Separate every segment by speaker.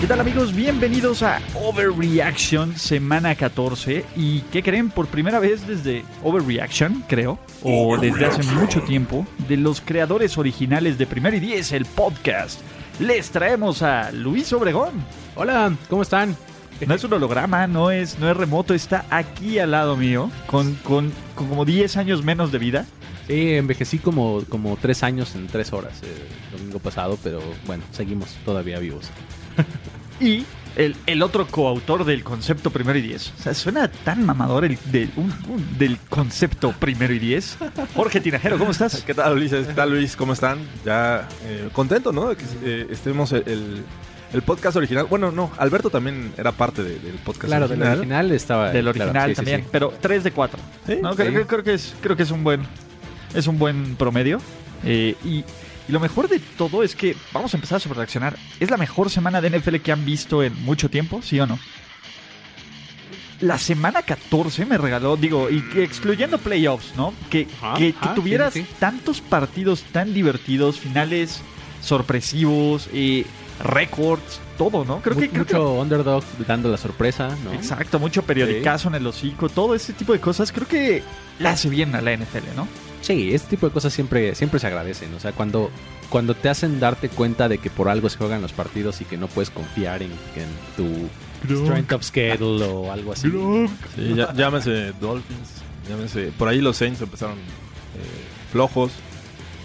Speaker 1: ¿Qué tal amigos? Bienvenidos a Overreaction, semana 14. ¿Y qué creen? Por primera vez desde Overreaction, creo, o desde hace mucho tiempo, de los creadores originales de Primero y Diez, el podcast, les traemos a Luis Obregón.
Speaker 2: Hola, ¿cómo están?
Speaker 1: No es un holograma, no es, no es remoto, está aquí al lado mío, con, con, con como 10 años menos de vida.
Speaker 2: Sí, envejecí como, como tres años en tres horas eh, el domingo pasado, pero bueno, seguimos todavía vivos.
Speaker 1: y el, el otro coautor del concepto primero y diez. O sea, suena tan mamador el, del- un- un- del concepto primero y diez. Jorge Tinajero, ¿cómo estás?
Speaker 3: ¿Qué tal, Ulises? ¿Qué tal, Luis? ¿Cómo están? Ya eh, contento, ¿no? De que eh, estemos el, el- el podcast original. Bueno, no, Alberto también era parte de- del podcast
Speaker 2: Claro, del
Speaker 3: original.
Speaker 2: original estaba.
Speaker 1: Del
Speaker 2: claro,
Speaker 1: original
Speaker 2: sí, sí,
Speaker 1: también,
Speaker 2: sí.
Speaker 1: pero 3 de 4.
Speaker 3: Sí,
Speaker 1: creo,
Speaker 2: sí.
Speaker 1: creo- creo que es, creo que es un buen, es un buen promedio. Eh, y, y lo mejor de todo es que vamos a empezar a sobrereaccionar. ¿Es la mejor semana de NFL que han visto en mucho tiempo? ¿Sí o no? La semana 14 me regaló, digo, y que excluyendo playoffs, ¿no? Que,
Speaker 2: Ajá,
Speaker 1: que- que
Speaker 2: ajá, sí,
Speaker 1: tuvieras
Speaker 2: sí, sí.
Speaker 1: tantos partidos tan divertidos, finales sorpresivos, eh, récords, todo, ¿no? Creo
Speaker 2: Mu-
Speaker 1: que creo que
Speaker 2: mucho underdog dando la sorpresa, ¿no?
Speaker 1: Exacto, mucho periodicazo en el hocico, todo ese tipo de cosas. Creo que la hace bien a la NFL, ¿no?
Speaker 2: Sí, este tipo de cosas siempre, siempre se agradecen. O sea, cuando, cuando te hacen darte cuenta de que por algo se juegan los partidos y que no puedes confiar en, en tu strength of schedule o algo así.
Speaker 3: Sí, ya- llámese Dolphins, llámese. Por ahí los Saints empezaron eh, flojos.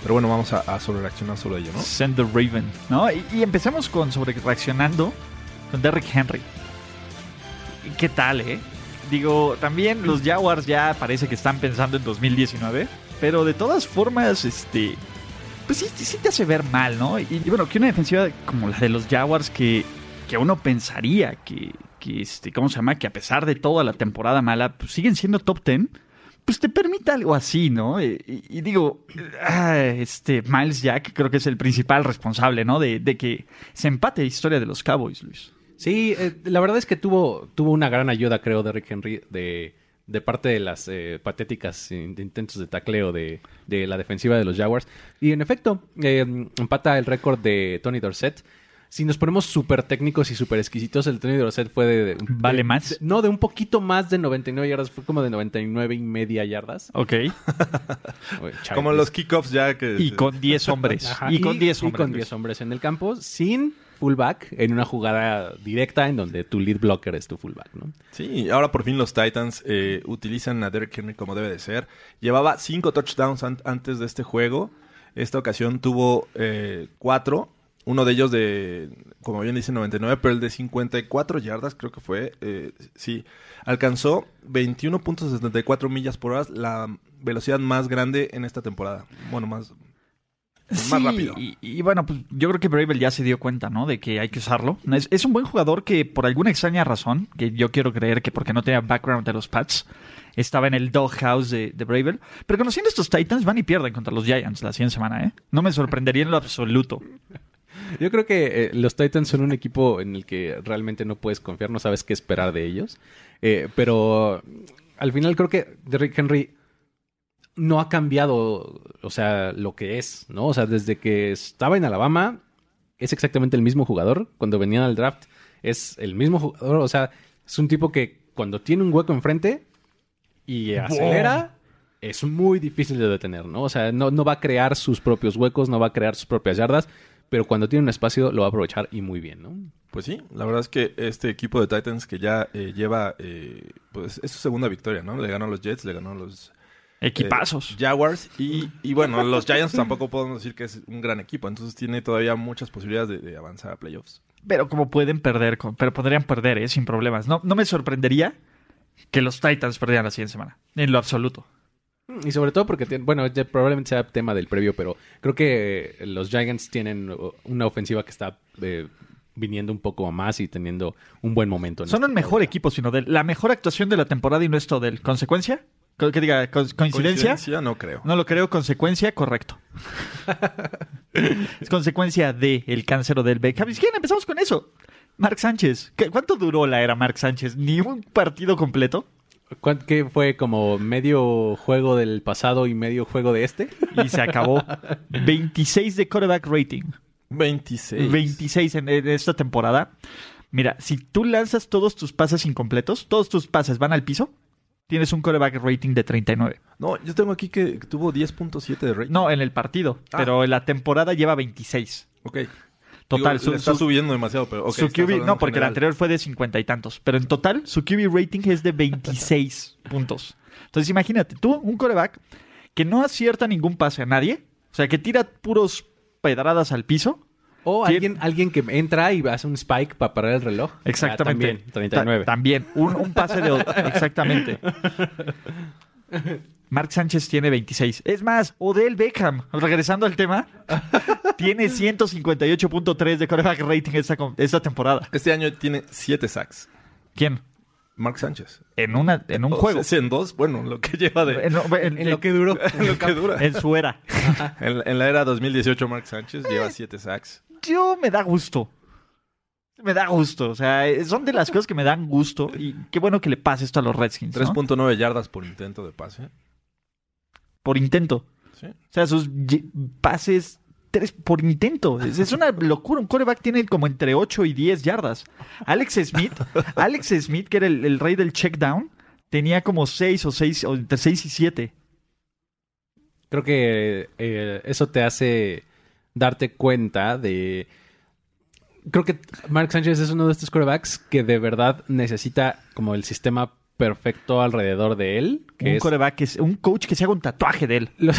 Speaker 3: Pero bueno, vamos a, a sobrereaccionar sobre ello, ¿no?
Speaker 1: Send the Raven, ¿no? Y, y empezamos con sobre reaccionando con Derrick Henry. ¿Y ¿Qué tal, eh? Digo, también los Jaguars ya parece que están pensando en 2019, pero de todas formas, este. Pues sí, sí te hace ver mal, ¿no? Y, y bueno, que una defensiva como la de los Jaguars que, que uno pensaría que, que, este, ¿cómo se llama? Que a pesar de toda la temporada mala, pues siguen siendo top 10 pues te permite algo así, ¿no? Eh, Y, y digo, ah, este Miles Jack creo que es el principal responsable, ¿no? De, de que se empate la historia de los Cowboys, Luis.
Speaker 2: Sí, eh, la verdad es que tuvo, tuvo una gran ayuda, creo, de Rick Henry de, de parte de las eh, patéticas in- intentos de tacleo de, de la defensiva de los Jaguars. Y en efecto, eh, empata el récord de Tony Dorset. Si nos ponemos súper técnicos y súper exquisitos, el Tony Dorset fue de... de-
Speaker 1: ¿Vale
Speaker 2: de-
Speaker 1: más?
Speaker 2: de- no, de un poquito más de 99 yardas. Fue como de 99 y media yardas.
Speaker 1: Ok.
Speaker 2: Oye, chale,
Speaker 3: Como los kickoffs ya que.
Speaker 1: Y con 10 hombres.
Speaker 2: Ajá.
Speaker 1: Y con 10 hombres.
Speaker 2: con 10 hombres en el campo, sin fullback, en una jugada directa en donde tu lead blocker es tu fullback, ¿no?
Speaker 3: Sí, ahora por fin los Titans eh, utilizan a Derrick Henry como debe de ser. Llevaba cinco touchdowns an- antes de este juego. Esta ocasión tuvo eh, cuatro. Uno de ellos de, como bien dice, 99, pero el de 54 yardas creo que fue. eh, sí, alcanzó 21.74 millas por hora, la velocidad más grande en esta temporada. Bueno, más...
Speaker 1: Sí,
Speaker 3: más rápido.
Speaker 1: Y, y bueno, pues yo creo que Bravel ya se dio cuenta, ¿no? De que hay que usarlo. Es, es un buen jugador que por alguna extraña razón, que yo quiero creer que porque no tenía background de los Pats, estaba en el doghouse de, de Bravel. Pero conociendo estos Titans, van y pierden contra los Giants la siguiente semana, ¿eh? No me sorprendería en lo absoluto.
Speaker 2: Yo creo que eh, los Titans son un equipo en el que realmente no puedes confiar, no sabes qué esperar de ellos. Eh, pero al final creo que Derrick Henry no ha cambiado, o sea, lo que es, ¿no? O sea, desde que estaba en Alabama, es exactamente el mismo jugador. Cuando venía al draft, es el mismo jugador. O sea, es un tipo que cuando tiene un hueco enfrente y acelera, es muy difícil de detener, ¿no? O sea, no, no va a crear sus propios huecos, no va a crear sus propias yardas, pero cuando tiene un espacio lo va a aprovechar y muy bien, ¿no?
Speaker 3: Pues sí, la verdad es que este equipo de Titans que ya eh, lleva, eh, pues es su segunda victoria, ¿no? Le ganó a los Jets, le ganó a los
Speaker 1: Equipazos.
Speaker 3: eh, Jaguars. Y, y bueno, los Giants tampoco podemos decir que es un gran equipo. Entonces tiene todavía muchas posibilidades de, de avanzar a playoffs.
Speaker 1: Pero como pueden perder, con- pero podrían perder, ¿eh? Sin problemas. No, no me sorprendería que los Titans perdieran la siguiente semana. En lo absoluto.
Speaker 2: Y sobre todo porque, tiene- bueno, ya probablemente sea tema del previo, pero creo que eh, los Giants tienen o- una ofensiva que está eh, viniendo un poco a más y teniendo un buen momento. en este
Speaker 1: Son
Speaker 2: esta
Speaker 1: el mejor
Speaker 2: temporada.
Speaker 1: equipo sin Odell. La mejor actuación de la temporada y no es Odell. ¿Consecuencia? Co- ¿Qué diga? Co- ¿Coincidencia?
Speaker 3: Coincidencia, No creo.
Speaker 1: No lo creo. ¿Consecuencia? Correcto. es consecuencia del el cáncer del Beckham. ¿Y quién? Empezamos con eso. Mark Sánchez. ¿Qué- ¿Cuánto duró la era Mark Sánchez? ¿Ni un partido completo?
Speaker 2: ¿Cuán- ¿Qué fue como medio juego del pasado y medio juego de este?
Speaker 1: Y se acabó. 26 de quarterback rating.
Speaker 3: 26.
Speaker 1: 26 Este, en, en esta temporada. Mira, si tú lanzas todos tus pases incompletos, todos tus pases van al piso, tienes un quarterback rating de 39.
Speaker 3: No, yo tengo aquí que tuvo 10.7 de rating.
Speaker 1: No, en el partido,
Speaker 3: Ah.
Speaker 1: pero en la temporada lleva 26.
Speaker 3: Ok.
Speaker 1: Total,
Speaker 3: Digo,
Speaker 1: su-
Speaker 3: le está
Speaker 1: su-
Speaker 3: subiendo demasiado, pero ok,
Speaker 1: su
Speaker 3: estás
Speaker 1: QB,
Speaker 3: hablando
Speaker 1: no, porque el
Speaker 3: general.
Speaker 1: anterior fue de 50 y tantos, pero en total su QB rating es de 26 puntos. Entonces imagínate, tú, un quarterback que no acierta ningún pase a nadie, o sea, que tira puros pedradas al piso,
Speaker 2: O
Speaker 1: ¿Quién?
Speaker 2: alguien, alguien que entra y hace un spike para parar el reloj.
Speaker 1: Exactamente.
Speaker 2: Ah, también, 39.
Speaker 1: Ta- también, un, un pase de... Exactamente. Mark Sánchez tiene 26. Es más, Odell Beckham, regresando al tema, tiene 158.3 de quarterback rating esta, com- esta temporada.
Speaker 3: Este año tiene 7 sacks.
Speaker 1: ¿Quién?
Speaker 3: Mark Sánchez.
Speaker 1: En, una, en un
Speaker 3: O
Speaker 1: juego.
Speaker 3: sea, en dos, bueno, lo que lleva de...
Speaker 1: En, en-
Speaker 2: Oh, En lo que duró.
Speaker 3: lo que dura.
Speaker 1: en su era.
Speaker 3: En, en la era 2018, Mark Sánchez lleva 7 sacks.
Speaker 1: Yo me da gusto. Me da gusto. O sea, son de las cosas que me dan gusto. Y qué bueno que le pase esto a los Redskins. ¿no?
Speaker 3: 3.9 yardas por intento de pase.
Speaker 1: Por intento.
Speaker 3: Sí.
Speaker 1: O sea, sus ye- pases tres por intento. Es, es una locura. Un coreback tiene como entre 8 y 10 yardas. Alex Smith, Alex Smith, que era el, el rey del check down, tenía como 6 o 6, o entre 6 y 7.
Speaker 2: Creo que eh, eso te hace darte cuenta de... Creo que Mark Sánchez es uno de estos quarterbacks que de verdad necesita como el sistema perfecto alrededor de él,
Speaker 1: un
Speaker 2: que, es,
Speaker 1: coreback, que es, un coach que se haga un tatuaje de él.
Speaker 2: los,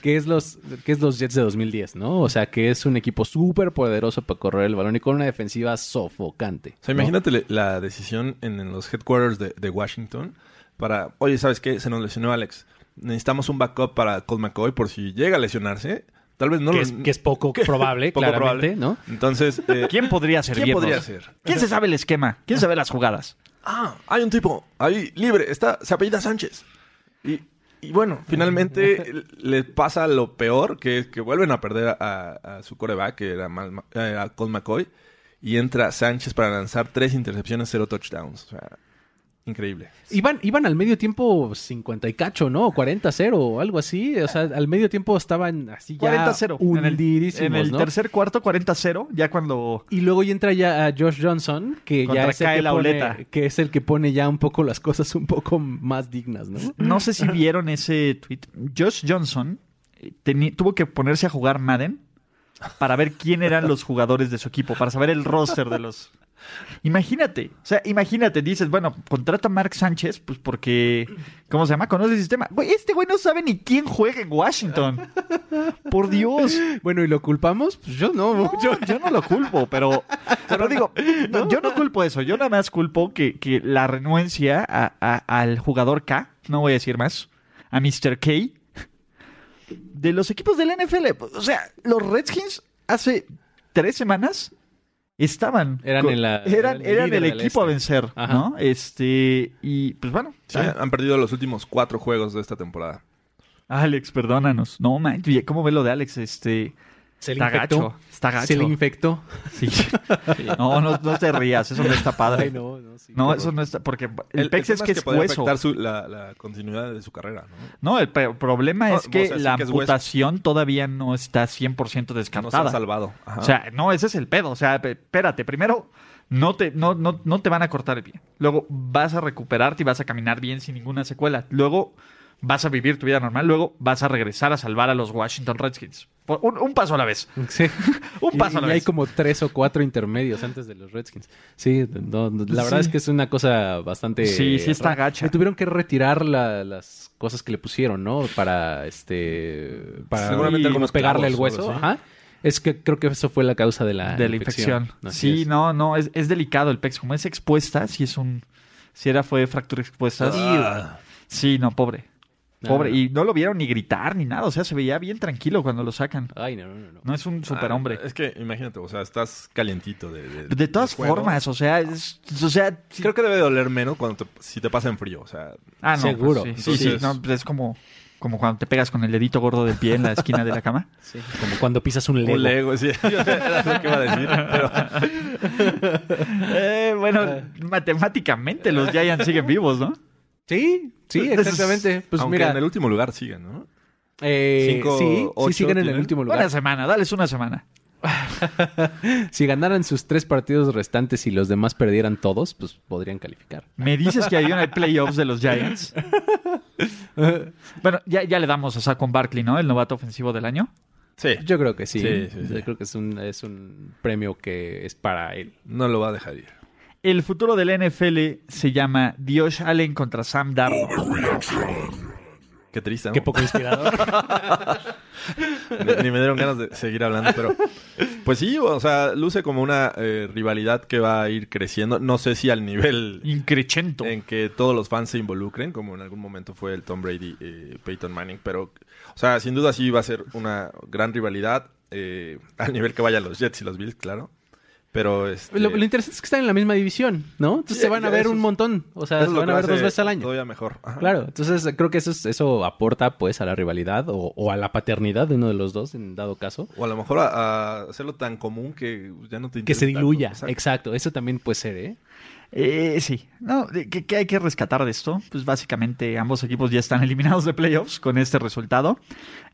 Speaker 2: que es los que es los Jets de 2010, ¿no? O sea, que es un equipo súper poderoso para correr el balón y con una defensiva sofocante.
Speaker 3: O sea,
Speaker 2: ¿no?
Speaker 3: imagínate le- la decisión en, en los headquarters de, de Washington para, oye, ¿sabes qué? Se nos lesionó Alex. Necesitamos un backup para Colt McCoy por si llega a lesionarse. Tal vez no
Speaker 2: que,
Speaker 3: lo...
Speaker 2: es, que es poco probable,
Speaker 3: poco
Speaker 2: claramente,
Speaker 3: probable.
Speaker 2: ¿no?
Speaker 3: Entonces, eh,
Speaker 1: ¿Quién podría ser?
Speaker 3: ¿quién podría ser?
Speaker 1: ¿Quién se sabe el esquema? ¿Quién se sabe las jugadas?
Speaker 3: ah, hay un tipo ahí libre, está, se apellida Sánchez. Y, y bueno, finalmente le pasa lo peor, que es que vuelven a perder a, a su coreback, que era Mal- eh, a Colt McCoy, y entra Sánchez para lanzar tres intercepciones, cero touchdowns. O sea, increíble.
Speaker 2: Iban, iban al medio tiempo 50 y cacho, ¿no? 40-0 o algo así. O sea, al medio tiempo estaban así ya
Speaker 1: 40-0. En el,
Speaker 2: hundidísimos,
Speaker 1: en el
Speaker 2: ¿no?
Speaker 1: tercer cuarto, 40-0, ya cuando...
Speaker 2: Y luego ya entra ya a Josh Johnson, que
Speaker 1: Contra
Speaker 2: ya es el que,
Speaker 1: Kyle Auleta.
Speaker 2: pone, que es el que pone ya un poco las cosas un poco más dignas, ¿no?
Speaker 1: No sé si vieron ese tweet. Josh Johnson eh, teni- tuvo que ponerse a jugar Madden para ver quién eran los jugadores de su equipo, para saber el roster de los. Imagínate, o sea, imagínate, dices, bueno, contrata a Mark Sánchez, pues porque, ¿cómo se llama? Conoce el sistema. Güey, este güey no sabe ni quién juega en Washington. Por Dios.
Speaker 2: Bueno, ¿y lo culpamos? Pues yo no.
Speaker 1: Yo, yo no lo culpo, pero, pero digo, no, yo no culpo eso. Yo nada más culpo que, que la renuencia a- a- al jugador K, no voy a decir más, a Mr. K, de los equipos del NFL. O sea, los Redskins hace tres semanas estaban.
Speaker 2: Eran
Speaker 1: con-
Speaker 2: en la-
Speaker 1: Eran,
Speaker 2: eran el
Speaker 1: eran
Speaker 2: líder
Speaker 1: el
Speaker 2: del
Speaker 1: equipo
Speaker 2: este.
Speaker 1: a vencer,
Speaker 2: Ajá.
Speaker 1: ¿no? Este, y pues bueno.
Speaker 3: Sí, Han perdido los últimos cuatro juegos de esta temporada.
Speaker 1: Alex, perdónanos. No, man, ¿cómo ve lo de Alex? Este,
Speaker 2: Se
Speaker 1: está gacho. Está gacho.
Speaker 2: Se le infectó.
Speaker 1: Sí. No, no, no te rías, eso no está padre.
Speaker 2: Ay,
Speaker 1: no,
Speaker 2: no, no, sí.
Speaker 1: eso no está, porque el, pex
Speaker 3: tema
Speaker 1: es que es,
Speaker 3: podría
Speaker 1: hueso.
Speaker 3: afectar su- la, la continuidad de su carrera, ¿no?
Speaker 1: No, el pe- problema
Speaker 3: No,
Speaker 1: es que
Speaker 3: o sea, sí
Speaker 1: la
Speaker 3: que es hueso.
Speaker 1: amputación todavía no está 100%
Speaker 3: No se ha
Speaker 1: descartada.
Speaker 3: salvado. Ajá.
Speaker 1: o sea, no, ese es el pedo. O sea, pe- espérate, primero no te, no, no, no te van a cortar el pie. Luego vas a recuperarte y vas a caminar bien sin ninguna secuela. Luego vas a vivir tu vida normal. Luego vas a regresar a salvar a los Washington Redskins. Por- un, un paso a la vez.
Speaker 2: Sí.
Speaker 1: Un
Speaker 2: Y-
Speaker 1: paso a
Speaker 2: y
Speaker 1: la
Speaker 2: hay
Speaker 1: vez.
Speaker 2: como tres o cuatro intermedios antes de los Redskins. Sí, no, no, la verdad
Speaker 1: Sí.
Speaker 2: es que es una cosa bastante.
Speaker 1: Sí, sí está
Speaker 2: rara.
Speaker 1: gacha.
Speaker 2: Y tuvieron que retirar la- las cosas que le pusieron, ¿no? Para este. Para
Speaker 3: Seguramente
Speaker 2: y
Speaker 3: algunos
Speaker 2: pegarle el
Speaker 3: clavos,
Speaker 2: hueso.
Speaker 3: algo así.
Speaker 2: Ajá. Es que creo que eso fue la causa de Ah, la,
Speaker 1: de la infección.
Speaker 2: Así
Speaker 1: Sí,
Speaker 2: es.
Speaker 1: no, no, es, es delicado el pex. Como es expuesta, si es un. Si era fue fractura expuesta.
Speaker 3: Ah.
Speaker 1: Sí, no, pobre. Pobre.
Speaker 2: no, no.
Speaker 1: Y no lo vieron ni gritar ni nada. O sea, se veía bien tranquilo cuando lo sacan.
Speaker 2: Ay, no, no, no.
Speaker 1: No es un superhombre.
Speaker 3: Ah, es que imagínate, o sea, estás calientito de... de-
Speaker 1: de todas
Speaker 3: del fuego.
Speaker 1: formas, o sea, es- o sea, sí-
Speaker 3: Creo que debe de oler menos cuando te- si te pasa en frío, o sea...
Speaker 1: Ah, no,
Speaker 2: Seguro.
Speaker 1: pues sí, sí,
Speaker 3: Entonces-
Speaker 1: sí, no, pues es como, como cuando te pegas con el dedito gordo del pie en la esquina de la cama.
Speaker 2: Como cuando pisas un Lego.
Speaker 3: Un Lego, sí. Era lo que iba a decir, pero...
Speaker 1: Eh,
Speaker 2: Ah.
Speaker 1: bueno, matemáticamente los Giants siguen vivos, ¿no?
Speaker 2: Sí, sí, exactamente. Pues
Speaker 3: Aunque
Speaker 2: mira,
Speaker 3: en el último lugar siguen, ¿no?
Speaker 2: eh,
Speaker 3: cinco,
Speaker 2: sí,
Speaker 3: ocho
Speaker 2: sí siguen en el
Speaker 3: tienen.
Speaker 2: último
Speaker 1: Una
Speaker 2: lugar.
Speaker 1: semana, dales una semana.
Speaker 2: Si ganaran sus tres partidos restantes y los demás perdieran todos, pues podrían calificar.
Speaker 1: ¿Me dices que hay una playoffs de los Giants? Bueno, ya, ya le damos a Saquon Barkley, ¿no? El novato ofensivo del año.
Speaker 3: Sí.
Speaker 2: Yo creo que sí. ¿eh?
Speaker 3: Sí, sí, sí.
Speaker 2: Yo creo que es un, es un premio que es para él.
Speaker 3: No lo va a dejar ir.
Speaker 1: El futuro del NFL se llama Josh Allen contra Sam Darnold.
Speaker 3: Qué triste, ¿no?
Speaker 2: Qué poco inspirador.
Speaker 3: ni, ni me dieron ganas de seguir hablando, pero... Pues sí, o sea, luce como una eh, rivalidad que va a ir creciendo. No sé si al nivel
Speaker 1: Increchento.
Speaker 3: en que todos los fans se involucren, como en algún momento fue el Tom Brady, eh, Peyton Manning, pero, o sea, sin duda sí va a ser una gran rivalidad, eh, al nivel que vayan los Jets y los Bills, claro, pero este,
Speaker 2: lo, lo interesante es que están en la misma división, ¿no? Entonces
Speaker 3: Sí,
Speaker 2: se van
Speaker 3: ya
Speaker 2: a ver
Speaker 3: eso
Speaker 2: un
Speaker 3: es-
Speaker 2: montón. O sea,
Speaker 3: eso es
Speaker 2: se
Speaker 3: lo
Speaker 2: van
Speaker 3: que
Speaker 2: a ver
Speaker 3: hace
Speaker 2: dos veces al año.
Speaker 3: Todavía mejor. Ajá.
Speaker 2: Claro, entonces creo que eso, es- eso aporta pues a la rivalidad o, o a la paternidad de uno de los dos en dado caso.
Speaker 3: O a lo mejor a, a hacerlo tan común que ya no te
Speaker 2: Que se
Speaker 3: interesa tanto.
Speaker 2: diluya,
Speaker 3: Exacto.
Speaker 2: exacto. Eso también puede ser, ¿eh?
Speaker 1: Eh, sí, no, de- ¿qué, qué hay que rescatar de esto? Pues básicamente ambos equipos ya están eliminados de playoffs con este resultado.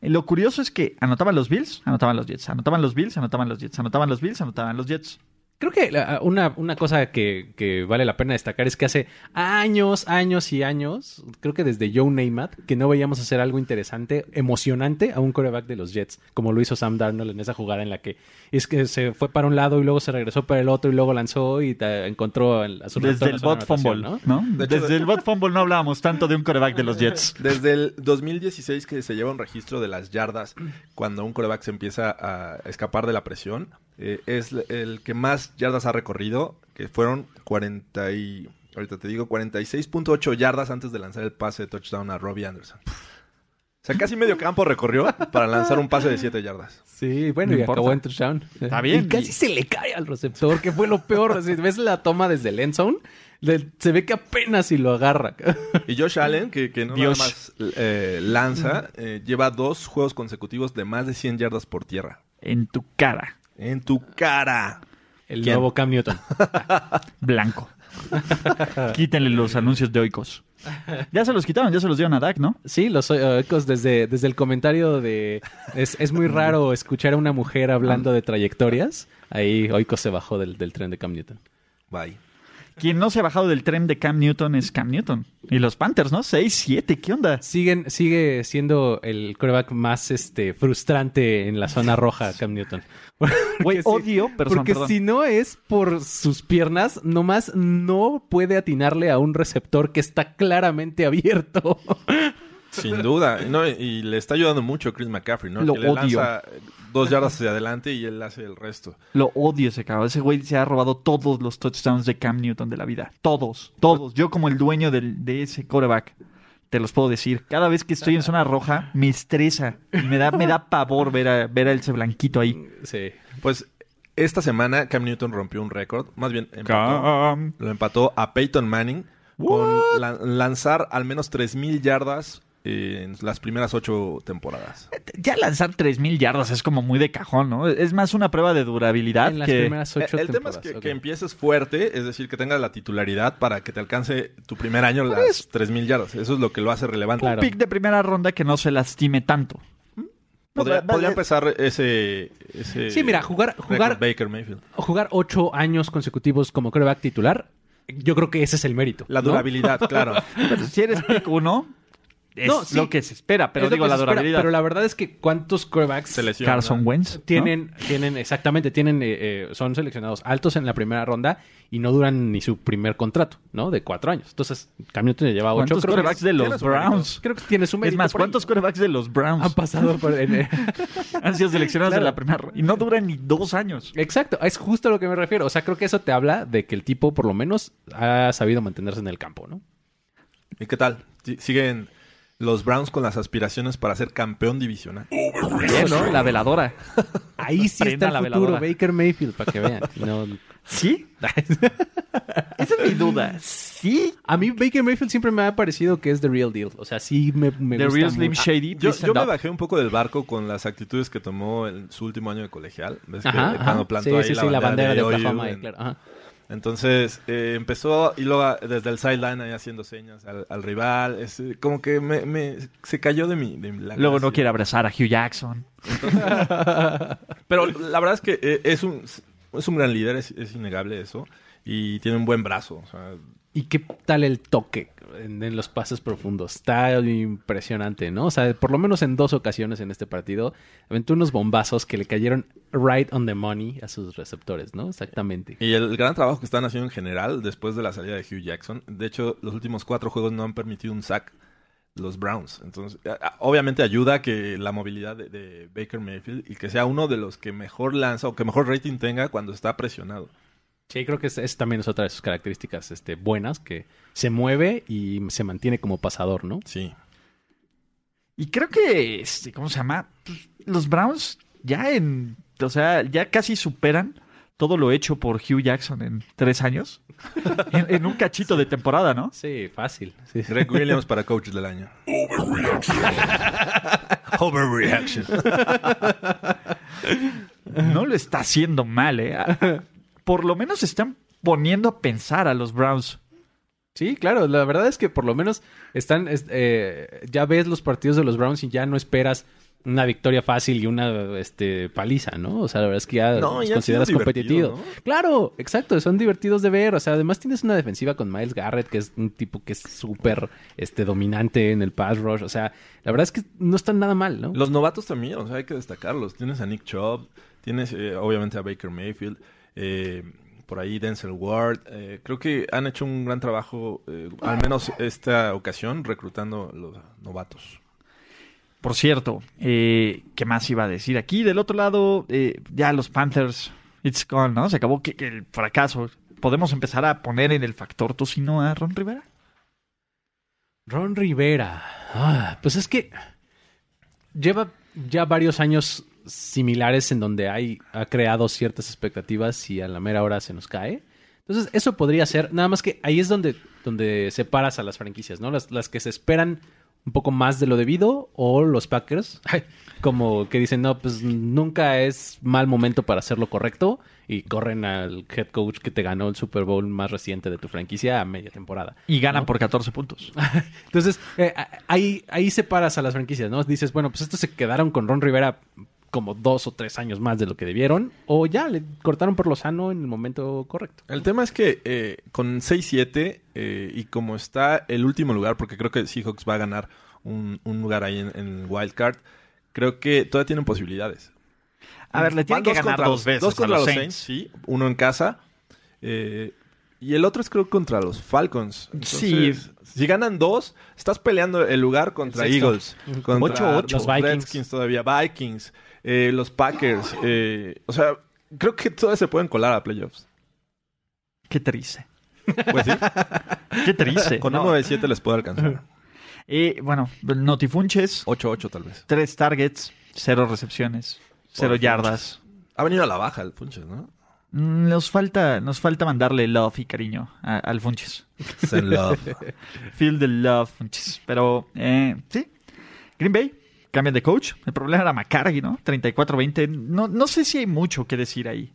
Speaker 1: Eh, Lo curioso es que anotaban los Bills, anotaban los Jets, anotaban los Bills, anotaban los Jets, anotaban los Bills, anotaban los Jets.
Speaker 2: Creo que la- ah, una, una cosa que, que vale la pena destacar es que hace años, años y años, creo que desde Joe Namath, que no veíamos hacer algo interesante, emocionante a un coreback de los Jets, como lo hizo Sam Darnold en esa jugada en la que es que se fue para un lado y luego se regresó para el otro y luego lanzó y ta- encontró el- a su receptor
Speaker 1: Desde
Speaker 2: en
Speaker 1: el
Speaker 2: la zona
Speaker 1: bot
Speaker 2: de anotación,
Speaker 1: fumble,
Speaker 2: ¿no?
Speaker 1: ¿no?
Speaker 3: De hecho,
Speaker 1: Desde
Speaker 3: de-
Speaker 1: el bot fumble no hablábamos tanto de un coreback de los Jets.
Speaker 3: Desde el 2016 que se lleva un registro de las yardas cuando un coreback se empieza a escapar de la presión, eh, es l- el que más yardas ha recorrido, que fueron 40 y, ahorita te digo 46.8 yardas antes de lanzar el pase de touchdown a Robbie Anderson. O sea, casi medio campo recorrió para lanzar un pase de 7 yardas.
Speaker 2: Sí, bueno,
Speaker 1: No
Speaker 2: y
Speaker 1: importa.
Speaker 2: acabó en touchdown.
Speaker 1: Está bien.
Speaker 2: Y casi se le cae al receptor, que fue lo peor. Si ves la toma desde el end zone, le- se ve que apenas si lo agarra.
Speaker 3: Y Josh Allen, que, que no nada
Speaker 1: Dios.
Speaker 3: más eh, lanza, eh, lleva dos juegos consecutivos de más de 100 yardas por tierra.
Speaker 1: En tu cara,
Speaker 3: En tu cara.
Speaker 2: El
Speaker 3: ¿Quién?
Speaker 2: nuevo Cam Newton.
Speaker 1: blanco. Quítenle los anuncios de Oikos. Ya se los quitaron, ya se los dieron a Dak, ¿no?
Speaker 2: Sí, los eh, ecos desde, desde el comentario de... Es, es muy raro escuchar a una mujer hablando de trayectorias. Ahí Oiko se bajó del, del tren de Cam Newton.
Speaker 3: Bye.
Speaker 1: Quien no se ha bajado del tren de Cam Newton es Cam Newton. Y los Panthers, ¿no? 6-7, ¿qué onda?
Speaker 2: Siguen, sigue siendo el coreback más este, frustrante en la zona roja, Cam Newton.
Speaker 1: Güey,
Speaker 2: Porque sí-
Speaker 1: odio, persona,
Speaker 2: Porque
Speaker 1: perdón.
Speaker 2: si no es por sus piernas, nomás no puede atinarle a un receptor que está claramente abierto.
Speaker 3: Sin duda. No, y le está ayudando mucho Chris McCaffrey, ¿no?
Speaker 1: Lo
Speaker 3: que le
Speaker 1: odio.
Speaker 3: lanza dos yardas hacia adelante y él hace el resto.
Speaker 1: Lo odio ese cabrón. Ese güey se ha robado todos los touchdowns de Cam Newton de la vida. Todos, todos. Yo como el dueño del- de ese coreback, te los puedo decir. Cada vez que estoy en zona roja, me estresa. Y Me da, me da pavor ver a, ver a ese blanquito ahí.
Speaker 2: Sí.
Speaker 3: Pues esta semana Cam Newton rompió un récord. Más bien, empató, lo empató a Peyton Manning con lan- lanzar al menos 3.000 yardas eh, en las primeras ocho temporadas.
Speaker 1: Ya lanzar 3.000 yardas es como muy de cajón, ¿no? Es más una prueba de durabilidad
Speaker 2: En las
Speaker 1: Ah, que...
Speaker 2: primeras ocho
Speaker 3: Eh, el tema es
Speaker 2: temporadas.
Speaker 3: que,
Speaker 2: ok.
Speaker 3: que empieces fuerte, es decir, que tengas la titularidad para que te alcance tu primer año las 3.000 yardas. Eso es lo que lo hace relevante.
Speaker 2: Pues, Claro.
Speaker 1: Pick de primera ronda que no se lastime tanto.
Speaker 3: ¿Mm? Podría,
Speaker 1: Vale.
Speaker 3: podría empezar ese, ese
Speaker 2: Sí, mira, jugar,
Speaker 3: récord
Speaker 2: jugar,
Speaker 3: Baker Mayfield.
Speaker 2: jugar ocho años consecutivos como coreback titular, yo creo que ese es el mérito.
Speaker 3: La
Speaker 2: ¿no?
Speaker 3: durabilidad, claro.
Speaker 1: Pero si eres pick 1, es
Speaker 2: No, sí.
Speaker 1: lo que se espera. Pero
Speaker 2: Es lo
Speaker 1: digo,
Speaker 2: que
Speaker 1: la
Speaker 2: se espera,
Speaker 1: durabilidad.
Speaker 2: Pero la verdad es que cuántos corebacks
Speaker 3: Se lesiona.
Speaker 1: Carson Wentz. ¿no?
Speaker 2: tienen, tienen, exactamente, tienen, eh, eh, son seleccionados altos en la primera ronda y no duran ni su primer contrato, ¿no? De cuatro años. Entonces, Cam Newton ya lleva ocho.
Speaker 1: ¿Cuántos
Speaker 2: Creo que-
Speaker 1: corebacks de los
Speaker 3: tienes un mérito.
Speaker 1: Browns?
Speaker 2: Creo que tiene su mérito
Speaker 1: Es más,
Speaker 2: por ahí.
Speaker 1: ¿cuántos corebacks de los Browns
Speaker 2: han pasado por... en- eh,
Speaker 1: han sido seleccionados en
Speaker 2: Claro.
Speaker 1: la primera ronda? Y no duran ni dos años.
Speaker 2: Exacto, es justo a lo que me refiero. O sea, creo que eso te habla de que el tipo por lo menos ha sabido mantenerse en el campo, ¿no?
Speaker 3: ¿Y qué tal? Si- Siguen los Browns con las aspiraciones para ser campeón divisional.
Speaker 4: Bien, ¿no? La veladora.
Speaker 2: Ahí sí
Speaker 4: Prenda
Speaker 2: está
Speaker 4: la
Speaker 2: el futuro,
Speaker 4: veladora.
Speaker 2: Baker Mayfield, para que vean. No.
Speaker 1: ¿Sí? Esa es mi duda. ¿Sí?
Speaker 2: A mí Baker Mayfield siempre me ha parecido que es the real deal. O sea, sí me, me
Speaker 1: The
Speaker 2: gusta
Speaker 1: Real Slim
Speaker 2: mucho.
Speaker 1: Shady.
Speaker 3: Ah, Yo,
Speaker 1: please
Speaker 3: yo me
Speaker 1: stand up.
Speaker 3: bajé un poco del barco con las actitudes que tomó en su último año de colegial. ¿Ves que
Speaker 2: Ajá,
Speaker 3: de
Speaker 2: ajá.
Speaker 3: plano plantó
Speaker 2: sí,
Speaker 3: ahí
Speaker 2: sí,
Speaker 3: la
Speaker 2: sí, la bandera de
Speaker 3: OU
Speaker 2: Oklahoma,
Speaker 3: en-
Speaker 2: claro. Ajá.
Speaker 3: Entonces eh, empezó y luego ah, desde el sideline ahí haciendo señas al, al rival. Es, eh, como que me, me- se cayó de mi. de la
Speaker 1: Luego
Speaker 3: gracia.
Speaker 1: no quiere abrazar a Hugh Jackson.
Speaker 3: Pero la verdad es que eh, es, un, es un gran líder, es, es innegable eso. Y tiene un buen brazo. o sea,
Speaker 2: ¿Y qué tal el toque en, en los pases profundos? Está impresionante, ¿no? O sea, por lo menos en dos ocasiones en este partido, aventó unos bombazos que le cayeron right on the money a sus receptores, ¿no? Exactamente.
Speaker 3: y el gran trabajo que están haciendo en general después de la salida de Hugh Jackson. De hecho, los últimos cuatro juegos no han permitido un sack los Browns. Entonces, a- a- obviamente ayuda que la movilidad de, de Baker Mayfield y que sea uno de los que mejor lanza o que mejor rating tenga cuando está presionado.
Speaker 2: Sí, creo que es, es también es otra de sus características este, buenas, que se mueve y se mantiene como pasador, ¿no?
Speaker 3: Sí.
Speaker 1: Y creo que, este, ¿cómo se llama? Pues, los Browns ya en, o sea, ya casi superan todo lo hecho por Hugh Jackson en tres años. en, en un cachito de temporada, ¿no?
Speaker 2: Sí, fácil. Sí.
Speaker 3: Greg Williams para coach del año. Overreaction.
Speaker 1: No lo está haciendo mal, ¿eh? Por lo menos están poniendo a pensar a los Browns.
Speaker 2: Sí, claro, la verdad es que por lo menos están, es- eh, ya ves los partidos de los Browns y ya no esperas una victoria fácil y una este, paliza, ¿no? O sea, la verdad es que ya
Speaker 3: No,
Speaker 2: los
Speaker 3: y han sido
Speaker 2: consideras
Speaker 3: divertidos,
Speaker 2: competitivos. Claro, exacto, son divertidos de ver. O sea, además tienes una defensiva con Miles Garrett, que es un tipo que es súper este, dominante en el pass rush. O sea, la verdad es que no están nada mal, ¿no?
Speaker 3: Los novatos también, o sea, hay que destacarlos. Tienes a Nick Chubb, tienes eh, obviamente a Baker Mayfield, eh, por ahí Denzel Ward. eh, creo que han hecho un gran trabajo, eh, al menos esta ocasión, reclutando los novatos.
Speaker 1: Por cierto, eh, ¿qué más iba a decir aquí? Del otro lado, eh, ya los Panthers, it's gone, ¿no? Se acabó que- que el fracaso. ¿Podemos empezar a poner en el factor tocino a Ron Rivera?
Speaker 2: Ron Rivera. Ah, pues es que lleva ya varios años similares en donde hay, ha creado ciertas expectativas y a la mera hora se nos cae. Entonces, eso podría ser, nada más que ahí es donde, donde separas a las franquicias, ¿no? Las, las que se esperan un poco más de lo debido o los Packers, como que dicen, no, pues nunca es mal momento para hacer lo correcto y corren al head coach que te ganó el Super Bowl más reciente de tu franquicia a media temporada.
Speaker 1: Y ganan
Speaker 2: ¿no?
Speaker 1: por 14 puntos.
Speaker 2: Entonces, eh, a- ahí, ahí separas a las franquicias, ¿no? Dices, bueno, pues estos se quedaron con Ron Rivera como dos o tres años más de lo que debieron, o ya le cortaron por lo sano en el momento correcto.
Speaker 3: El tema es que eh, con 6-7 eh, y como está el último lugar, porque creo que Seahawks va a ganar un, un lugar ahí en, en el wild card, creo que todavía tienen posibilidades.
Speaker 1: A ver, le tienen
Speaker 3: Van
Speaker 1: que
Speaker 3: dos
Speaker 1: ganar
Speaker 3: contra
Speaker 1: dos
Speaker 3: los-
Speaker 1: veces
Speaker 3: Dos
Speaker 1: a
Speaker 3: contra
Speaker 1: los
Speaker 3: los Saints,
Speaker 1: Saints.
Speaker 3: sí. Uno en casa. eh, y el otro es creo contra los Falcons.
Speaker 1: Sí.
Speaker 3: Entonces, Si ganan dos, estás peleando el lugar contra
Speaker 2: El sexto.
Speaker 3: Eagles. Contra
Speaker 2: Ocho, ocho.
Speaker 3: los
Speaker 2: Los Vikings.
Speaker 3: Redskins todavía. Vikings. eh, los Packers. eh, o sea, creo que todas se pueden colar a playoffs.
Speaker 1: Qué triste.
Speaker 3: Pues sí,
Speaker 1: Qué triste.
Speaker 3: con
Speaker 1: No.
Speaker 3: uno de siete les puedo alcanzar.
Speaker 1: Eh, bueno, Notifunches,
Speaker 3: 8-8 tal vez.
Speaker 1: tres targets, cero recepciones, cero
Speaker 3: Por
Speaker 1: yardas.
Speaker 3: Ha venido a la baja el Punches, ¿no?
Speaker 1: Mm, Nos falta, nos falta mandarle love y cariño a- al Funches.
Speaker 3: Send love.
Speaker 1: Feel the love, Funches. Pero, eh, sí. Green Bay, cambian de coach. El problema era McCarthy, ¿no? 34-20. No, no sé si hay mucho que decir ahí.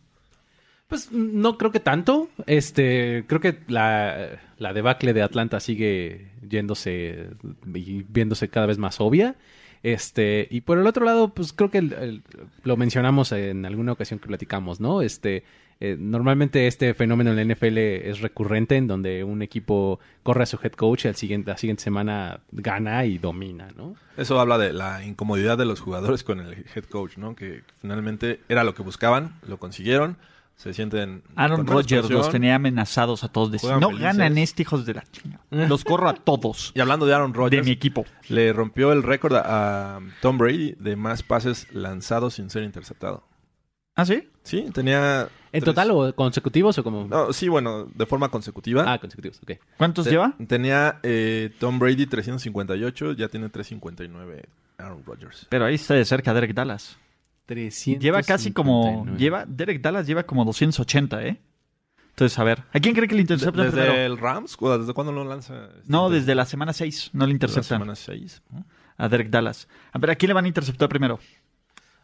Speaker 2: Pues no creo que tanto. Este, creo que la, la debacle de Atlanta sigue yéndose y viéndose cada vez más obvia. Este, y por el otro lado, pues creo que el- el- lo mencionamos en alguna ocasión que platicamos, ¿no? Este, eh, normalmente este fenómeno en la NFL es recurrente en donde un equipo corre a su head coach y al siguiente, la siguiente semana gana y domina, ¿no?
Speaker 3: Eso habla de la incomodidad de los jugadores con el head coach, ¿no? Que finalmente era lo que buscaban, lo consiguieron, se sienten...
Speaker 1: Aaron
Speaker 3: con menos
Speaker 1: Rodgers
Speaker 3: presión.
Speaker 1: los tenía amenazados a todos. De si
Speaker 3: Juegan
Speaker 1: no
Speaker 3: felices.
Speaker 1: ganan este hijos de la chingada. Los corro a todos
Speaker 3: Y hablando de Aaron
Speaker 1: de
Speaker 3: Rodgers,
Speaker 1: mi equipo.
Speaker 3: le rompió el récord a, a Tom Brady de más pases lanzados sin ser interceptado.
Speaker 1: ¿Ah, sí?
Speaker 3: Sí, tenía
Speaker 2: ¿En
Speaker 3: tres.
Speaker 2: total o consecutivos o como...?
Speaker 3: No, sí, bueno, de forma consecutiva.
Speaker 2: Ah, consecutivos, ok.
Speaker 1: ¿Cuántos
Speaker 3: Te-
Speaker 1: lleva?
Speaker 3: Tenía eh, Tom Brady 358, ya tiene 359 Aaron Rodgers.
Speaker 1: Pero ahí está de cerca Derek Dallas. Lleva casi como. Lleva, Derek Dallas lleva como 280, ¿eh? Entonces, a ver. ¿A quién cree que le
Speaker 3: De-
Speaker 1: interceptan
Speaker 3: ¿Desde
Speaker 1: primero?
Speaker 3: el Rams? ¿Cu- ¿Desde cuándo lo lanza? Este,
Speaker 1: No, desde la semana 6 no le
Speaker 3: La
Speaker 1: interceptan
Speaker 3: semana 6.
Speaker 1: a Derek Dallas. A ver, ¿a quién le van a interceptar primero?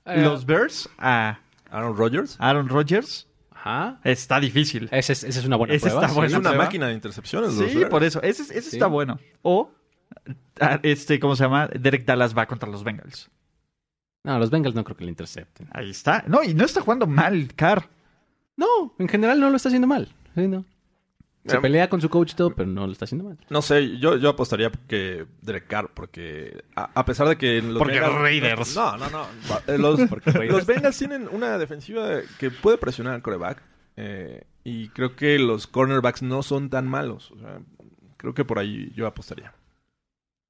Speaker 2: Eh,
Speaker 1: ¿Los Bears? ¿A
Speaker 3: Aaron Rodgers.
Speaker 1: Aaron Rodgers?
Speaker 2: Ajá.
Speaker 1: Está difícil.
Speaker 2: Esa es, esa es una buena
Speaker 1: Esa
Speaker 2: prueba.
Speaker 1: está
Speaker 2: sí.
Speaker 1: buena.
Speaker 3: es una
Speaker 1: prueba.
Speaker 3: máquina de intercepciones. los
Speaker 1: Sí,
Speaker 3: Bears.
Speaker 1: por eso. Ese, ese
Speaker 2: Sí.
Speaker 1: está bueno. O, a- este, ¿cómo se llama? Derek Dallas va contra los Bengals.
Speaker 2: No, los Bengals no creo que le intercepten.
Speaker 1: Ahí está. No, y no está jugando mal, Carr.
Speaker 2: No, en general no lo está haciendo mal. Sí, no. Se
Speaker 3: Eh,
Speaker 2: pelea con su coach y todo, pero no lo está haciendo mal.
Speaker 3: No sé, yo, yo apostaría que Derek Carr, porque a, a pesar de que los
Speaker 1: Porque Raiders.
Speaker 3: No, no, no. Eh, Los, los Bengals tienen una defensiva que puede presionar al coreback. eh, y creo que los cornerbacks no son tan malos. O sea, creo que por ahí yo apostaría.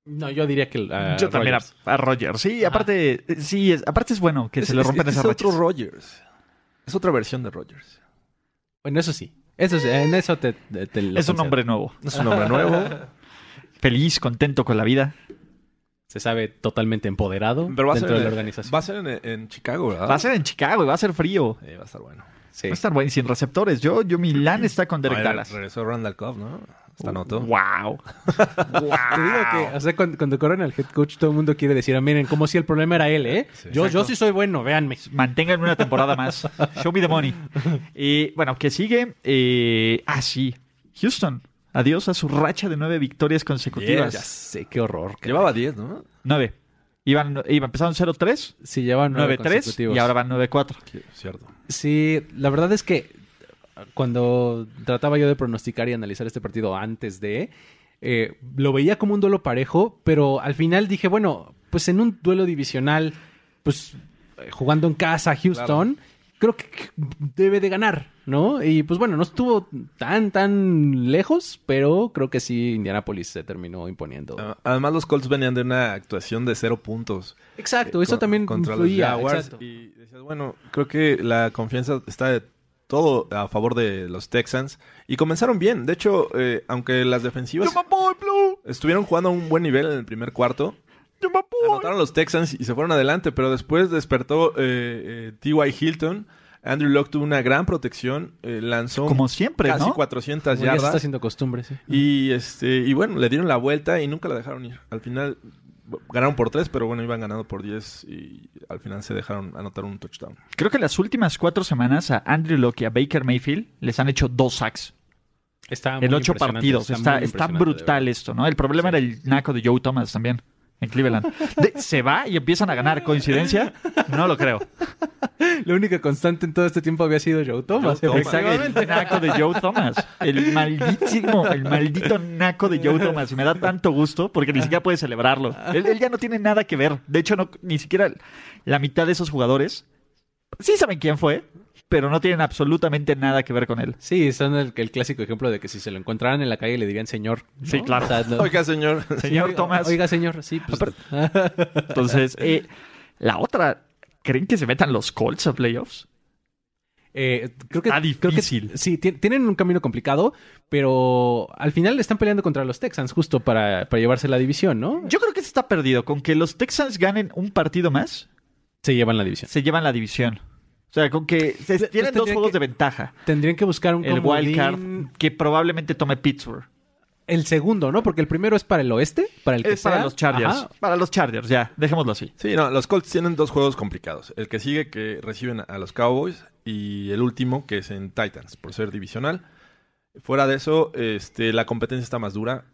Speaker 2: No, yo diría que... ah,
Speaker 1: Yo también a,
Speaker 2: Rodgers.
Speaker 1: a Rodgers. Sí, aparte, sí, es, aparte es bueno que se le rompen
Speaker 3: es,
Speaker 1: esas
Speaker 3: es otro
Speaker 1: rachas.
Speaker 3: Rodgers. Es otra versión de Rodgers.
Speaker 2: Bueno, eso sí. Eso sí, en eso te, te- te lo
Speaker 1: Es un
Speaker 2: concedo.
Speaker 1: hombre nuevo.
Speaker 3: Es un hombre nuevo.
Speaker 1: Feliz, contento con la vida.
Speaker 2: Se sabe totalmente empoderado
Speaker 3: Pero va a
Speaker 2: dentro de
Speaker 3: ser, en,
Speaker 2: la organización.
Speaker 3: va a ser en, en Chicago, ¿verdad?
Speaker 1: Va a ser en Chicago y va a ser frío.
Speaker 3: Eh, va a estar bueno.
Speaker 2: Sí.
Speaker 1: Va a estar bueno y sin receptores. Yo, yo Milán está con Derek
Speaker 3: Ay,
Speaker 1: Dallas. Uh,
Speaker 3: Regresó Randall Cobb, ¿no? Está noto.
Speaker 1: Wow.
Speaker 2: Te digo
Speaker 1: ah.
Speaker 2: que, o sea, cuando, cuando corren al head coach, todo el mundo quiere decir, "Ah, miren, como si el problema era él, ¿eh? yo, yo sí soy bueno, véanme.
Speaker 1: Mantengan una temporada más. Show me the money. Y bueno, que sigue. Eh, ah, sí. Houston. Adiós a su racha de nueve victorias consecutivas.
Speaker 2: Ya sé, qué horror. caray.
Speaker 3: Llevaba 10, ¿no?
Speaker 1: Nueve. Iban, iban, empezaron 0-3,
Speaker 2: Sí, llevan nueve
Speaker 1: 9-3
Speaker 2: consecutivos.
Speaker 1: y ahora van 9-4.
Speaker 3: Sí, Cierto.
Speaker 2: Sí, la verdad es que cuando trataba yo de pronosticar y analizar este partido antes de, eh, lo veía como un duelo parejo, pero al final dije, bueno, pues en un duelo divisional, pues eh, jugando en casa Houston, creo que debe de ganar, ¿no? Y pues bueno, no estuvo tan, tan lejos, pero creo que sí, Indianapolis se terminó imponiendo.
Speaker 3: Ah, Además, los Colts venían de una actuación de cero puntos.
Speaker 2: exacto,
Speaker 3: Eh,
Speaker 2: eso
Speaker 3: con-
Speaker 2: también
Speaker 3: contra
Speaker 2: influía,
Speaker 3: los Jaguars.
Speaker 2: exacto.
Speaker 3: Y decías, bueno, creo que la confianza está de todo a favor de los Texans. Y comenzaron bien. De hecho, eh, aunque las defensivas estuvieron jugando a un buen nivel en el primer cuarto, anotaron los Texans y se fueron adelante. Pero después despertó eh, eh, T.Y. Hilton. Andrew Locke tuvo una gran protección. eh, lanzó
Speaker 1: Como siempre,
Speaker 3: casi
Speaker 1: ¿no?
Speaker 3: 400
Speaker 2: Como ya se está
Speaker 3: yardas.
Speaker 2: haciendo costumbre, sí.
Speaker 3: Y este y bueno, le dieron la vuelta y nunca la dejaron ir. Al final bu- ganaron por 3, pero bueno, iban ganando por 10 y al final se dejaron anotar un touchdown.
Speaker 1: Creo que las últimas cuatro semanas a Andrew Locke y a Baker Mayfield les han hecho dos sacks.
Speaker 2: Está
Speaker 1: en
Speaker 2: muy
Speaker 1: ocho
Speaker 2: impresionante,
Speaker 1: partidos. Está,
Speaker 2: muy
Speaker 1: está
Speaker 2: impresionante, de verdad.
Speaker 1: brutal esto, ¿no? El problema era el naco de Joe Thomas también en Cleveland. De- se va y empiezan a ganar. ¿Coincidencia? No lo creo.
Speaker 2: La única constante en todo este tiempo había sido Joe Thomas.
Speaker 3: Joe Thomas.
Speaker 1: Exacto, el naco de Joe Thomas. El malditísimo, el maldito naco de Joe Thomas. Y me da tanto gusto porque ni siquiera puede celebrarlo. Él, él ya no tiene nada que ver. De hecho, no, ni siquiera la mitad de esos jugadores sí saben quién fue, pero no tienen absolutamente nada que ver con él.
Speaker 2: Sí, son el, el clásico ejemplo de que si se lo encontraran en la calle le dirían señor. ¿no?
Speaker 1: Sí, claro.
Speaker 2: O sea, no-
Speaker 3: Oiga, señor.
Speaker 1: Señor
Speaker 2: Oiga,
Speaker 1: Thomas.
Speaker 2: Oiga, señor, sí. pues,
Speaker 1: Entonces, eh, la otra, ¿creen que se metan los Colts a playoffs?
Speaker 2: eh, creo que,
Speaker 1: Está
Speaker 2: creo que-
Speaker 1: difícil.
Speaker 2: sí, ti- tienen un camino complicado, pero al final están peleando contra los Texans justo para, para llevarse la división, ¿no?
Speaker 1: Yo creo que se está perdido. Con que los Texans ganen un partido más,
Speaker 2: Se llevan la división.
Speaker 1: se llevan la división. O sea, con que se-
Speaker 2: Pues
Speaker 1: tienen dos
Speaker 2: tendría
Speaker 1: juegos
Speaker 2: que-
Speaker 1: de ventaja.
Speaker 2: Tendrían que buscar un
Speaker 1: El
Speaker 2: comodín-
Speaker 1: wild card que probablemente tome Pittsburgh.
Speaker 2: El segundo, ¿no? Porque el primero es para el oeste, para el que
Speaker 1: Es para
Speaker 2: sea.
Speaker 1: los Chargers.
Speaker 2: Ajá.
Speaker 1: Para los Chargers, ya. Dejémoslo así.
Speaker 3: Sí, no, los Colts tienen dos juegos complicados. El que sigue que reciben a los Cowboys y el último que es en Titans por ser divisional. Fuera de eso, este la competencia está más dura.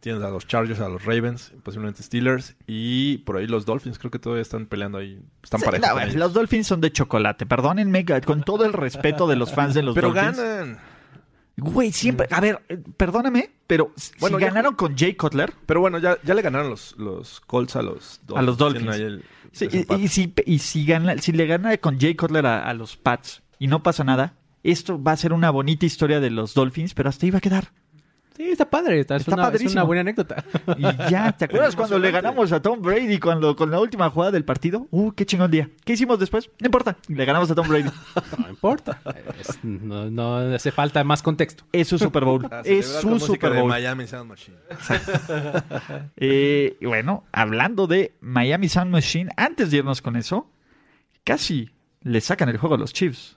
Speaker 3: Tienes a los Chargers, a los Ravens, posiblemente Steelers y por ahí los Dolphins, creo que todavía están peleando ahí, están
Speaker 1: Sí,
Speaker 3: parejos.
Speaker 1: no, pues,
Speaker 3: con ellos.
Speaker 1: los Dolphins son de chocolate. Perdónenme, con todo el respeto de los fans de los
Speaker 3: Pero
Speaker 1: Dolphins.
Speaker 3: ganan.
Speaker 1: Güey, siempre. A ver, eh, perdóname, pero si
Speaker 3: Bueno, ya-
Speaker 1: ganaron con Jay Cutler.
Speaker 3: Pero bueno, ya, ya le ganaron los, los Colts a los Dolphins.
Speaker 1: A los Dolphins.
Speaker 3: Tienen ahí el
Speaker 1: Sí, y,
Speaker 3: desempate.
Speaker 1: y si, y si gana, si le gana con Jay Cutler a, a los Pats y no pasa nada, esto va a ser una bonita historia de los Dolphins, pero hasta ahí va a quedar.
Speaker 2: Sí, está padre. Está, es
Speaker 1: Está
Speaker 2: una, es
Speaker 1: padrísimo.
Speaker 2: una buena anécdota.
Speaker 1: Y ya, ¿te acuerdas cuando le ganamos a Tom Brady cuando, con la última jugada del partido? Uh, qué chingón día. ¿Qué hicimos después? No importa, le ganamos a Tom Brady.
Speaker 2: No importa. Es- no, no hace falta más contexto.
Speaker 1: Es su Super Bowl.
Speaker 3: Ah,
Speaker 1: es
Speaker 3: celebrar
Speaker 1: su
Speaker 3: con música
Speaker 1: Super
Speaker 3: de
Speaker 1: Bowl.
Speaker 3: Miami Sound Machine.
Speaker 1: Eh, y bueno, hablando de Miami Sound Machine, antes de irnos con eso, casi le sacan el juego a los Chiefs.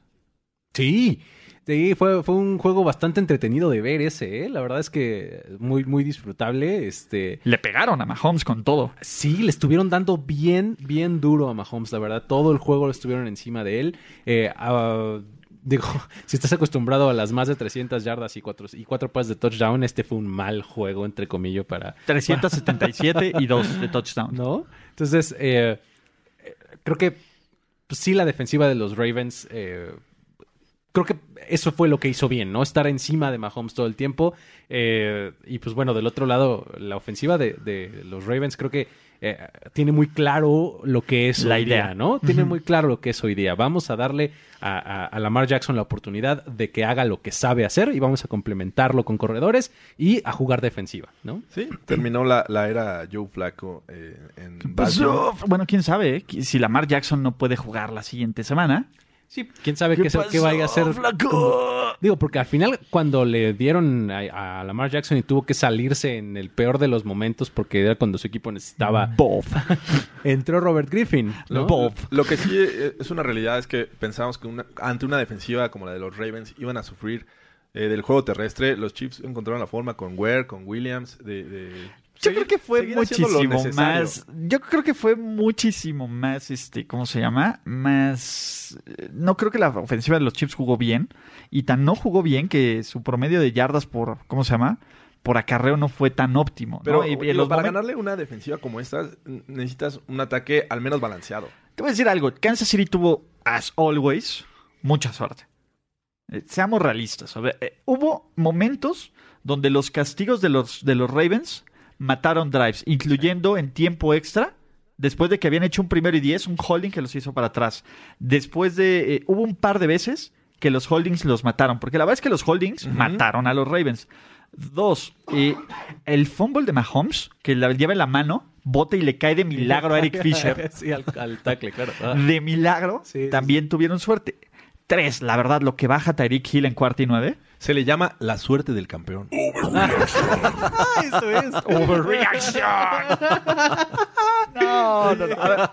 Speaker 2: Sí. Sí, fue, fue un juego bastante entretenido de ver ese, ¿eh? La verdad es que muy, muy disfrutable. Este.
Speaker 1: Le pegaron a Mahomes con todo.
Speaker 2: Sí, le estuvieron dando bien, bien duro a Mahomes, la verdad. Todo el juego lo estuvieron encima de él. Eh, ah, digo, si estás acostumbrado a las más de 300 yardas y cuatro, y cuatro pases de touchdown, este fue un mal juego, entre comillas, para...
Speaker 1: 377 y 2 de touchdown.
Speaker 2: ¿No? Entonces, eh, eh, creo que pues, sí la defensiva de los Ravens... eh, Creo que eso fue lo que hizo bien, ¿no? Estar encima de Mahomes todo el tiempo. Eh, y pues bueno, del otro lado, la ofensiva de, de los Ravens creo que eh, tiene muy claro lo que es
Speaker 1: La
Speaker 2: hoy
Speaker 1: idea.
Speaker 2: día, ¿no? Tiene muy claro lo que es hoy día. Vamos a darle a, a- a Lamar Jackson la oportunidad de que haga lo que sabe hacer y vamos a complementarlo con corredores y a jugar defensiva, ¿no?
Speaker 3: Sí, terminó la, la era Joe Flaco eh, en
Speaker 1: Pues,
Speaker 3: Baltimore.
Speaker 1: uf, bueno, quién sabe eh, si Lamar Jackson no puede jugar la siguiente semana.
Speaker 2: Sí, quién sabe qué, se- qué vaya a hacer. Digo, porque al final, cuando le dieron a, a Lamar Jackson y tuvo que salirse en el peor de los momentos, porque era cuando su equipo necesitaba.
Speaker 1: Bob.
Speaker 2: Entró Robert Griffin. ¿no?
Speaker 1: Bob.
Speaker 3: Lo que sí eh, es una realidad es que pensamos que una- ante una defensiva como la de los Ravens iban a sufrir eh, del juego terrestre. Los Chiefs encontraron la forma con Ware, con Williams, de... de-
Speaker 1: Yo
Speaker 3: seguir-
Speaker 1: creo que fue
Speaker 3: seguir haciendo lo
Speaker 1: muchísimo
Speaker 3: necesario.
Speaker 1: más. Yo creo que fue muchísimo más, este, ¿cómo se llama? Más. eh, No creo que la ofensiva de los Chips jugó bien. Y tan no jugó bien que su promedio de yardas por, ¿cómo se llama? Por acarreo no fue tan óptimo. ¿no?
Speaker 3: Pero
Speaker 1: Y- y en
Speaker 3: digo,
Speaker 1: los
Speaker 3: para
Speaker 1: momen-
Speaker 3: ganarle una defensiva como esta, n- necesitas un ataque al menos balanceado.
Speaker 1: Te voy a decir algo. Kansas City tuvo, as always, mucha suerte. Eh, Seamos realistas. a ver, eh, hubo momentos donde los castigos de los, de los Ravens mataron drives, incluyendo en tiempo extra, después de que habían hecho un primero y diez, un holding que los hizo para atrás. Después de... eh, hubo un par de veces que los holdings los mataron, porque la verdad es que los holdings mataron a los Ravens. Dos, eh, el fumble de Mahomes, que la lleva en la mano, bota y le cae de milagro a Eric Fisher
Speaker 2: sí, al, al tackle, claro. Ah.
Speaker 1: de milagro
Speaker 2: Sí, sí,
Speaker 1: también tuvieron suerte. Tres, la verdad, lo que baja Tyreek Hill en cuarta y nueve.
Speaker 3: Se le llama la suerte del campeón.
Speaker 1: Eso es overreaction. No, no, no. A ver,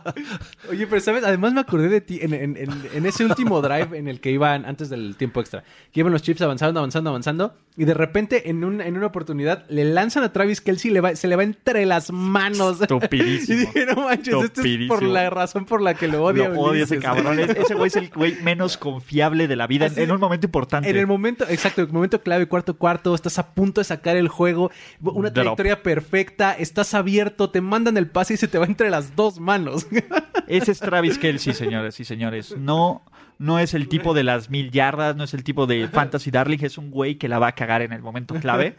Speaker 2: Oye, pero sabes, además me acordé de ti en, en- en- en ese último drive en el que iban antes del tiempo extra. Que iban los Chiefs avanzando, avanzando, avanzando. Y de repente, en, un- en una oportunidad, le lanzan a Travis Kelsey y le va- se le va entre las manos. Y
Speaker 1: Estupidísimo.
Speaker 2: dije, no manches, esto es por
Speaker 1: Estupidísimo.
Speaker 2: la razón por la que lo odio.
Speaker 1: lo odio ese
Speaker 2: Ulises.
Speaker 1: cabrón. Es- Ese güey es el güey menos confiable de la vida en,
Speaker 2: Así-
Speaker 1: en un momento importante.
Speaker 2: En el momento, exacto, el momento clave, cuarto cuarto, estás a punto de sacar el juego, una
Speaker 1: Drop.
Speaker 2: trayectoria perfecta, estás abierto, te mandan el pase y se te va entre las dos manos.
Speaker 1: Ese es Travis Kelsey, señores y señores. No, no es el tipo de las mil yardas, no es el tipo de Fantasy Darling. Es un güey que la va a cagar en el momento clave.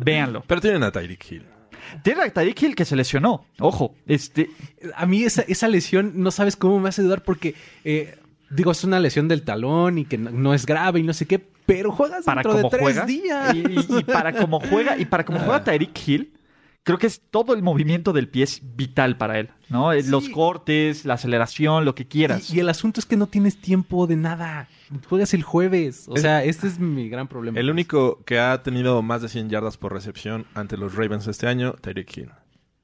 Speaker 1: Véanlo.
Speaker 3: Pero tienen a Tyreek Hill.
Speaker 1: Tiene a Tyreek Hill que se lesionó. Ojo, este,
Speaker 2: A mí esa, esa lesión no sabes cómo me hace dudar porque, eh, digo, es una lesión del talón y que no, no es grave y no sé qué, pero juegas
Speaker 1: para
Speaker 2: dentro
Speaker 1: cómo
Speaker 2: de tres
Speaker 1: juega
Speaker 2: días. Ah.
Speaker 1: Y, y- y para cómo juega y para cómo juega Tyreek Hill creo que es todo el movimiento del pie es vital para él no Eh, los
Speaker 2: Sí.
Speaker 1: cortes la aceleración lo que quieras
Speaker 2: Y, y el asunto es que no tienes tiempo de nada. Juegas el jueves. O sea, este es mi gran problema.
Speaker 3: El único que ha tenido más de 100 yardas por recepción ante los Ravens este año, Tyreek Hill.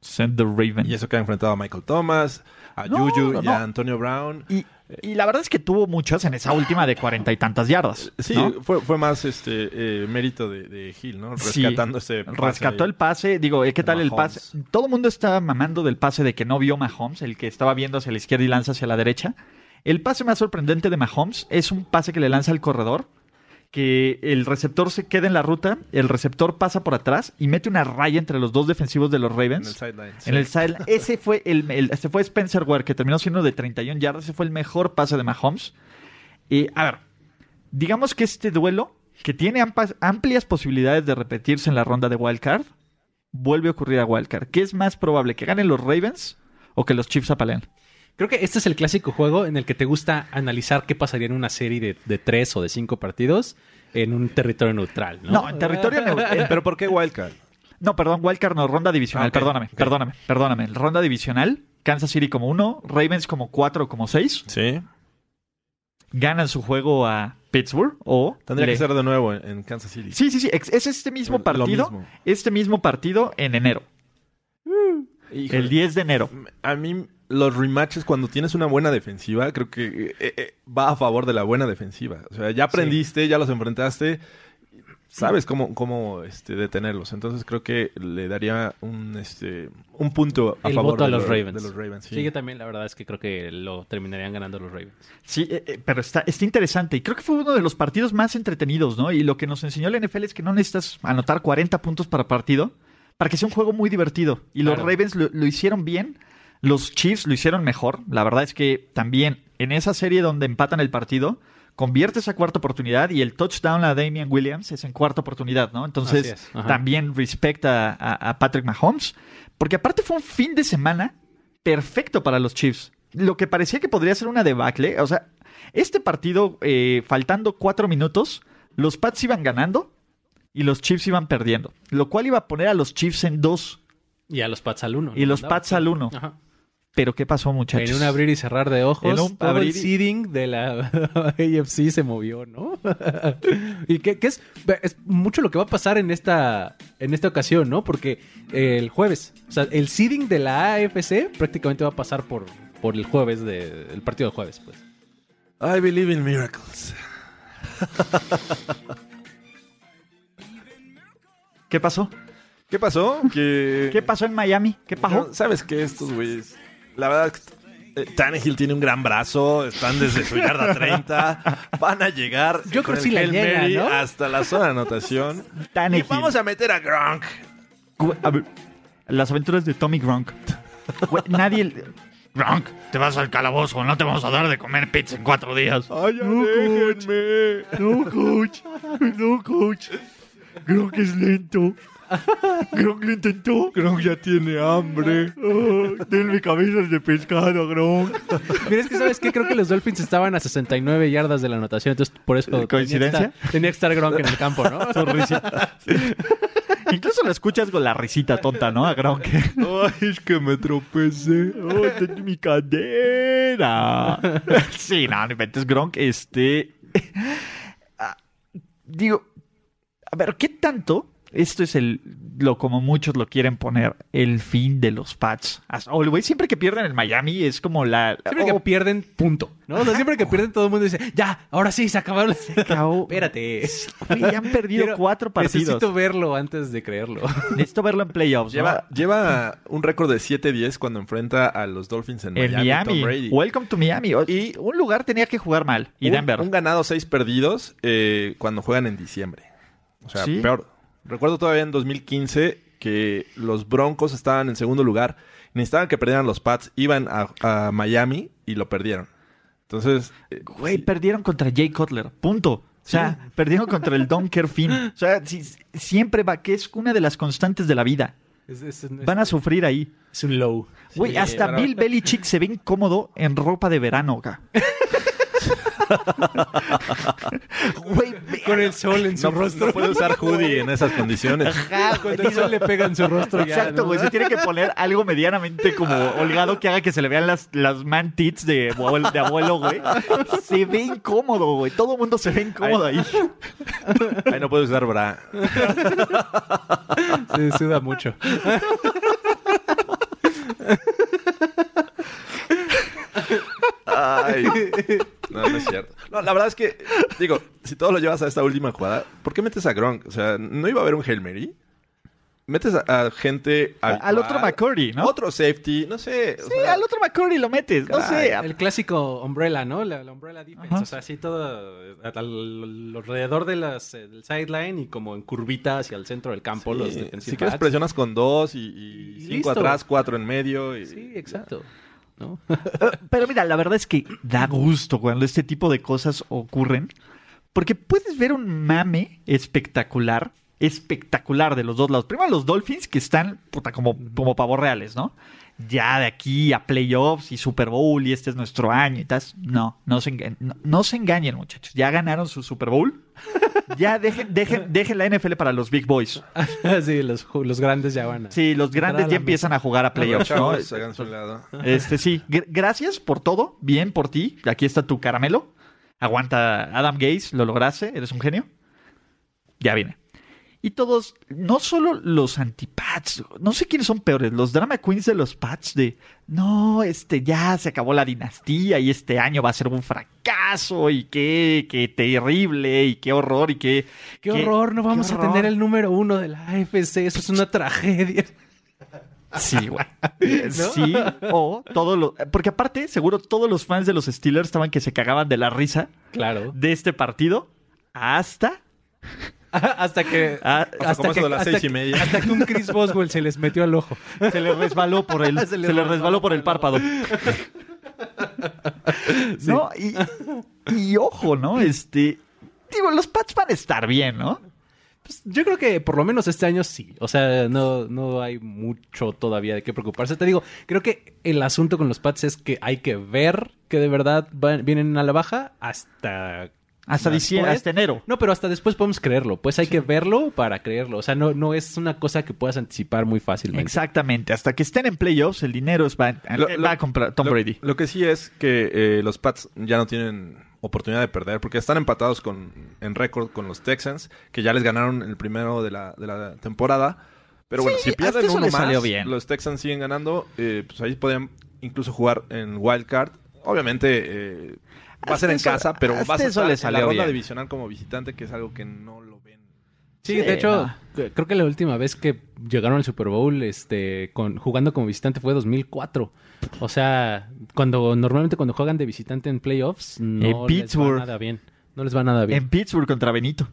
Speaker 1: send the raven
Speaker 3: Y eso que ha enfrentado a Michael Thomas, a
Speaker 1: No,
Speaker 3: Juju
Speaker 1: no,
Speaker 3: y
Speaker 1: no.
Speaker 3: a Antonio Brown.
Speaker 1: y, y la verdad es que tuvo muchas en esa última de cuarenta y tantas yardas
Speaker 3: Sí,
Speaker 1: ¿no?
Speaker 3: fue, fue más este eh, mérito de, de Hill, ¿no?
Speaker 1: Sí.
Speaker 3: Rescatando ese este pase.
Speaker 1: Rescató el pase, digo, eh, ¿qué
Speaker 3: de
Speaker 1: tal el
Speaker 3: Mahomes.
Speaker 1: pase? Todo el mundo está mamando del pase de que no vio Mahomes, el que estaba viendo hacia la izquierda y lanza hacia la derecha. El pase más sorprendente de Mahomes es un pase que le lanza al corredor, que el receptor se queda en la ruta, el receptor pasa por atrás y mete una raya entre los dos defensivos de los
Speaker 3: en el
Speaker 1: Ravens.
Speaker 3: sideline.
Speaker 1: En el side- ese fue el, el- ese fue Spencer Ware que terminó siendo de 31 yardas, ese fue el mejor pase de Mahomes. Y a ver, digamos que este duelo que tiene ampas- amplias posibilidades de repetirse en la ronda de wild card, vuelve a ocurrir a wild card. ¿Qué es más probable que ganen los Ravens o que los Chiefs apaleen?
Speaker 2: Creo que este es el clásico juego en el que te gusta analizar qué pasaría en una serie de, de tres o de cinco partidos en un territorio neutral, ¿no?
Speaker 1: No, en territorio neutral.
Speaker 3: ¿Pero por qué Wildcard?
Speaker 1: No, perdón, Wildcard no, ronda divisional,
Speaker 3: Ah, ok,
Speaker 1: perdóname,
Speaker 3: ok.
Speaker 1: perdóname, perdóname. Ronda divisional, Kansas City como 1, Ravens como 4, como 6,
Speaker 3: Sí.
Speaker 1: ganan su juego a Pittsburgh o...
Speaker 3: Tendría
Speaker 1: le-
Speaker 3: que ser de nuevo en, en Kansas City.
Speaker 1: Sí, sí, sí, ex- es este mismo
Speaker 3: Lo
Speaker 1: partido,
Speaker 3: mismo.
Speaker 1: este mismo partido en enero,
Speaker 3: Híjole. Mm.
Speaker 1: el 10 de enero.
Speaker 3: A mí los rematches cuando tienes una buena defensiva, creo que eh, eh, va a favor de la buena defensiva. O sea, ya aprendiste, ya los enfrentaste, sabes cómo, cómo este, detenerlos. Entonces creo que le daría un este un punto a
Speaker 2: El
Speaker 3: favor
Speaker 2: voto a
Speaker 3: de,
Speaker 2: los
Speaker 3: lo-
Speaker 2: Ravens.
Speaker 3: de los Ravens. sí.
Speaker 2: Sí, yo también, la verdad es que creo que lo terminarían ganando los Ravens.
Speaker 1: Sí, eh, eh, pero está, está interesante. Y creo que fue uno de los partidos más entretenidos, ¿no? Y lo que nos enseñó la NFL es que no necesitas anotar 40 puntos para partido para que sea un juego muy divertido. Y los
Speaker 2: Claro.
Speaker 1: Ravens lo, lo hicieron bien. Los Chiefs lo hicieron mejor. La verdad es que también en esa serie donde empatan el partido, convierte esa cuarta oportunidad y el touchdown a Damian Williams es en cuarta oportunidad, ¿no?
Speaker 2: Así
Speaker 1: Entonces,
Speaker 2: es, ajá.
Speaker 1: también respecta a- a- a Patrick Mahomes. Porque aparte fue un fin de semana perfecto para los Chiefs. Lo que parecía que podría ser una debacle, o sea, este partido, eh, faltando cuatro minutos, los Pats iban ganando y los Chiefs iban perdiendo, lo cual iba a poner a los Chiefs en dos
Speaker 2: Y a los Pats al 1.
Speaker 1: y los Pats al uno.
Speaker 2: Ajá.
Speaker 1: Pero ¿qué pasó, muchachos?
Speaker 2: En un abrir y cerrar de ojos,
Speaker 1: En un
Speaker 2: todo
Speaker 1: abrir y-
Speaker 2: el seeding de la AFC se movió, ¿no? y que, que es, es mucho lo que va a pasar en esta, en esta ocasión, ¿no? Porque eh, el jueves, o sea, el seeding de la AFC prácticamente va a pasar por, por el jueves, de, el partido de jueves, pues.
Speaker 3: I believe in miracles.
Speaker 1: ¿Qué pasó?
Speaker 3: ¿Qué pasó? Que-
Speaker 1: ¿Qué pasó en Miami? ¿Qué pasó?
Speaker 3: No, ¿Sabes qué? Estos güeyes. La verdad, eh, Tannehill tiene un gran brazo. Están desde su yarda 30. Van a llegar
Speaker 2: Yo creo
Speaker 3: con
Speaker 2: que
Speaker 3: el
Speaker 2: sí la
Speaker 3: Hail
Speaker 2: llega,
Speaker 3: Mary
Speaker 2: ¿no?
Speaker 3: hasta la zona de anotación.
Speaker 1: Tannehill.
Speaker 3: Y vamos a meter a Gronk.
Speaker 1: Güey, a ver, Las aventuras de Tommy Gronk. Güey, Nadie... Gronk, te vas al calabozo, no te vamos a dar de comer pizza en cuatro días.
Speaker 3: ¡Ay, déjenme!
Speaker 1: No, coach. No, coach. Gronk es lento. Gronk lo intentó.
Speaker 3: Gronk ya tiene hambre.
Speaker 1: denme cabezas de pescado, Gronk.
Speaker 2: Mira, es que sabes qué? creo que los Dolphins estaban a 69 yardas de la anotación, entonces por eso tenía que
Speaker 1: ¿Coincidencia?
Speaker 2: estar- Tenía que estar, Gronk en el campo, ¿no?
Speaker 1: Incluso lo escuchas con la risita tonta, ¿no? A Gronk.
Speaker 3: ¡Ay, es que me tropecé!
Speaker 1: ¡Oh, tengo mi cadera! Sí, no, no inventes, Gronk. Este. ah, Digo, a ver, ¿qué tanto? Esto es el, lo como muchos lo quieren poner, el fin de los Pats. As always, siempre que pierden en Miami es como la.
Speaker 2: Siempre que
Speaker 1: oh,
Speaker 2: pierden, punto. ¿no? O sea, siempre que pierden, todo el mundo dice, ya, ahora sí, se acabaron.
Speaker 1: cao-
Speaker 2: Espérate.
Speaker 1: Güey, ya han perdido
Speaker 2: Quiero-
Speaker 1: cuatro partidos.
Speaker 2: Necesito
Speaker 1: Necesito...
Speaker 2: verlo antes de creerlo.
Speaker 1: verlo en playoffs. ¿no?
Speaker 3: Lleva, lleva un récord de 7-10 cuando enfrenta a los Dolphins en,
Speaker 1: En
Speaker 3: Miami. Tom
Speaker 1: Miami.
Speaker 3: Brady.
Speaker 1: Welcome to Miami. O-
Speaker 3: Y-
Speaker 1: un lugar tenía que jugar mal. Y
Speaker 3: un,
Speaker 1: Denver.
Speaker 3: un ganado, seis perdidos eh, cuando juegan en diciembre. O sea,
Speaker 1: Sí.
Speaker 3: peor. Recuerdo todavía en 2015 que los Broncos estaban en segundo lugar. Necesitaban que perdieran los Pats. Iban a, a Miami y lo perdieron. Entonces, eh,
Speaker 1: Güey, perdieron contra Jay Cutler. Punto. O sea, perdieron contra el Dunker Finn. O sea, si- siempre va, que es una de las constantes de la vida.
Speaker 2: Es, es un,
Speaker 1: Van a sufrir ahí.
Speaker 2: es un low.
Speaker 1: Güey,
Speaker 3: Sí,
Speaker 1: hasta
Speaker 3: pero-
Speaker 1: Bill Belichick se ve incómodo en ropa de verano acá. Güey, ve-
Speaker 2: Con el sol en su
Speaker 3: no,
Speaker 2: rostro.
Speaker 3: no puede usar hoodie en esas condiciones.
Speaker 1: ajá, güey,
Speaker 2: Cuando el sol le pega en su rostro ya,
Speaker 1: Exacto,
Speaker 2: ¿no?
Speaker 1: güey. Se tiene que poner algo medianamente como holgado que haga que se le vean las, las man tits de, abuel- de abuelo, güey. Se ve incómodo, güey. Todo el mundo se ve incómodo ahí.
Speaker 3: Ahí no puede usar bra.
Speaker 2: Se suda mucho.
Speaker 3: Ay. No, no es cierto. No, la verdad es que, digo, si todo lo llevas a esta última jugada, ¿por qué metes a Gronk? O sea, ¿no iba a haber un Hail Mary? Metes a, a gente.
Speaker 1: al otro
Speaker 3: habitual,
Speaker 1: McCurdy, ¿no?
Speaker 3: Otro safety, no sé. o
Speaker 1: Sí,
Speaker 3: sea,
Speaker 1: al otro McCurry lo metes. No
Speaker 3: Caray,
Speaker 1: sé. a-
Speaker 2: El clásico umbrella, ¿no? La, la umbrella defense.
Speaker 1: Ajá.
Speaker 2: O sea, así todo al- al- alrededor de las, eh, del sideline y como en curvita hacia el centro del campo
Speaker 3: Sí,
Speaker 2: los defensive
Speaker 3: si quieres
Speaker 2: backs.
Speaker 3: presionas con dos y, y
Speaker 2: Y
Speaker 3: cinco
Speaker 2: listo.
Speaker 3: atrás, cuatro en medio. y-
Speaker 2: Sí, exacto. ¿No?
Speaker 1: Pero mira, la verdad es que da gusto cuando este tipo de cosas ocurren. Porque puedes ver un mame espectacular espectacular de los dos lados. Primero los Dolphins, que están puta, como, como pavos reales, ¿no? Ya de aquí a playoffs y Super Bowl y este es nuestro año y tal. No, no se, enga- no, no se engañen, muchachos. Ya ganaron su Super Bowl. Ya dejen, dejen, dejen la NFL para los Big Boys.
Speaker 2: sí, los, ju- los grandes ya van a...
Speaker 1: Sí, los grandes ya empiezan a jugar a playoffs, ¿no?
Speaker 3: Chavos, hagan su lado.
Speaker 1: Este sí, gr- gracias por todo, bien por ti. Aquí está tu caramelo. Aguanta Adam Gaze, lo lograste, eres un genio. Ya viene. Y todos, no solo los antipats, no sé quiénes son peores, los drama queens de los pats de, no, este ya se acabó la dinastía y este año va a ser un fracaso y qué, qué terrible y qué horror y qué...
Speaker 2: ¡Qué horror! No
Speaker 1: qué
Speaker 2: vamos a
Speaker 1: horror".
Speaker 2: tener el número uno de la AFC. Eso es una tragedia.
Speaker 1: Sí, güey. Sí, o todos los... Porque aparte, seguro todos los fans de los Steelers estaban que se cagaban de la risa
Speaker 2: Claro.
Speaker 1: de este partido hasta...
Speaker 2: hasta que...
Speaker 1: ah,
Speaker 3: Hasta como eso de las
Speaker 2: hasta
Speaker 3: seis
Speaker 2: que-
Speaker 3: y media.
Speaker 2: Hasta que un Chris Boswell se les metió al ojo.
Speaker 1: se le resbaló por el, se le resbaló por el párpado. No, y, y ojo, ¿no? Este, digo, los Pats van a estar bien, ¿no?
Speaker 2: Pues, yo creo que por lo menos este año sí. O sea, no, no hay mucho todavía de qué preocuparse. Te digo, creo que el asunto con los Pats es que hay que ver que de verdad van- vienen a la baja hasta...
Speaker 1: Hasta
Speaker 2: después.
Speaker 1: diciembre, hasta enero.
Speaker 2: No, pero hasta después podemos creerlo. Pues hay que verlo para creerlo. O sea, no, no es una cosa que puedas anticipar muy fácilmente.
Speaker 1: Exactamente, hasta que estén en playoffs, el dinero es va,
Speaker 3: Lo-
Speaker 1: Eh, va
Speaker 3: lo-
Speaker 1: a comprar Tom
Speaker 3: lo,
Speaker 1: Brady.
Speaker 3: Lo que sí es que eh, los Pats ya no tienen oportunidad de perder porque están empatados con, en récord con los Texans, que ya les ganaron el primero de la, de la temporada. Pero bueno,
Speaker 1: Sí,
Speaker 3: si pierden
Speaker 1: hasta eso
Speaker 3: uno
Speaker 1: les salió
Speaker 3: más,
Speaker 1: bien.
Speaker 3: los Texans siguen ganando, eh, pues ahí podrían incluso jugar en Wild Card. Obviamente eh,
Speaker 1: Hasta
Speaker 3: va a ser en
Speaker 1: eso-
Speaker 3: casa, pero
Speaker 1: hasta
Speaker 3: vas a
Speaker 1: eso
Speaker 3: estar
Speaker 1: les
Speaker 3: en la
Speaker 1: salió
Speaker 3: ronda
Speaker 1: bien.
Speaker 3: divisional como visitante, que es algo que no lo ven.
Speaker 2: Sí,
Speaker 1: Sí,
Speaker 2: de hecho,
Speaker 1: no.
Speaker 2: c- creo que la última vez que llegaron al Super Bowl este, con, jugando como visitante fue 2004. O sea, cuando normalmente cuando juegan de visitante en playoffs, no
Speaker 1: En
Speaker 2: les va
Speaker 1: Pittsburgh.
Speaker 2: nada bien. No les va nada bien.
Speaker 1: En Pittsburgh contra Benito.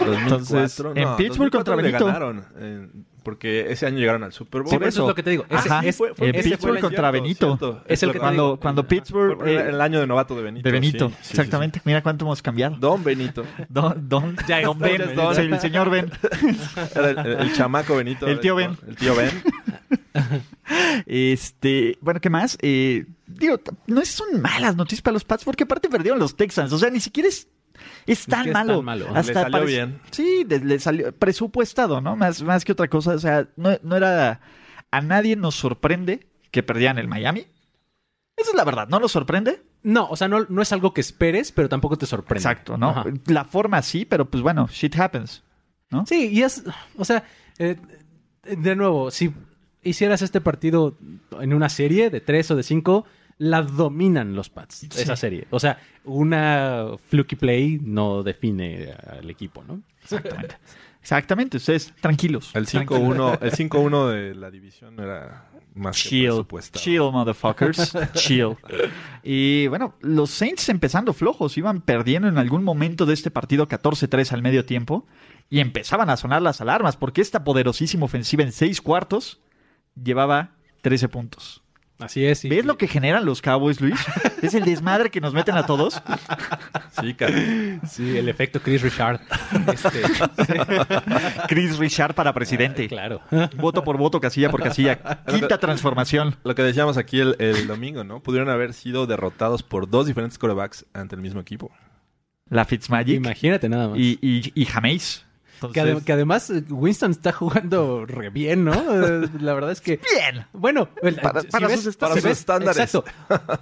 Speaker 1: Entonces, en Pittsburgh contra
Speaker 3: 2004 le
Speaker 1: Benito.
Speaker 3: ganaron, eh, porque ese año llegaron al Super Bowl.
Speaker 2: Sí,
Speaker 1: por
Speaker 2: pero eso
Speaker 1: eso.
Speaker 2: es lo que te digo. Ese-
Speaker 1: Ajá.
Speaker 2: ese-
Speaker 3: fue- fue-
Speaker 1: en
Speaker 3: ese fue
Speaker 1: Pittsburgh
Speaker 3: el
Speaker 1: contra
Speaker 3: cierto,
Speaker 1: Benito.
Speaker 3: cierto.
Speaker 2: Es el que te
Speaker 3: verdad.
Speaker 1: Cuando,
Speaker 2: digo.
Speaker 1: cuando Pittsburgh...
Speaker 3: Fue
Speaker 1: eh,
Speaker 3: el año de novato de Benito.
Speaker 1: de Benito,
Speaker 3: sí, sí, sí,
Speaker 1: exactamente. Mira cuánto hemos cambiado.
Speaker 3: sí. Don Benito.
Speaker 1: Don, don, don
Speaker 3: está, ya
Speaker 1: Ben,
Speaker 3: es don.
Speaker 1: sí, el señor Ben.
Speaker 3: Era el, el- el chamaco Benito.
Speaker 1: El tío Ben.
Speaker 3: El tío Ben.
Speaker 1: Este, bueno, ¿qué más? Eh, digo, t- no son malas noticias para los Pats, porque aparte perdieron los Texans. O sea, ni siquiera es, es tan
Speaker 2: siquiera es
Speaker 1: malo.
Speaker 2: tan malo.
Speaker 3: Le salió
Speaker 1: parece-
Speaker 3: bien.
Speaker 1: Sí, de- le salió presupuestado, ¿no? Más, más que otra cosa. O sea, no, no era. A nadie nos sorprende que perdieran el Miami. Esa es la verdad, ¿no nos sorprende?
Speaker 2: No, o sea, no, no es algo que esperes, pero tampoco te sorprende.
Speaker 1: Exacto, ¿no?
Speaker 2: Ajá.
Speaker 1: La forma sí, pero pues bueno, shit happens.
Speaker 2: Sí, y es, o sea, eh, de nuevo, si hicieras este partido en una serie de tres o de cinco, la dominan los Pats, esa serie. O sea, una fluky play no define al equipo, ¿no?
Speaker 1: Exactamente. Exactamente, ustedes tranquilos.
Speaker 3: El 5-1 el 5-1 de la división era más que
Speaker 1: Chill,
Speaker 3: presupuestado.
Speaker 1: chill, motherfuckers, chill. Y bueno, los Saints empezando flojos, iban perdiendo en algún momento de este partido 14-3 al medio tiempo y empezaban a sonar las alarmas porque esta poderosísima ofensiva en seis cuartos llevaba 13 puntos.
Speaker 2: Así es. y-
Speaker 1: ¿Ves lo que generan los Cowboys, Luis? Es el desmadre que nos meten a todos.
Speaker 3: Sí, caray.
Speaker 2: Sí, el efecto Chris Richard. Este,
Speaker 1: Chris Richard para presidente.
Speaker 2: Ah, claro.
Speaker 1: Voto por voto, casilla por casilla. Quinta transformación.
Speaker 3: Lo que decíamos aquí el, el domingo, ¿no? Pudieron haber sido derrotados por dos diferentes corebacks ante el mismo equipo.
Speaker 1: La Fitzmagic
Speaker 2: Imagínate nada más.
Speaker 1: y, y, y Jameis.
Speaker 2: que, adem-
Speaker 1: Entonces-
Speaker 2: que además eh, Winston está jugando re bien, ¿no? Eh, La verdad es que
Speaker 1: Bien.
Speaker 2: Bueno, el-
Speaker 1: Para-
Speaker 2: si
Speaker 1: para
Speaker 2: ves-
Speaker 1: sus est-
Speaker 2: si
Speaker 3: para sus
Speaker 2: ves-
Speaker 3: estándares.
Speaker 2: Exacto.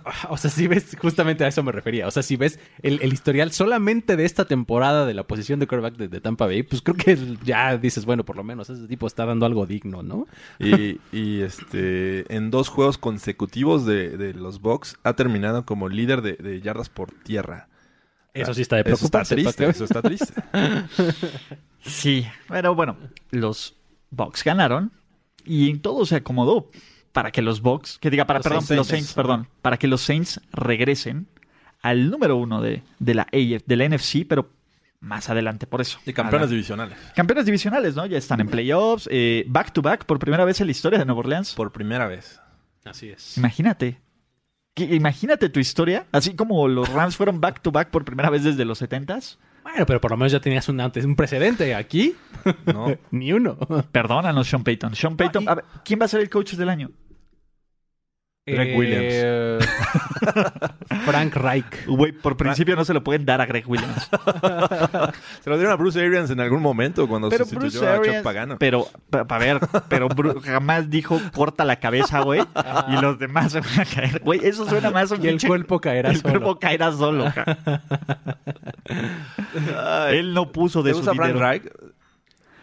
Speaker 2: O sea, si ves, justamente a eso me refería. O sea, si ves el, el historial solamente de esta temporada de la posición de quarterback de, de Tampa Bay, pues creo que ya dices, bueno, por lo menos ese tipo está dando algo digno, ¿no?
Speaker 3: Y, y, este en dos juegos consecutivos de, de los Bucks ha terminado como líder de, de yardas por tierra.
Speaker 2: Eso sí está de
Speaker 3: Eso está
Speaker 2: preocuparse.
Speaker 3: triste,
Speaker 2: Paco.
Speaker 3: eso está triste.
Speaker 1: Sí, pero bueno, los Bucks ganaron y en todo se acomodó para que los Bucks, que diga, para,
Speaker 2: Los
Speaker 1: perdón,
Speaker 2: Saints.
Speaker 1: los Saints, perdón, para que los Saints regresen al número uno de, de la AF, de la NFC, pero más adelante por eso.
Speaker 3: Y campeones
Speaker 1: Adelante.
Speaker 3: divisionales.
Speaker 1: Campeones divisionales, ¿no? Ya están en playoffs, eh, back to back por primera vez en la historia de Nueva Orleans.
Speaker 3: Por primera vez.
Speaker 2: Así es.
Speaker 1: Imagínate. Que- Imagínate tu historia, así como los Rams fueron back to back por primera vez desde los 70s.
Speaker 2: Bueno, pero por lo menos ya tenías un antes, un precedente. Aquí,
Speaker 3: ¿no?
Speaker 2: ni uno.
Speaker 1: Perdónanos, Sean Payton. Sean Payton,
Speaker 2: y-
Speaker 1: a ver, ¿quién va a ser el coach del año?
Speaker 3: Greg Williams.
Speaker 2: Eh, Frank Reich.
Speaker 1: Güey, por principio no se lo pueden dar a Greg Williams.
Speaker 3: Se lo dieron a Bruce Arians en algún momento cuando
Speaker 1: pero
Speaker 3: sustituyó
Speaker 1: Bruce
Speaker 3: a Chuck
Speaker 1: Arians,
Speaker 3: Pagano.
Speaker 1: pero pa- pa' ver, pero Bru- jamás dijo corta la cabeza, güey, y los demás se van a caer, güey. Eso suena más a un
Speaker 2: Y el
Speaker 1: pinche-
Speaker 2: cuerpo caerá
Speaker 1: el
Speaker 2: solo.
Speaker 1: cuerpo caerá solo. ca-
Speaker 3: Ay,
Speaker 1: Él no puso de
Speaker 3: ¿Te
Speaker 1: su
Speaker 3: gusta Frank
Speaker 1: dinero.
Speaker 3: Reich?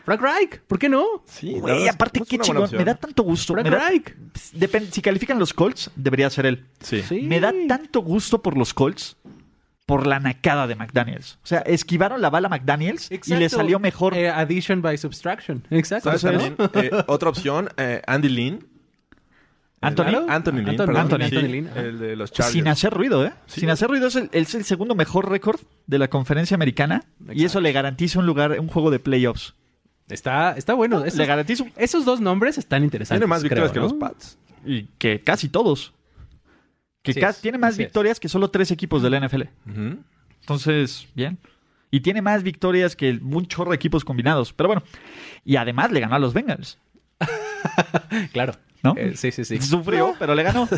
Speaker 2: Frank Reich, ¿por qué no?
Speaker 3: Sí, la verdad
Speaker 1: Güey,
Speaker 3: es-
Speaker 1: aparte
Speaker 3: es
Speaker 1: qué
Speaker 3: una buena
Speaker 1: chingón,
Speaker 3: opción.
Speaker 1: me da tanto gusto.
Speaker 2: Frank
Speaker 1: me da-
Speaker 2: Reich.
Speaker 1: Depende- si califican los Colts, debería ser él.
Speaker 3: Sí.
Speaker 2: Sí.
Speaker 1: Me da tanto gusto por los Colts, por la nacada de McDaniels. O sea, esquivaron la bala a McDaniels y le
Speaker 2: Exacto.
Speaker 1: salió mejor.
Speaker 2: Eh, addition by subtraction. Exacto.
Speaker 3: ¿Sabes
Speaker 2: o sea, ¿no?
Speaker 3: también? Eh, otra opción, eh, Andy Lynn.
Speaker 1: Anthony,
Speaker 2: claro.
Speaker 3: Anthony Lynn,
Speaker 2: Anthony
Speaker 3: perdón.
Speaker 1: Anthony.
Speaker 3: Sí,
Speaker 2: Anthony Lynn, ajá.
Speaker 3: El de los Chargers.
Speaker 1: sin hacer ruido, ¿eh?
Speaker 3: Sí.
Speaker 1: Sin hacer ruido es el, es el segundo mejor récord de la conferencia americana y eso le garantiza un lugar, un juego de playoffs.
Speaker 2: Está, está bueno. Esos,
Speaker 1: Le garantiza un-
Speaker 2: esos dos nombres están interesantes.
Speaker 3: Tiene más victorias
Speaker 2: creo,
Speaker 3: que
Speaker 2: ¿no?
Speaker 3: los Pats.
Speaker 1: y que casi todos. Que
Speaker 2: Así
Speaker 1: ca-
Speaker 2: es,
Speaker 1: tiene más
Speaker 2: así es.
Speaker 1: victorias que solo tres equipos de la NFL.
Speaker 3: Ujú.
Speaker 1: Entonces, bien. Y tiene más victorias que un chorro de equipos combinados. Pero bueno. Y además le ganó a los Bengals,
Speaker 2: Claro.
Speaker 1: ¿no?
Speaker 2: Eh, sí, sí, sí.
Speaker 1: Sufrió, pero le ganó.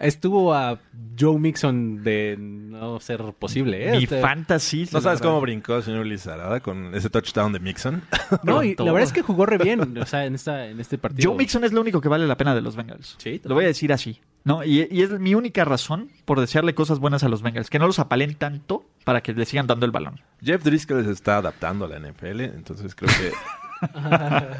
Speaker 2: Estuvo a Joe Mixon de no ser posible. ¿eh?
Speaker 1: Mi
Speaker 2: Este-
Speaker 1: fantasy.
Speaker 3: ¿No sabes cómo brincó el señor Lizarada con ese touchdown de Mixon?
Speaker 2: No, y
Speaker 1: Pronto.
Speaker 2: la verdad es que jugó re bien. O sea, en, esta, en este partido.
Speaker 1: Joe Mixon es lo único que vale la pena de los Bengals.
Speaker 2: Sí, total.
Speaker 1: Lo voy a decir así. ¿no? Y, y es mi única razón por desearle cosas buenas a los Bengals. Que no los apalen tanto para que le sigan dando el balón.
Speaker 3: Jeff Driscoll se está adaptando a la NFL, entonces creo que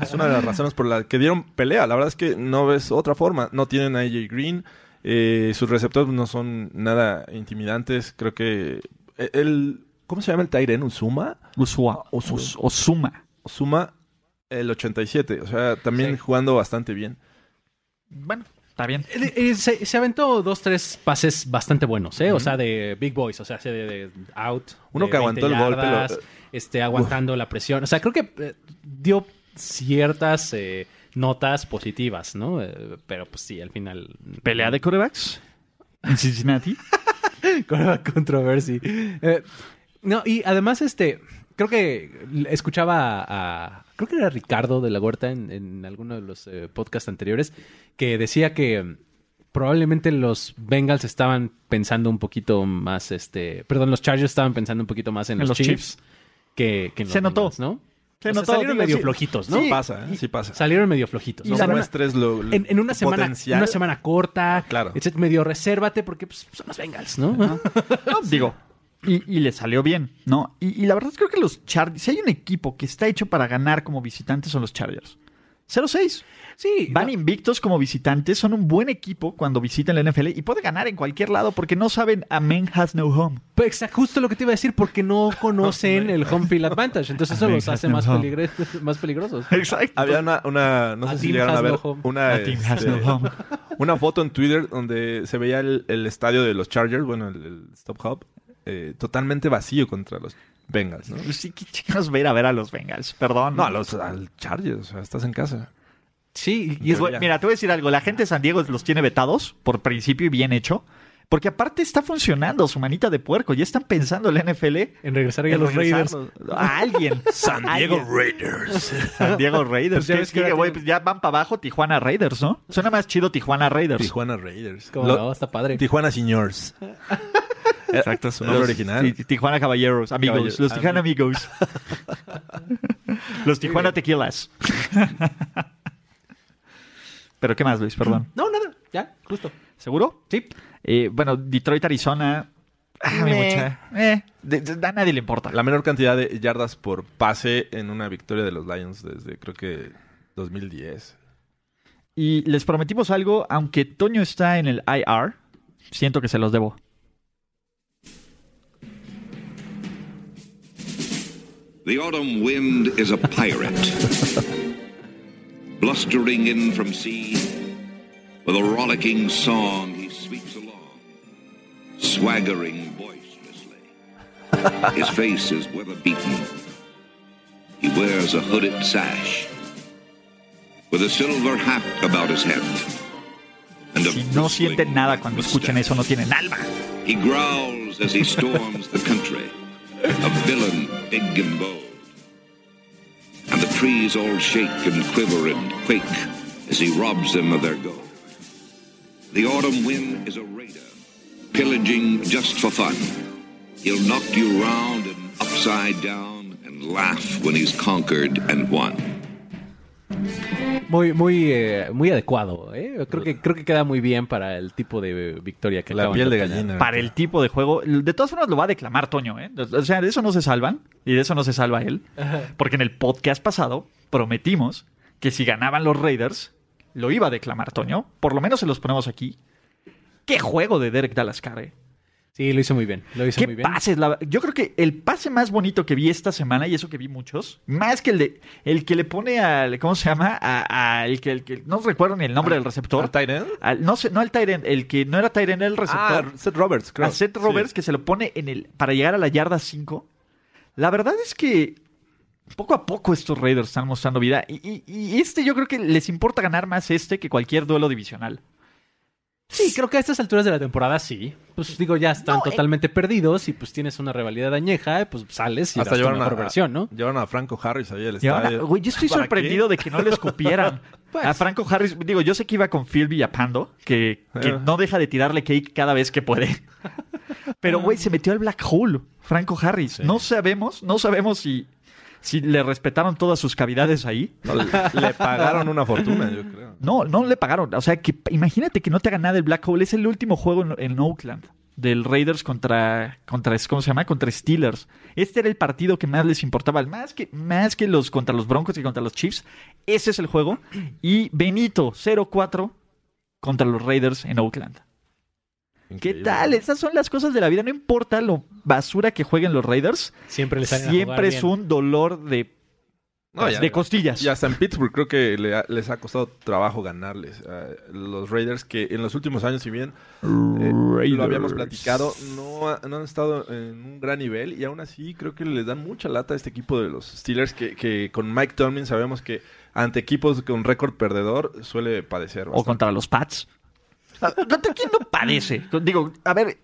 Speaker 3: es una de las razones por las que dieron pelea. La verdad es que no ves otra forma. No tienen a AJ Green, eh, sus receptores no son nada intimidantes. Creo que e- el... ¿Cómo se llama el Tyren? ¿Uzuma?
Speaker 1: Usua.
Speaker 3: Osu-
Speaker 1: Us- Osuma.
Speaker 3: Uzuma el 87. O sea, también
Speaker 2: Sí.
Speaker 3: jugando bastante bien.
Speaker 1: Bueno, está bien.
Speaker 2: Eh, eh, se, se aventó dos, tres pases bastante buenos, ¿eh? O sea, de big boys, o sea, de, de out.
Speaker 3: Uno
Speaker 2: de
Speaker 3: que aguantó
Speaker 2: 20
Speaker 3: el golpe, lo-
Speaker 2: yardas, este, aguantando la presión. O sea, creo que eh, dio ciertas eh, notas positivas, ¿no? Eh, pero pues sí, al final...
Speaker 1: Pelea de corebacks en Cincinnati.
Speaker 2: Con controversia. Eh, no, y además, este, creo que escuchaba a, a- creo que era Ricardo de la Huerta en, en alguno de los eh, podcasts anteriores, que decía que mm, probablemente los Bengals estaban pensando un poquito más, este, perdón, los Chargers estaban pensando un poquito más en, los, Chiefs, que, que en los
Speaker 1: Se notó.
Speaker 2: Bengals, ¿no?
Speaker 1: Se
Speaker 2: O sea,
Speaker 1: notó,
Speaker 2: salieron
Speaker 1: digo,
Speaker 2: medio
Speaker 1: sí.
Speaker 2: flojitos, ¿no?
Speaker 3: Sí pasa, ¿eh? sí pasa.
Speaker 2: Salieron medio flojitos.
Speaker 3: no
Speaker 2: O sea, una-
Speaker 3: muestres lo, lo-
Speaker 2: en, en una
Speaker 3: tu
Speaker 2: semana,
Speaker 3: potencial.
Speaker 2: una semana
Speaker 1: Ah,
Speaker 2: corta,
Speaker 3: Claro.
Speaker 2: etcétera, medio resérvate porque pues, son los Bengals, ¿no?
Speaker 1: Digo, y, y le salió bien, ¿no? Y, y la verdad es que creo que los Chargers, si hay un equipo que está hecho para ganar como visitantes, son los Chargers. 0-6.
Speaker 2: Sí.
Speaker 1: Van
Speaker 2: no,
Speaker 1: invictos como visitantes, son un buen equipo cuando visitan la NFL y puede ganar en cualquier lado porque no saben a man has no home.
Speaker 2: pero exa- justo lo que te iba a decir, porque no conocen el home field advantage. Entonces eso los hace más, peligre- más peligrosos.
Speaker 1: Exacto.
Speaker 3: Había una, una no
Speaker 2: A
Speaker 3: sé si
Speaker 2: team
Speaker 3: llegaron
Speaker 2: has
Speaker 3: a ver,
Speaker 2: no home.
Speaker 3: una,
Speaker 1: A team has
Speaker 3: este,
Speaker 1: no home.
Speaker 3: una foto en Twitter donde se veía el, el estadio de los Chargers, bueno, el, el Stop Hub, eh, totalmente vacío contra los Bengals, ¿no?
Speaker 1: Sí, qué chingados ver a ver a los Bengals, perdón.
Speaker 3: No, a los al Chargers, o sea, estás en casa.
Speaker 2: Sí,
Speaker 1: Y es bueno,
Speaker 3: Teoría.
Speaker 1: mira, te voy a decir algo. La gente de San Diego los tiene vetados por principio y bien hecho. Porque aparte está funcionando su manita de puerco. Ya están pensando en la NFL
Speaker 2: en regresar
Speaker 1: en
Speaker 2: a los Raiders.
Speaker 1: regresarlos. A alguien.
Speaker 3: San Diego
Speaker 1: Alguien.
Speaker 3: Raiders.
Speaker 1: San Diego Raiders.
Speaker 2: Pues ya
Speaker 1: ¿Qué
Speaker 2: ves que ahora
Speaker 1: sigue, güey?
Speaker 2: tienen-
Speaker 1: Pues ya van para abajo Tijuana Raiders, ¿no? Suena más chido Tijuana Raiders.
Speaker 3: Tijuana Raiders.
Speaker 2: Como
Speaker 3: Lo-
Speaker 2: no, está padre.
Speaker 3: Tijuana Señors. Exacto, su nombre
Speaker 1: Los-
Speaker 3: original.
Speaker 1: sí, Tijuana Caballeros, amigos.
Speaker 3: Caballeros,
Speaker 1: los Tijuana
Speaker 2: ah,
Speaker 1: amigos. los Tijuana Tequilas. Pero, ¿qué más, Luis? Perdón.
Speaker 2: No, nada, ya, justo.
Speaker 1: ¿Seguro?
Speaker 2: Sí.
Speaker 1: Eh, bueno, Detroit, Arizona. Ah, mi mucha. Eh, de- de- a nadie le importa.
Speaker 3: La menor cantidad de yardas por pase en una victoria de los Lions desde creo que 2010.
Speaker 1: Y les prometimos algo, aunque Toño está en el IR, siento que se los debo.
Speaker 5: The autumn wind is a pirate, blustering in from sea. With a rollicking song, he sweeps along, swaggering boisterously. His face is weather beaten. He wears a hooded sash, with a silver hat about his head. And
Speaker 1: Si no sienten nada cuando escuchan eso, no tienen alma.
Speaker 5: He growls as he storms the country, a villain big and bold. And the trees all shake and quiver and quake as he robs them of their gold. The autumn wind is a raider, pillaging just for fun. He'll knock you round and upside down and laugh when he's conquered and won.
Speaker 2: Muy, muy, eh, muy adecuado, ¿eh? Creo que, creo que queda muy bien para el tipo de victoria que
Speaker 3: La
Speaker 2: acaban
Speaker 3: piel de
Speaker 2: obtener.
Speaker 3: gallina.
Speaker 1: para el tipo de juego. De todas formas, lo va a declamar Toño, ¿eh? O sea, de eso no se salvan y de eso no se salva él. Porque en el podcast pasado prometimos que si ganaban los Raiders, lo iba a declamar Toño. Por lo menos se los ponemos aquí. ¡Qué juego de Derek Dalascar, eh!
Speaker 2: Sí, lo hizo muy bien. Lo hizo
Speaker 1: ¿Qué
Speaker 2: muy bien.
Speaker 1: pases? La- yo creo que el pase más bonito que vi esta semana, y eso que vi muchos, más que el de el que le pone al. ¿Cómo se llama? A- a- el que, el que- no recuerdo ni el nombre del receptor.
Speaker 3: ¿Al tight end?
Speaker 1: Al- no sé, no el Tyrant, el que no era Tyrant, el receptor.
Speaker 3: Ah, Seth Roberts, creo.
Speaker 1: a Seth Roberts que se lo pone en el para llegar a la yarda 5. La verdad es que poco a poco estos Raiders están mostrando vida y, y- y este yo creo que les importa ganar más este que cualquier duelo divisional.
Speaker 2: Sí, creo que a estas alturas de la temporada sí. Pues digo, ya están
Speaker 1: No, eh.
Speaker 2: totalmente perdidos y pues tienes una rivalidad añeja, pues sales y das
Speaker 3: Hasta
Speaker 2: tu
Speaker 3: llevaron
Speaker 2: mejor
Speaker 3: a,
Speaker 2: versión, ¿no?
Speaker 3: llevaron a Franco Harris ahí al
Speaker 1: Y ahora,
Speaker 3: estadio.
Speaker 1: güey, yo estoy
Speaker 3: ¿Para Pues.
Speaker 1: sorprendido de que no les cupieran. a Franco Harris, digo, yo sé que iba con Phil Villapando, que, que
Speaker 3: Eh.
Speaker 1: no deja de tirarle cake cada vez que puede. Pero, güey, se metió al black hole, Franco Harris. No sabemos, no sabemos si, si le respetaron todas sus cavidades ahí.
Speaker 3: qué? No, le- le pagaron una fortuna, yo creo.
Speaker 1: No, no le pagaron. O sea, que imagínate que no te haga nada el Black Hole. Es el último juego en, en Oakland del Raiders contra, contra, ¿cómo se llama? Contra Steelers. Este era el partido que más les importaba, más que, más que los contra los Broncos y contra los Chiefs. Ese es el juego. Y Benito, 0-4 contra los Raiders en Oakland. ¿Qué
Speaker 3: Increíble.
Speaker 1: tal? Esas son las cosas de la vida. No importa lo basura que jueguen los Raiders.
Speaker 2: Siempre les salen a jugar
Speaker 1: Siempre es
Speaker 2: bien.
Speaker 1: un dolor de,
Speaker 3: No, ya-
Speaker 1: de costillas.
Speaker 3: Y hasta en Pittsburgh creo que le ha- les ha costado trabajo ganarles a los Raiders que en los últimos años, si bien eh, lo habíamos platicado, no, ha- no han estado en un gran nivel y aún así creo que les dan mucha lata a este equipo de los Steelers que, que con Mike Tomlin sabemos que ante equipos con récord perdedor suele padecer.
Speaker 1: o
Speaker 3: bastante.
Speaker 1: contra los Pats. ¿Contra quién no padece? Digo, a ver,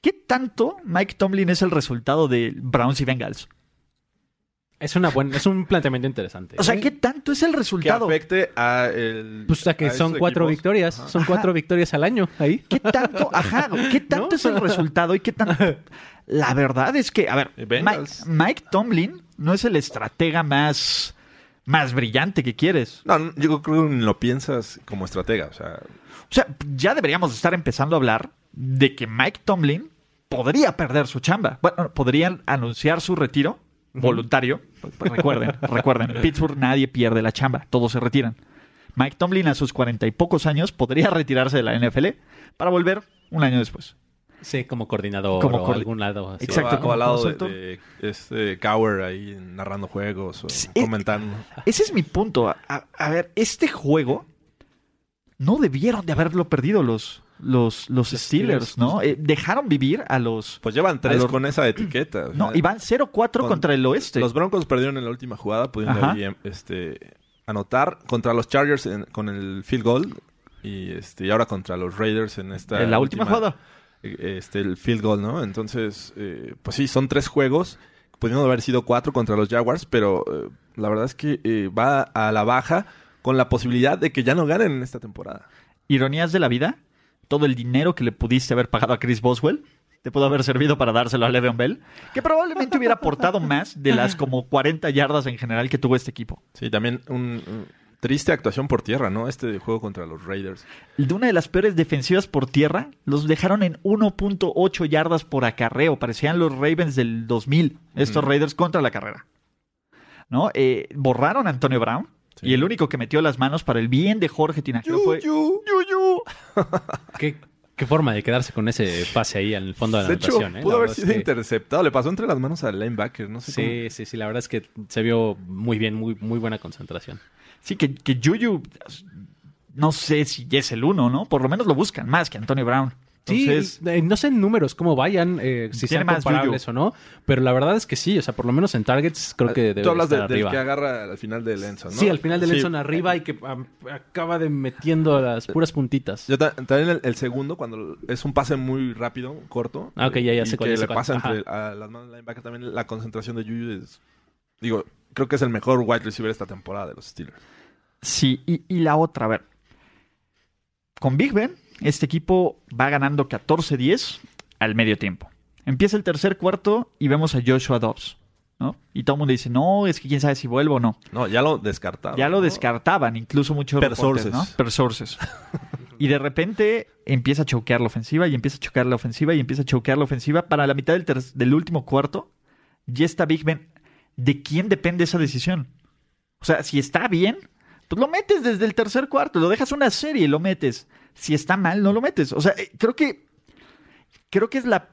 Speaker 1: ¿qué tanto Mike Tomlin es el resultado de Browns y Bengals?
Speaker 2: Es, una buena, es un planteamiento interesante.
Speaker 1: O sea, ¿qué tanto es el
Speaker 3: que
Speaker 1: resultado?
Speaker 3: afecte a el...
Speaker 2: Pues o sea, que
Speaker 3: a
Speaker 2: son
Speaker 3: estos
Speaker 2: cuatro
Speaker 3: equipos.
Speaker 2: victorias. Son cuatro victorias al año ahí.
Speaker 1: ¿Qué tanto, ajá, qué tanto es el resultado y qué tanto? La verdad es que, a ver,
Speaker 3: Y
Speaker 1: Mike,
Speaker 3: Bengals.
Speaker 1: Mike Tomlin no es el estratega más, más brillante que quieres.
Speaker 3: No, no, yo creo que ni lo piensas como estratega, o sea...
Speaker 1: O sea, ya deberíamos estar empezando a hablar de que Mike Tomlin podría perder su chamba. Bueno, podrían anunciar su retiro voluntario. Pues Recuerden, recuerden, en Pittsburgh nadie pierde la chamba, todos se retiran. Mike Tomlin a sus cuarenta y pocos años podría retirarse de la NFL para volver un año después.
Speaker 2: Sí, como coordinador
Speaker 1: Como
Speaker 2: o
Speaker 1: coordi-
Speaker 2: algún lado. así.
Speaker 1: Exacto,
Speaker 3: O, a- o al lado
Speaker 1: como
Speaker 3: de,
Speaker 1: consultor.
Speaker 3: de este Cower ahí narrando juegos o
Speaker 1: Sí.
Speaker 3: comentando.
Speaker 1: Ese es mi punto. A, a- a ver, este juego no debieron de haberlo perdido los, los, los Steelers,
Speaker 2: Steelers.
Speaker 1: ¿no? Eh, dejaron vivir a los...
Speaker 3: Pues llevan tres
Speaker 1: A los-
Speaker 3: con esa etiqueta. o
Speaker 1: No,
Speaker 3: sea,
Speaker 1: y van 0-4
Speaker 3: Pues, Con-
Speaker 1: contra el oeste.
Speaker 3: Los Broncos perdieron en la última jugada, pudiendo
Speaker 1: Ajá.
Speaker 3: ahí, em, este, anotar contra los Chargers en- con el field goal y este y ahora contra los Raiders en esta
Speaker 1: En la última jugada.
Speaker 3: eh, Este el field goal, ¿no? Entonces, eh, pues sí, son tres juegos, pudiendo haber sido cuatro contra los Jaguars, pero eh, la verdad es que eh, va a la baja con la posibilidad de que ya no ganen en esta temporada.
Speaker 1: ironías de la vida, todo el dinero que le pudiste haber pagado a Chris Boswell te pudo haber servido para dárselo a Le'Veon Bell, que probablemente hubiera aportado más de las como 40 yardas en general que tuvo este equipo.
Speaker 3: Sí, también un, un triste actuación por tierra, ¿no? Este juego contra los Raiders.
Speaker 1: De una de las peores defensivas por tierra, los dejaron en 1.8 yardas por acarreo. Parecían los Ravens del 2000, estos Raiders contra la carrera. ¿No? Eh, borraron a Antonio Brown y el único que metió las manos para el bien de Jorge Tinajero fue...
Speaker 2: ¿Qué, qué forma de quedarse con ese pase ahí al fondo de la
Speaker 3: De hecho,
Speaker 2: anotación, ¿eh?
Speaker 3: pudo
Speaker 2: La
Speaker 3: haber
Speaker 2: verdad
Speaker 3: sido
Speaker 2: es que-
Speaker 3: interceptado. Le pasó entre las manos al linebacker. No sé cómo.
Speaker 2: Sí, sí, sí. La verdad es que se vio muy bien, muy, muy buena concentración.
Speaker 1: Sí, que, que Juju, no sé si es el uno, ¿no? Por lo menos lo buscan más que Antonio Brown. Entonces,
Speaker 2: sí, eh, no sé en números cómo vayan, eh,
Speaker 1: Tiene
Speaker 2: si sean
Speaker 1: más
Speaker 2: comparables o no, pero la verdad es que sí, o sea, por lo menos en targets creo que debe
Speaker 3: Ah, Tú hablas de-
Speaker 2: estar
Speaker 3: del
Speaker 2: arriba.
Speaker 3: que agarra al final de Lenson, ¿no?
Speaker 2: Sí, al final del
Speaker 3: Sí.
Speaker 2: Lenson arriba y que am, acaba de metiendo las puras puntitas.
Speaker 3: Yo ta- también el, el segundo, cuando es un pase muy rápido, corto.
Speaker 2: Ah, ok, ya- ya
Speaker 3: y
Speaker 2: sé
Speaker 3: que
Speaker 2: cuál, ya sé
Speaker 3: le
Speaker 2: cuál.
Speaker 3: pasa
Speaker 2: Ajá.
Speaker 3: entre a las manos del linebacker también la concentración de Juju es... Digo, creo que es el mejor wide receiver esta temporada de los Steelers.
Speaker 1: sí, y, y la otra, a ver. Con Big Ben, este equipo va ganando 14-10 al medio tiempo. Empieza el tercer cuarto y vemos a Joshua Dobbs, ¿no? Y todo el mundo dice, no, es que quién sabe si vuelvo o no.
Speaker 3: No, ya lo descartaron.
Speaker 1: Ya lo
Speaker 3: ¿no?
Speaker 1: descartaban, incluso muchos
Speaker 3: Per
Speaker 1: reportes,
Speaker 3: sources.
Speaker 1: ¿no? Per sources. Y de repente empieza a choquear la ofensiva y empieza a choquear la ofensiva y empieza a choquear la ofensiva. Para la mitad del, ter- del último cuarto, ya está Big Ben. ¿De quién depende esa decisión? O sea, si está bien, pues lo metes desde el tercer cuarto, lo dejas una serie y lo metes. Si está mal, no lo metes. O sea, eh, creo que creo que es la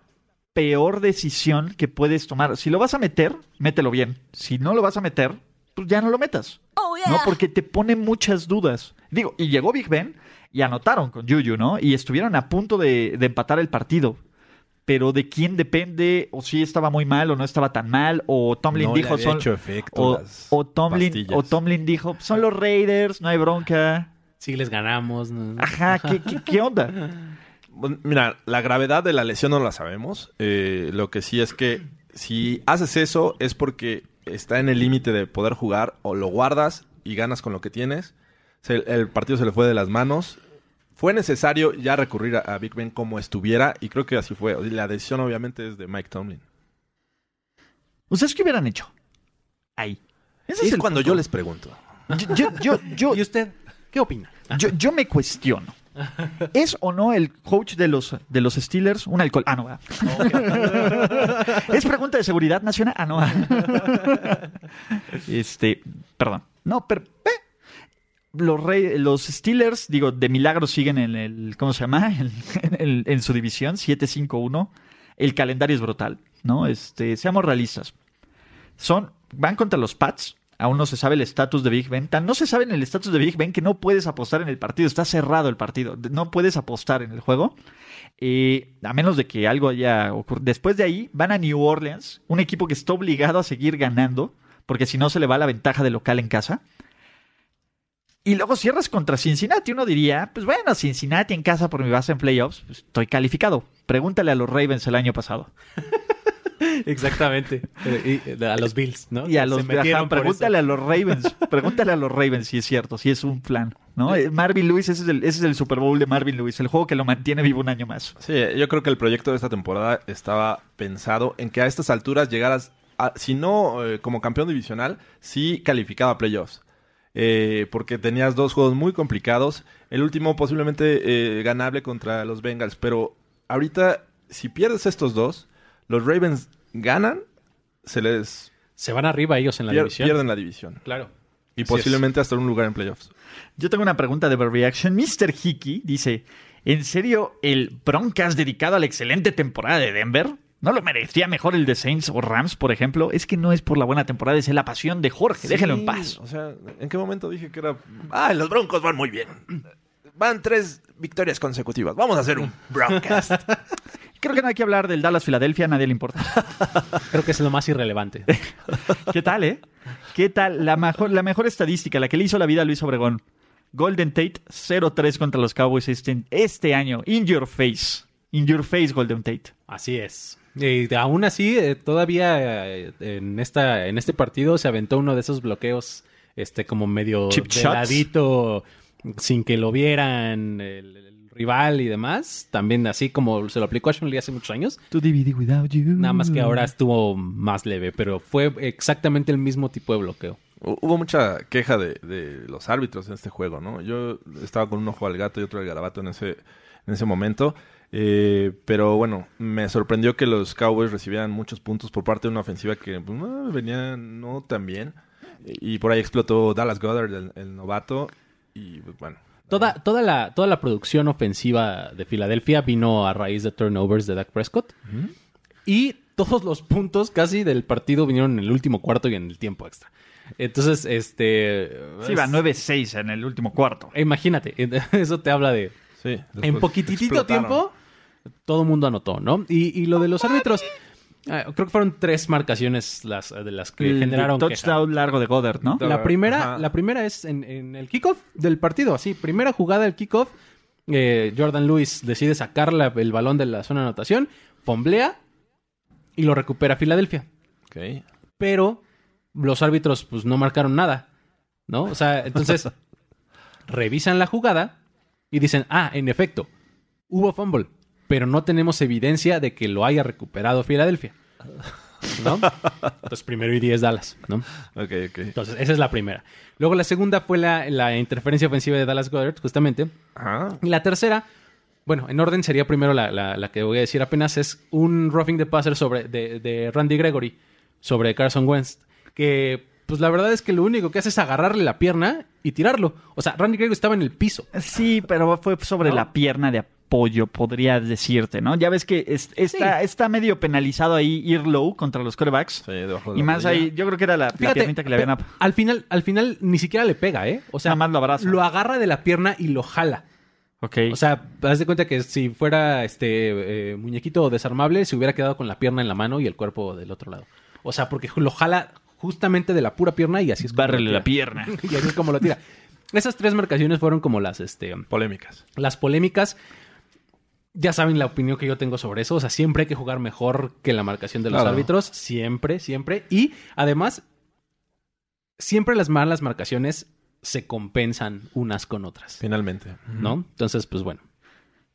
Speaker 1: peor decisión que puedes tomar. Si lo vas a meter, mételo bien. Si no lo vas a meter, pues ya no lo metas. No, porque te pone muchas dudas. Digo, y llegó Big Ben y anotaron con Juju, ¿no? Y estuvieron a punto de, de empatar el partido. Pero de quién depende, o si estaba muy mal, o no estaba tan mal, o Tomlin
Speaker 3: No le
Speaker 1: dijo
Speaker 3: había
Speaker 1: son-
Speaker 3: hecho efecto
Speaker 1: o,
Speaker 3: las
Speaker 1: o Tomlin,
Speaker 3: pastillas.
Speaker 1: o Tomlin dijo, son los Raiders, no hay bronca.
Speaker 2: Sí, les ganamos. ¿no?
Speaker 1: Ajá, ¿qué, qué, qué onda?
Speaker 3: Bueno, Mira, la gravedad de la lesión no la sabemos. Eh, lo que sí es que si haces eso es porque está en el límite de poder jugar o lo guardas y ganas con lo que tienes. Se- el partido se le fue de las manos. Fue necesario ya recurrir a, a Big Ben como estuviera y creo que así fue. La decisión obviamente es de Mike Tomlin.
Speaker 1: ¿Ustedes qué hubieran hecho? Ahí. Ese
Speaker 3: Es
Speaker 1: el
Speaker 3: cuando
Speaker 1: punto.
Speaker 3: yo les pregunto.
Speaker 1: Yo, yo, yo, yo-
Speaker 2: ¿Y usted qué opina?
Speaker 1: yo- yo me cuestiono. ¿Es o no el coach de los, de los Steelers un alcohol? Ah, no. va. ¿Es pregunta de seguridad nacional? Ah, no. va. Este, perdón. No, pero... eh, Los, rey- los Steelers, digo, de milagro siguen en el, ¿cómo se llama? En, en- en su división, 7-5-1. El calendario es brutal, ¿no? Este, seamos realistas. Son, van contra los Pats. Aún no se sabe el estatus de Big Ben. Tan no se sabe en el estatus de Big Ben que no puedes apostar en el partido. Está cerrado el partido. No puedes apostar en el juego. Eh, a menos de que algo haya ocurrido. Después de ahí van a New Orleans, un equipo que está obligado a seguir ganando, porque si no se le va la ventaja de local en casa. Y luego cierras contra Cincinnati. Uno diría, pues bueno, Cincinnati en casa por mi base en playoffs, pues, estoy calificado. Pregúntale a los Ravens el año pasado.
Speaker 2: Exactamente. Eh, y, eh, a los Bills, ¿no?
Speaker 1: Y a
Speaker 2: Se
Speaker 1: los
Speaker 2: metieron
Speaker 1: ajá,
Speaker 2: por
Speaker 1: pregúntale a los Ravens, pregúntale a los Ravens si es cierto, si es un plan, ¿no? Eh, Marvin Lewis, ese es el, ese es el Super Bowl de Marvin Lewis, el juego que lo mantiene vivo un año más.
Speaker 3: Sí, yo creo que el proyecto de esta temporada estaba pensado en que a estas alturas llegaras, a- si no eh, como campeón divisional, sí calificado a playoffs. Eh, porque tenías dos juegos muy complicados. El último posiblemente eh, ganable contra los Bengals. Pero ahorita, si pierdes estos dos, los Ravens ganan, se les
Speaker 2: Se van arriba ellos en la
Speaker 3: pier-
Speaker 2: división.
Speaker 3: pierden la división.
Speaker 2: Claro. Así
Speaker 3: Y
Speaker 2: es.
Speaker 3: posiblemente hasta un lugar en playoffs.
Speaker 1: Yo tengo una pregunta de Overreaction. Mr. Hickey dice, ¿en serio el Broncas dedicado a la excelente temporada de Denver? ¿No lo merecía mejor el de Saints o Rams, por ejemplo? Es que no es por la buena temporada, es la pasión de Jorge, déjenlo en paz.
Speaker 3: O sea, ¿en qué momento dije que era. Ah, los Broncos van muy bien. Van tres victorias consecutivas. Vamos a hacer un broadcast.
Speaker 1: Creo que no hay que hablar del Dallas-Filadelfia, a nadie le importa.
Speaker 2: Creo que es lo más irrelevante.
Speaker 1: ¿Qué tal, eh? ¿Qué tal? La mejor, la mejor estadística, la que le hizo la vida a Luis Obregón. Golden Tate 0-3 contra los Cowboys este, este año. In your face. In your face, Golden Tate.
Speaker 2: Así es. Y aún así, eh, todavía eh, en esta, en este partido se aventó uno de esos bloqueos, este, como medio
Speaker 1: Chip
Speaker 2: de
Speaker 1: shots.
Speaker 2: ladito, sin que lo vieran el, el rival y demás. También así como se lo aplicó a Sean Lee hace muchos años.
Speaker 1: To DVD without you.
Speaker 2: Nada más que
Speaker 1: Mm.
Speaker 2: ahora estuvo más leve, pero fue exactamente el mismo tipo de bloqueo.
Speaker 3: Hubo mucha queja de, de los árbitros en este juego, ¿no? Yo estaba con un ojo al gato y otro al garabato en ese, en ese momento. Eh, pero bueno, me sorprendió que los Cowboys recibieran muchos puntos por parte de una ofensiva que pues, no, venía no tan bien. Y por ahí explotó Dallas Goddard, el, el novato. Y pues, bueno.
Speaker 2: Toda, toda, la, toda la producción ofensiva de Filadelfia vino a raíz de turnovers de Dak Prescott. Y todos los puntos casi del partido vinieron en el último cuarto y en el tiempo extra. Entonces, este...
Speaker 1: Sí, va
Speaker 2: es-
Speaker 1: 9-6 en el último cuarto.
Speaker 2: Imagínate, eso te habla de...
Speaker 3: Sí,
Speaker 2: en
Speaker 3: después
Speaker 2: poquitito
Speaker 3: explotaron.
Speaker 2: tiempo todo mundo anotó, ¿no? Y, y lo de los árbitros, ah, creo que fueron tres marcaciones las, de las que
Speaker 1: El
Speaker 2: generaron queja.
Speaker 1: touchdown largo de Goddard, ¿no?
Speaker 3: Touchdown.
Speaker 2: La primera,
Speaker 3: Ajá.
Speaker 2: la primera es en, en el kickoff del partido, así. Primera jugada del kickoff. eh, Jordan Lewis decide sacar la- el balón de la zona de anotación, fomblea y lo recupera Filadelfia.
Speaker 3: Ok.
Speaker 2: Pero los árbitros pues no marcaron nada, ¿no? O sea, entonces revisan la jugada y dicen, ah, en efecto, hubo fumble, pero no tenemos evidencia de que lo haya recuperado Filadelfia. ¿No? Entonces primero y diez Dallas, ¿no?
Speaker 3: Ok, ok.
Speaker 2: Entonces, esa es la primera. Luego la segunda fue la, la interferencia ofensiva de Dallas Goddard, justamente.
Speaker 3: Ajá.
Speaker 2: Y la tercera, bueno, en orden sería primero la, la- la que voy a decir apenas, es un roughing the passer sobre, de, de Randy Gregory sobre Carson Wentz, que pues la verdad es que lo único que hace es agarrarle la pierna y tirarlo. O sea, Randy Gregory estaba en el piso.
Speaker 1: Sí, pero fue sobre
Speaker 2: ¿No?
Speaker 1: la pierna de apoyo, podría decirte, ¿no? Ya ves que es- está, está medio penalizado ahí ir low contra los corebacks.
Speaker 3: Sí, debajo de la
Speaker 1: y más
Speaker 3: rodilla.
Speaker 1: ahí, yo creo que era la, la piernita que le habían...
Speaker 2: pe- al final, al final ni siquiera le pega, ¿eh? O sea,
Speaker 1: Nada más lo abraza.
Speaker 2: Lo agarra de la pierna y lo jala.
Speaker 1: Ok.
Speaker 2: O sea, haz de cuenta que si fuera este eh, muñequito desarmable, se hubiera quedado con la pierna en la mano y el cuerpo del otro lado. O sea, porque lo jala justamente de la pura pierna y así es como
Speaker 1: Bárrele
Speaker 2: lo
Speaker 1: la
Speaker 2: tira.
Speaker 1: pierna.
Speaker 2: Y así es como lo tira. Esas tres marcaciones fueron como las, este,
Speaker 3: Polémicas.
Speaker 2: las polémicas. Ya saben la opinión que yo tengo sobre eso. O sea, siempre hay que jugar mejor que la marcación de los
Speaker 3: Claro.
Speaker 2: árbitros. Siempre, siempre. Y además, siempre las malas marcaciones se compensan unas con otras.
Speaker 3: Finalmente.
Speaker 2: ¿no? Entonces, pues bueno.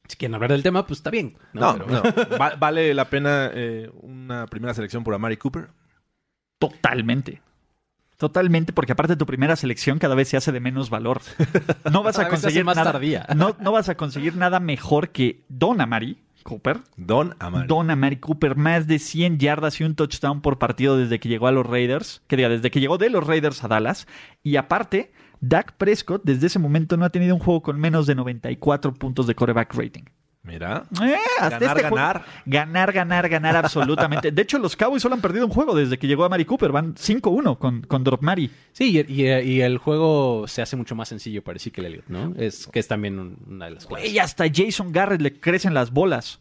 Speaker 2: Si quieren hablar del tema, pues está bien.
Speaker 3: No,
Speaker 2: Pero-
Speaker 3: no. Va- vale la pena eh, una primera selección por Amari Cooper.
Speaker 1: Totalmente. Totalmente, porque aparte tu primera selección cada vez se hace de menos valor. No vas a
Speaker 2: Cada vez se hace
Speaker 1: conseguir
Speaker 2: más
Speaker 1: nada,
Speaker 2: tardía.
Speaker 1: No, no vas a conseguir nada mejor que Don Amari Cooper.
Speaker 3: Don Amari.
Speaker 1: Don Amari Cooper, más de 100 yardas y un touchdown por partido desde que llegó a los Raiders, que diga, desde que llegó de los Raiders a Dallas. Y aparte, Dak Prescott desde ese momento no ha tenido un juego con menos de 94 puntos de coreback rating.
Speaker 3: Mira.
Speaker 1: Eh, hasta
Speaker 3: Ganar,
Speaker 1: este juego-
Speaker 3: ganar.
Speaker 1: Ganar, ganar, ganar absolutamente. De hecho, los Cowboys solo han perdido un juego desde que llegó a Mari Cooper. Van 5-1 con, con Drop Mari.
Speaker 2: Sí, y, y- y el juego se hace mucho más sencillo para Ezekiel Elliott, ¿no? Es que es también un- una de las cosas.
Speaker 1: Y hasta Jason Garrett le crecen las bolas.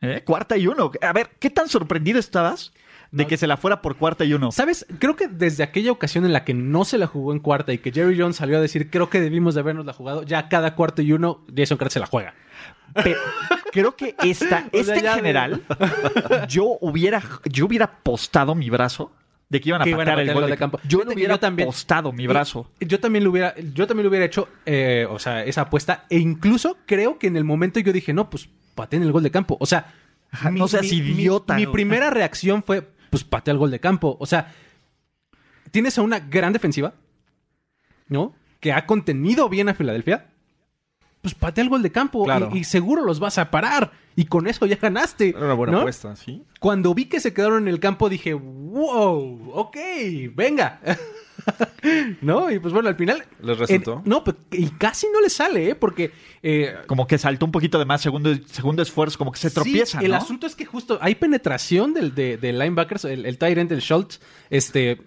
Speaker 1: Eh, Cuarta y uno. A ver, ¿qué tan sorprendido estabas de que se la fuera por cuarta y uno?
Speaker 2: ¿Sabes? Creo que desde aquella ocasión en la que no se la jugó en cuarta y que Jerry Jones salió a decir, creo que debimos de habernos la jugado, ya cada cuarto y uno, Jason Carr se la juega.
Speaker 1: Pe- creo que esta,
Speaker 2: sea,
Speaker 1: esta
Speaker 2: ya de-
Speaker 1: en general, yo hubiera, yo hubiera apostado mi brazo de que iban a
Speaker 2: Que
Speaker 1: patar
Speaker 2: iban a
Speaker 1: el
Speaker 2: patear
Speaker 1: gol.
Speaker 2: el
Speaker 1: de
Speaker 2: de campo.
Speaker 1: Yo
Speaker 2: Fíjate que
Speaker 1: hubiera
Speaker 2: yo también.
Speaker 1: apostado mi brazo.
Speaker 2: Y- Yo también lo hubiera, yo también lo hubiera hecho, eh, o sea, esa apuesta. E incluso creo que en el momento yo dije, no, pues pateen el gol de campo. O sea,
Speaker 1: Ajá, no seas idiota,
Speaker 2: Mi,
Speaker 1: güey.
Speaker 2: primera reacción fue, pues patea el gol de campo. O sea, tienes a una gran defensiva, ¿no? Que ha contenido bien a Filadelfia. Pues patea el gol de campo
Speaker 3: Claro.
Speaker 2: y, y seguro los vas a parar. Y con eso ya ganaste.
Speaker 3: Era una buena
Speaker 2: ¿no?
Speaker 3: apuesta, ¿sí?
Speaker 2: Cuando vi que se quedaron en el campo dije, wow, ok, venga. ¿No? Y pues bueno, al final...
Speaker 3: ¿Les resultó?
Speaker 2: en- no, pe- y casi no le sale, ¿eh? Porque... eh,
Speaker 1: Como que saltó un poquito de más, segundo, segundo esfuerzo, como que se
Speaker 2: sí,
Speaker 1: tropieza.
Speaker 2: el
Speaker 1: ¿no?
Speaker 2: asunto es que justo hay penetración del, de, del linebackers, el, el tight end, el Schultz, este,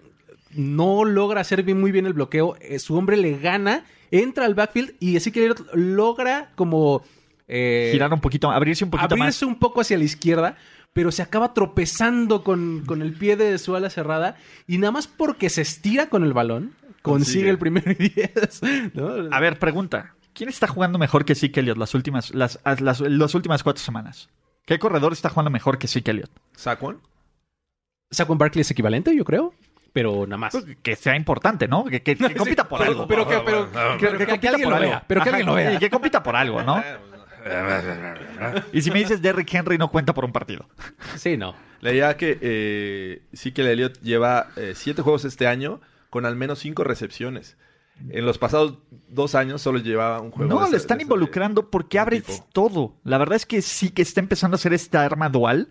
Speaker 2: no logra hacer bien, muy bien el bloqueo, eh, su hombre le gana, entra al backfield y así que logra como... eh,
Speaker 1: girar un poquito, abrirse un poquito más.
Speaker 2: abrirse un poco hacia la izquierda, pero se acaba tropezando con, con el pie de su ala cerrada y nada más porque se estira con el balón, consigue,
Speaker 3: Consigue.
Speaker 2: el primero y diez. ¿no?
Speaker 1: A ver, pregunta. ¿Quién está jugando mejor que Zeke Elliott las últimas, las, las, las últimas cuatro semanas? ¿Qué corredor está jugando mejor que Zeke Elliott?
Speaker 3: ¿Saquon?
Speaker 2: Saquon Barkley es equivalente, yo creo, pero nada más.
Speaker 1: Que sea importante, ¿no? Que, que- que Pues, compita por algo.
Speaker 2: Pero que, pero, pero que- que alguien lo vea. Pero que
Speaker 1: Ajá,
Speaker 2: alguien lo
Speaker 1: Y
Speaker 2: vea.
Speaker 1: que compita por algo, ¿no? Y si me dices Derrick Henry no cuenta por un partido.
Speaker 2: Sí, no.
Speaker 3: Leía que eh, sí que el Elliot lleva eh, siete juegos este año con al menos cinco recepciones. En los pasados dos años solo llevaba un juego. de
Speaker 1: No,
Speaker 3: ese-
Speaker 1: lo están
Speaker 3: de ese-
Speaker 1: involucrando porque abre
Speaker 3: tipo.
Speaker 1: todo. La verdad es que sí que está empezando a hacer esta arma dual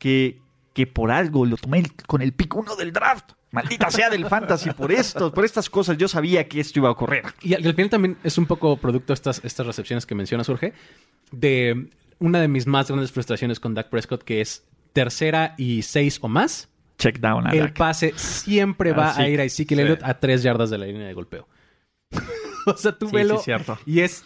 Speaker 1: que, que por algo lo tomé el- con el pick uno del draft. Maldita sea del fantasy por esto, por estas cosas. Yo sabía que esto iba a ocurrir.
Speaker 2: Y al, y al final también es un poco producto de estas, estas recepciones que menciona Surge, de una de mis más grandes frustraciones con Dak Prescott, que es tercera y seis o más.
Speaker 1: Check down a
Speaker 2: el
Speaker 1: Dak.
Speaker 2: pase siempre va
Speaker 1: Así
Speaker 2: a ir a Ezekiel
Speaker 3: sí.
Speaker 2: Elliott a tres yardas de la línea de golpeo. o sea, tú
Speaker 1: Sí,
Speaker 2: velo
Speaker 1: sí, cierto.
Speaker 2: y es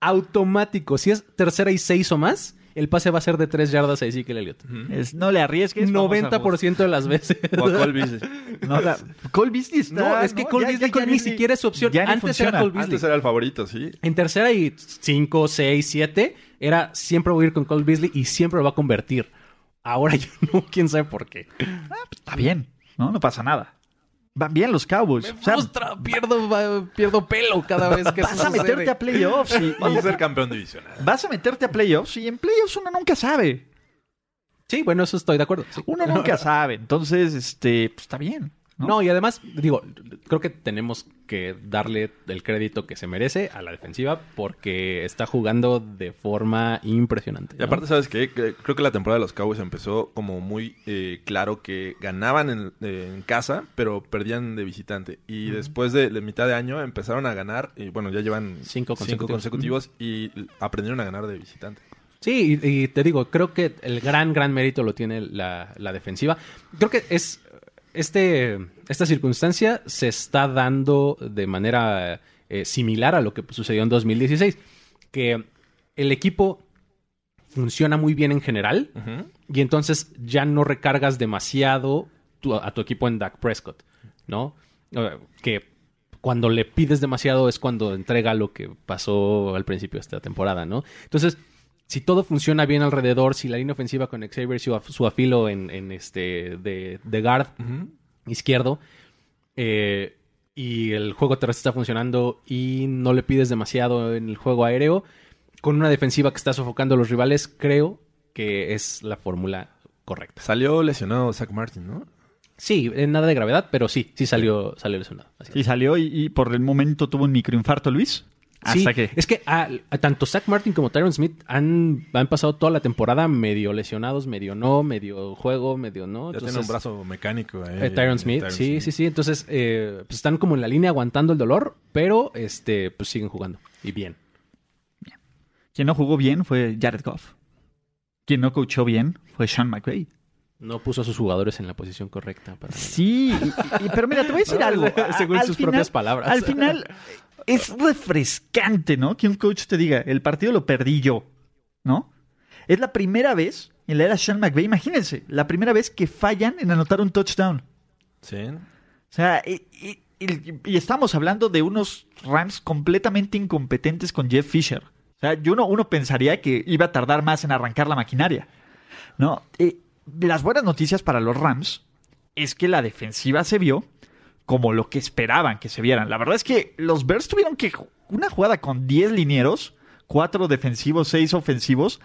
Speaker 2: automático. Si es tercera y seis o más, el pase va a ser de tres yardas a Ezekiel Elliott.
Speaker 1: Es, no le arriesgues. vamos a
Speaker 2: 90% de las veces.
Speaker 3: O a Cole Beasley.
Speaker 1: jugar. No, la- Cole Beasley está-
Speaker 2: No, es que
Speaker 1: Ah, no,
Speaker 2: Cole
Speaker 1: ya-
Speaker 2: Beasley
Speaker 1: ya-
Speaker 2: ya
Speaker 1: ya
Speaker 2: ni siquiera es opción.
Speaker 1: ya ni
Speaker 2: Antes
Speaker 1: funciona.
Speaker 2: era Cole Beasley.
Speaker 3: Antes era el favorito, sí.
Speaker 2: En tercera y 5, 6, 7, era siempre voy a ir con Cole Beasley y siempre va a convertir. Ahora yo no, quién sabe por qué.
Speaker 1: Está bien, ¿no? No pasa nada. Van bien los Cowboys. O sea,
Speaker 2: Frustra, pierdo, va- pierdo pelo cada vez que
Speaker 1: vas a
Speaker 2: sucede.
Speaker 1: meterte a playoffs y,
Speaker 3: Vas a ser campeón divisional.
Speaker 1: vas a meterte a playoffs y en playoffs uno nunca sabe.
Speaker 2: Sí, bueno, eso estoy de acuerdo. sí.
Speaker 1: Uno nunca sabe. Entonces, este, pues está bien.
Speaker 2: ¿no?
Speaker 1: ¿no?
Speaker 2: y además, digo, creo que tenemos que darle el crédito que se merece a la defensiva porque está jugando de forma impresionante.
Speaker 3: Y
Speaker 2: ¿no?
Speaker 3: aparte, ¿sabes qué? Cre- Creo que la temporada de los Cowboys empezó como muy eh, claro que ganaban en, en casa, pero perdían de visitante. Y después de, de mitad de año empezaron a ganar, y bueno, ya llevan
Speaker 2: Cinco consecutivos.
Speaker 3: consecutivos y l- aprendieron a ganar de visitante.
Speaker 2: Sí, y, y te digo, creo que el gran, gran mérito lo tiene la, la defensiva. Creo que es este esta circunstancia se está dando de manera eh, similar a lo que sucedió en 2016, que el equipo funciona muy bien en general y entonces ya no recargas demasiado tu- a tu equipo en Dak Prescott, ¿no? Eh, Que cuando le pides demasiado es cuando entrega lo que pasó al principio de esta temporada, ¿no? Entonces, si todo funciona bien alrededor, si la línea ofensiva con Xavier su, su afilo en, en este de, de guard izquierdo eh, y el juego terrestre está funcionando y no le pides demasiado en el juego aéreo, con una defensiva que está sofocando a los rivales, creo que es la fórmula correcta.
Speaker 3: Salió lesionado Zach Martin, ¿no?
Speaker 2: Sí, eh, nada de gravedad, pero sí, sí salió, salió lesionado. Así es.
Speaker 1: Y salió y, y por el momento tuvo un microinfarto Luis. Hasta
Speaker 2: Sí,
Speaker 1: que.
Speaker 2: Es que a- a tanto Zach Martin como Tyron Smith han, han pasado toda la temporada medio lesionados, medio no, medio juego, medio no.
Speaker 3: Ya tiene
Speaker 2: Entonces,
Speaker 3: un brazo mecánico. ahí,
Speaker 2: eh, Tyron Smith,
Speaker 3: Tyron
Speaker 2: sí,
Speaker 3: Smith.
Speaker 2: sí, sí. Entonces, eh, pues están como en la línea aguantando el dolor, pero este, pues siguen jugando. Y bien.
Speaker 1: Quien no jugó bien fue Jared Goff. Quien no coachó bien fue Sean McVay.
Speaker 2: No puso a sus jugadores en la posición correcta. Para...
Speaker 1: Sí, y- y- pero mira, te voy a decir
Speaker 2: No,
Speaker 1: algo.
Speaker 2: según
Speaker 1: Al
Speaker 2: sus propias palabras.
Speaker 1: Al final es refrescante, ¿no? Que un coach te diga, el partido lo perdí yo, ¿no? Es la primera vez en la era Sean McVay, imagínense, la primera vez que fallan en anotar un touchdown.
Speaker 3: Sí.
Speaker 1: O sea, y, y- y- y estamos hablando de unos Rams completamente incompetentes con Jeff Fisher. O sea, yo uno, uno pensaría que iba a tardar más en arrancar la maquinaria. No, Eh, las buenas noticias para los Rams es que la defensiva se vio como lo que esperaban que se vieran. La verdad es que los Bears tuvieron que ju- una jugada con 10 linieros, 4 defensivos, 6 ofensivos,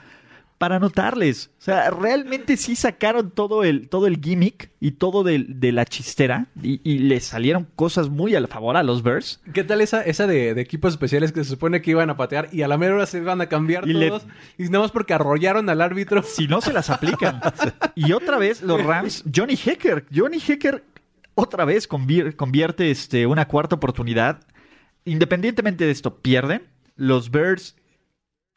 Speaker 1: para anotarles. O sea, realmente sí sacaron todo el, todo el gimmick y todo del- de, la chistera y, y les salieron cosas muy al favor a los Bears.
Speaker 2: ¿Qué tal esa, esa de, de equipos especiales que se supone que iban a patear y a la mera hora se iban a cambiar
Speaker 1: Y le-
Speaker 2: todos? Y nada más porque arrollaron al árbitro.
Speaker 1: Si no, se las aplican. Y otra vez los Rams, Johnny Hecker, Johnny Hecker otra vez convier- convierte este, una cuarta oportunidad. Independientemente de esto, pierden. Los Bears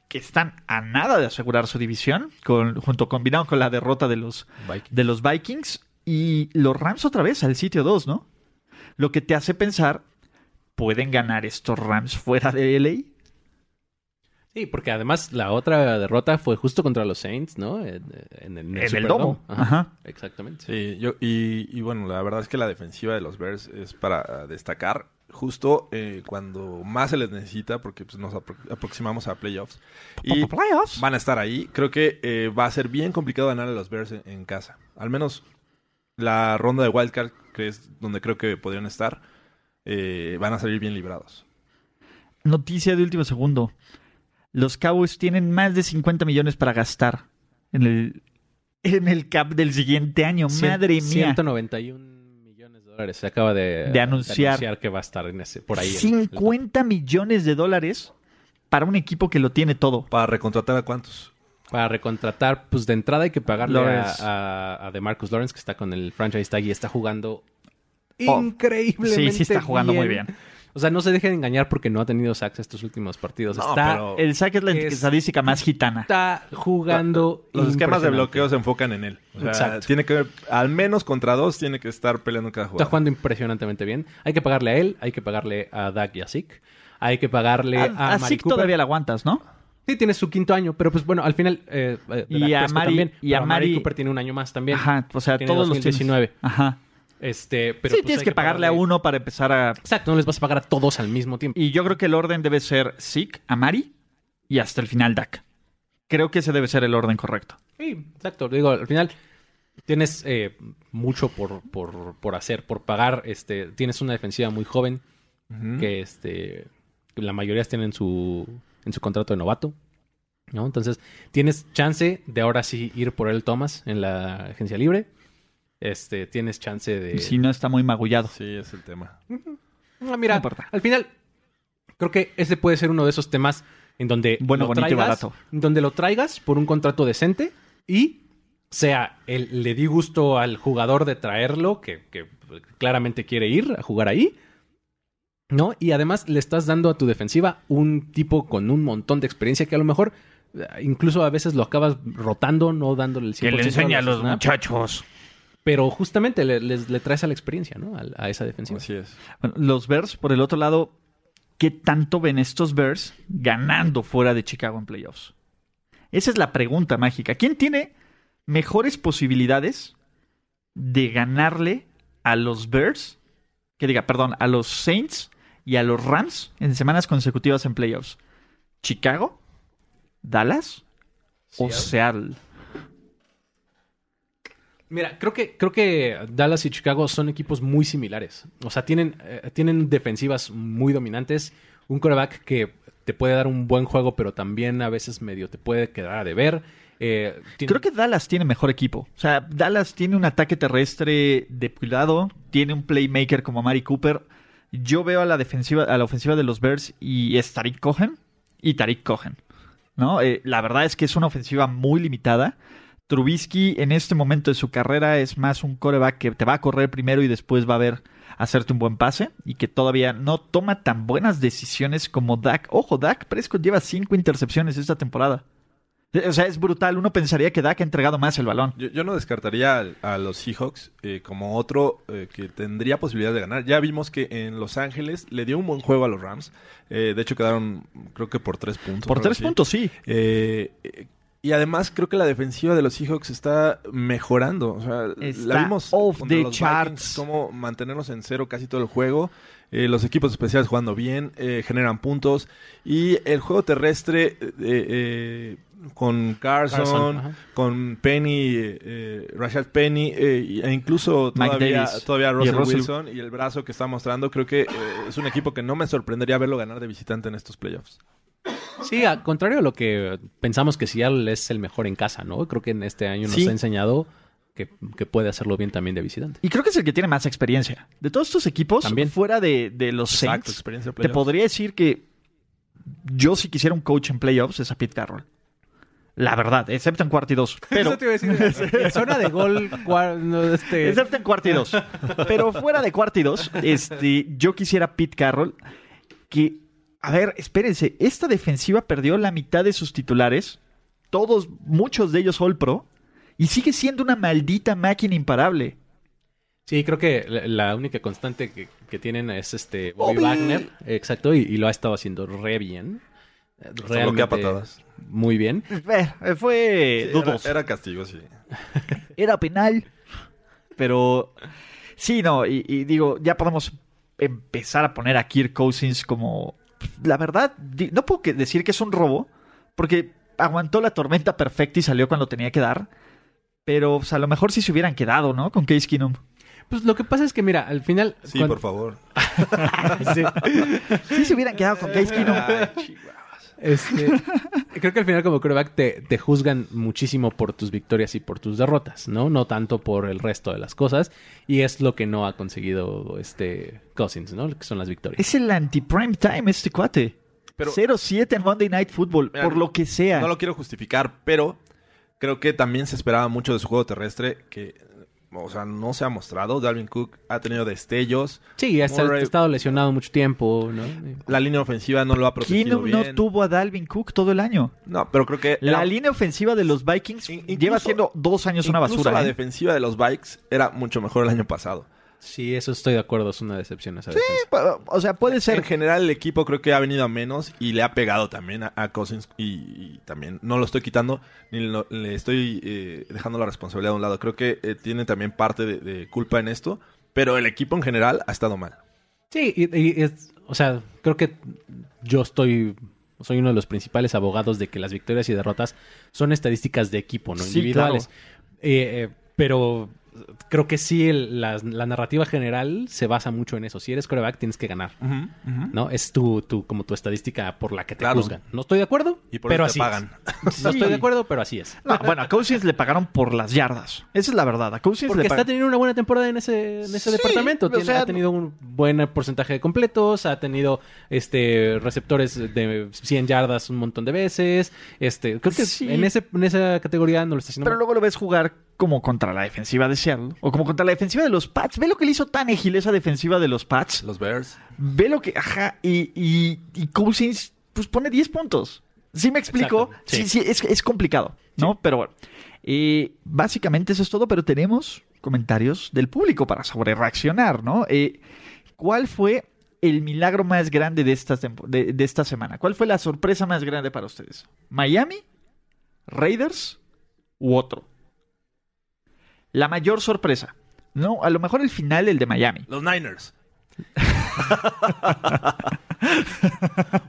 Speaker 1: que están a nada de asegurar su división, con, junto combinado con la derrota de los, de los Vikings y los Rams otra vez al sitio 2, ¿no? Lo que te hace pensar, ¿pueden ganar estos Rams fuera de LA?
Speaker 2: Sí, porque además la otra derrota fue justo contra los Saints, ¿no? En, en el, en el
Speaker 1: En el
Speaker 2: Superdome.
Speaker 1: domo.
Speaker 2: Ajá.
Speaker 1: Ajá.
Speaker 2: Exactamente.
Speaker 3: Sí, yo, y, y bueno, la verdad es que la defensiva de los Bears es para destacar justo eh, cuando más se les necesita porque pues, nos apro- aproximamos a playoffs. Y
Speaker 1: ¿Playoffs?
Speaker 3: van a estar ahí. Creo que eh, va a ser bien complicado ganar a los Bears en, en casa. Al menos la ronda de Wildcard, que es donde creo que podrían estar, eh, van a salir bien librados.
Speaker 1: Noticia de último segundo. Los Cowboys tienen más de 50 millones para gastar en el, en el cap del siguiente año.
Speaker 2: Cien-
Speaker 1: Madre mía.
Speaker 2: 191 millones de dólares. Se acaba de,
Speaker 1: De anunciar.
Speaker 2: que va a estar en ese, por ahí. el- el-
Speaker 1: 50 millones de dólares para un equipo que lo tiene todo.
Speaker 3: ¿Para recontratar a cuántos?
Speaker 2: Para recontratar, pues de entrada hay que pagarle
Speaker 1: Lawrence.
Speaker 2: a, a, a DeMarcus Lawrence, que está con el franchise tag y está jugando
Speaker 1: Oh.
Speaker 2: increíblemente
Speaker 1: Sí, sí está jugando muy bien.
Speaker 2: O sea, no se dejen engañar porque no ha tenido sacks estos últimos partidos.
Speaker 3: No,
Speaker 2: está,
Speaker 3: pero-
Speaker 1: El saque es la
Speaker 2: Es-
Speaker 1: estadística más gitana.
Speaker 2: está jugando.
Speaker 3: Los esquemas de
Speaker 2: impresionante.
Speaker 3: bloqueo se enfocan en él. O sea,
Speaker 2: Exacto.
Speaker 3: tiene que al menos contra dos tiene que estar peleando cada
Speaker 2: Está
Speaker 3: jugador.
Speaker 2: jugando impresionantemente bien. Hay que pagarle a él, hay que pagarle a Dak y a Zeke. Hay que pagarle a,
Speaker 1: Así
Speaker 2: Mari
Speaker 1: todavía
Speaker 2: Cooper.
Speaker 1: la aguantas, ¿no?
Speaker 2: Sí, tiene su quinto año, pero pues bueno, al final. eh, eh,
Speaker 1: Y a
Speaker 2: la Crespo
Speaker 1: Mari-
Speaker 2: también,
Speaker 1: y
Speaker 2: pero
Speaker 1: a
Speaker 2: Mari
Speaker 1: Mari-
Speaker 2: Cooper tiene un año más también.
Speaker 1: Ajá, o sea,
Speaker 2: Tiene
Speaker 1: todos los tienes.
Speaker 2: 2019.
Speaker 1: Ajá.
Speaker 2: Este, pero
Speaker 1: sí,
Speaker 2: pues,
Speaker 1: tienes
Speaker 2: hay
Speaker 1: que pagarle a
Speaker 2: pagarle-
Speaker 1: uno para empezar a...
Speaker 2: Exacto, no les vas a pagar a todos al mismo tiempo.
Speaker 1: Y yo creo que el orden debe ser Sick, Amari y hasta el final Dak. Creo que ese debe ser el orden correcto.
Speaker 2: Sí, exacto. Digo, al final tienes eh, mucho por, por, por hacer, por pagar. Este, tienes una defensiva muy joven que este, la mayoría tienen su, en su contrato de novato. ¿no? Entonces, tienes chance de ahora sí ir por el Thomas en la agencia libre. Este, tienes chance de...
Speaker 1: Si no, está muy magullado.
Speaker 3: Sí, es el tema.
Speaker 2: Ah,
Speaker 1: No
Speaker 2: mira,
Speaker 1: importa.
Speaker 2: al final creo que ese puede ser uno de esos temas en donde
Speaker 1: Bueno, bonito y barato.
Speaker 2: en donde lo traigas por un contrato decente y sea el, le di gusto al jugador de traerlo que, que claramente quiere ir a jugar ahí, ¿no? Y además le estás dando a tu defensiva un tipo con un montón de experiencia que a lo mejor eh, incluso a veces lo acabas rotando, no dándole el 100% de snaps,
Speaker 1: muchachos.
Speaker 2: pero justamente le, les- le traes a la experiencia, ¿no? A, a esa defensiva.
Speaker 3: Así es.
Speaker 1: Bueno, los Bears, por el otro lado, ¿qué tanto ven estos Bears ganando fuera de Chicago en playoffs? Esa es la pregunta mágica. ¿Quién tiene mejores posibilidades de ganarle a los Bears? Que diga, perdón, a los Saints y a los Rams en semanas consecutivas en playoffs. ¿Chicago? ¿Dallas? ¿O Seattle?
Speaker 2: Mira, creo que, creo que Dallas y Chicago son equipos muy similares. O sea, tienen, eh, tienen defensivas muy dominantes. Un coreback que te puede dar un buen juego, pero también a veces medio te puede quedar a deber. Eh, tiene-
Speaker 1: Creo que Dallas tiene mejor equipo. O sea, Dallas tiene un ataque terrestre de cuidado, tiene un playmaker como Mari Cooper. Yo veo a la defensiva, a la ofensiva de los Bears y es Tariq Cohen y Tariq Cohen. ¿No? Eh, la verdad es que es una ofensiva muy limitada. Trubisky en este momento de su carrera es más un coreback que te va a correr primero y después va a ver hacerte un buen pase y que todavía no toma tan buenas decisiones como Dak. Ojo, Dak Prescott lleva cinco intercepciones esta temporada. E, O sea, es brutal. Uno pensaría que Dak ha entregado más el balón.
Speaker 3: Yo, yo no descartaría al- a, los Seahawks eh, como otro eh, que tendría posibilidad de ganar. Ya vimos que en Los Ángeles le dio un buen juego a los Rams. Eh, de hecho, quedaron, creo que por tres puntos.
Speaker 1: Por
Speaker 3: algo
Speaker 1: tres
Speaker 3: así.
Speaker 1: puntos, sí.
Speaker 3: Eh, eh, y además creo que la defensiva de los Seahawks está mejorando. O sea,
Speaker 1: Está
Speaker 3: la vimos
Speaker 1: off
Speaker 3: contra
Speaker 1: the
Speaker 3: los
Speaker 1: charts.
Speaker 3: Vikings, cómo mantenernos en cero casi todo el juego. Eh, los equipos especiales jugando bien, eh, generan puntos. Y el juego terrestre eh, eh, con Carson,
Speaker 2: Carson, ajá.
Speaker 3: con Penny, eh, eh, Rashad Penny, eh, y- e incluso
Speaker 1: Mike
Speaker 3: todavía,
Speaker 1: Davis
Speaker 3: todavía
Speaker 1: y
Speaker 3: Russell,
Speaker 1: Russell.
Speaker 3: Wilson y el brazo que está mostrando. Creo que eh, es un equipo que no me sorprendería verlo ganar de visitante en estos playoffs.
Speaker 2: Sí, al contrario a lo que pensamos que Seattle es el mejor en casa, ¿no? Creo que en este año nos
Speaker 1: Sí.
Speaker 2: ha enseñado que, que puede hacerlo bien también de visitante.
Speaker 1: Y creo que es el que tiene más experiencia. De todos estos equipos,
Speaker 2: También.
Speaker 1: fuera de, de los
Speaker 3: Exacto,
Speaker 1: Saints,
Speaker 3: experiencia de
Speaker 1: te
Speaker 3: playoffs.
Speaker 1: podría decir que yo si quisiera un coach en playoffs es a Pete Carroll. La verdad, excepto en cuarto y dos. Pero,
Speaker 2: zona de gol, este,
Speaker 1: excepto en cuarto y dos. Pero fuera de cuarto y dos, este, yo quisiera a Pete Carroll que, a ver, espérense, esta defensiva perdió la mitad de sus titulares, todos, muchos de ellos All Pro, y sigue siendo una maldita máquina imparable.
Speaker 2: Sí, creo que la, la única constante que, que tienen es este Bobby, Wagner. Exacto, y, y lo ha estado haciendo re bien. Eh,
Speaker 3: bloquea patadas.
Speaker 2: Muy bien.
Speaker 1: Eh, Fue
Speaker 3: Sí,
Speaker 1: dudoso.
Speaker 3: era, era castigo, sí.
Speaker 1: era penal. Pero sí, no, y, y digo, ya podemos empezar a poner a Kirk Cousins como. La verdad, di- no puedo que- decir que es un robo, porque aguantó la tormenta perfecta y salió cuando tenía que dar. Pero pues, a lo mejor sí se hubieran quedado, ¿no? Con Case Keenum.
Speaker 2: Pues lo que pasa es que, mira, al final.
Speaker 3: Sí,
Speaker 2: cuan-
Speaker 3: por favor.
Speaker 2: Sí.
Speaker 1: Sí se hubieran quedado con Case Keenum.
Speaker 2: Este, creo que al final como coreback te, te juzgan muchísimo por tus victorias y por tus derrotas, ¿no? No tanto por el resto de las cosas. Y es lo que no ha conseguido este Cousins, ¿no? Que son las victorias.
Speaker 1: Es el anti-prime time este cuate.
Speaker 3: Pero-
Speaker 1: 0-7 en Monday Night Football,
Speaker 3: Mira,
Speaker 1: por lo que sea.
Speaker 3: No lo quiero justificar, pero creo que también se esperaba mucho de su juego terrestre que, o sea, no se ha mostrado. Dalvin Cook ha tenido destellos.
Speaker 2: Sí, ha estado, ha
Speaker 3: Murray-
Speaker 2: estado lesionado mucho tiempo, ¿no? Y-
Speaker 3: La línea ofensiva no lo ha protegido
Speaker 1: Keenum
Speaker 3: bien.
Speaker 1: no tuvo a Dalvin Cook todo el año.
Speaker 3: No, pero creo que
Speaker 1: La
Speaker 3: era-
Speaker 1: línea ofensiva de los Vikings
Speaker 3: In- incluso-
Speaker 1: lleva siendo dos años una
Speaker 3: incluso
Speaker 1: basura.
Speaker 3: La
Speaker 1: ¿eh?
Speaker 3: defensiva de los Bikes era mucho mejor el año pasado.
Speaker 2: Sí, eso estoy de acuerdo, es una decepción esa defensa.
Speaker 3: Pero, O sea, puede ser. En general, el equipo creo que ha venido a menos y le ha pegado también a, a Cousins. Y, y también no lo estoy quitando, ni lo- le estoy eh, dejando la responsabilidad a un lado. Creo que eh, tiene también parte de, de culpa en esto. Pero el equipo en general ha estado mal.
Speaker 2: Sí, y, y es- o sea, creo que yo estoy, soy uno de los principales abogados de que las victorias y derrotas son estadísticas de equipo, no
Speaker 1: Sí,
Speaker 2: individuales. Eh, eh, pero creo que sí, el- la, la narrativa general se basa mucho en eso. Si eres coreback, tienes que ganar, ¿no? Es tu, tu, como tu estadística por la que te
Speaker 3: Claro.
Speaker 2: juzgan. No estoy de acuerdo,
Speaker 3: Y por
Speaker 2: pero
Speaker 3: eso te
Speaker 2: así
Speaker 3: pagan.
Speaker 2: es. No estoy de acuerdo, pero así es.
Speaker 1: No, bueno, a Cousins le pagaron por las yardas. Esa es la verdad. A Cousins
Speaker 2: Porque
Speaker 1: le
Speaker 2: está
Speaker 1: pagaron.
Speaker 2: teniendo una buena temporada en ese, en ese
Speaker 1: Sí,
Speaker 2: departamento.
Speaker 1: o
Speaker 2: Tiene-
Speaker 1: sea,
Speaker 2: ha tenido un buen porcentaje de completos, ha tenido este receptores de 100 yardas un montón de veces. Este, creo que
Speaker 1: Sí.
Speaker 2: en, ese, en esa categoría no lo está haciendo
Speaker 1: Pero
Speaker 2: mal.
Speaker 1: luego lo ves jugar como contra la defensiva de Seattle. O como contra la defensiva de los Pats. Ve lo que le hizo tan esa defensiva de los Pats.
Speaker 3: Los Bears.
Speaker 1: Ve lo que. Ajá. Y, y, y Cousins, pues pone 10 puntos. ¿Sí me explico?
Speaker 2: Exacto,
Speaker 1: Sí, sí,
Speaker 2: sí.
Speaker 1: es, es complicado, ¿no? Pero bueno. Eh, básicamente eso es todo, pero tenemos comentarios del público para sobre reaccionar, ¿no? Eh, ¿Cuál fue el milagro más grande de, estas tempo- de, de esta semana? ¿Cuál fue la sorpresa más grande para ustedes? ¿Miami? ¿Raiders? ¿U otro? La mayor sorpresa. No, a lo mejor el final, el de Miami.
Speaker 3: Los Niners.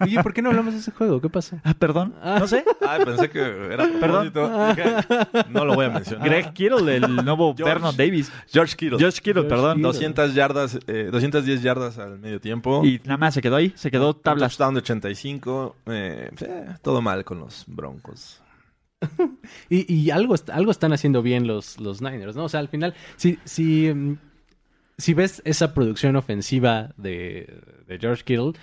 Speaker 2: Oye, ¿por qué no hablamos de ese juego? ¿Qué pasa?
Speaker 1: Ah, perdón, no sé.
Speaker 3: Ay, Ah, pensé que era a propósito. Dije, No lo voy a
Speaker 1: Ah,
Speaker 3: mencionar.
Speaker 2: Ah.
Speaker 1: Greg Kittle, el nuevo
Speaker 3: George.
Speaker 1: Vernon Davis.
Speaker 3: George Kittle.
Speaker 1: George Kittle, perdón.
Speaker 2: Kittle.
Speaker 3: 200 yardas, eh, 210 yardas al medio tiempo.
Speaker 1: Y nada más se quedó ahí, se quedó tablas.
Speaker 3: Touchdown de 85. eh, eh, todo mal con los Broncos.
Speaker 2: Y, y algo, est- algo están haciendo bien los, los Niners, ¿no? O sea, al final, si, si, mm, si ves esa producción ofensiva de, de George Kittle,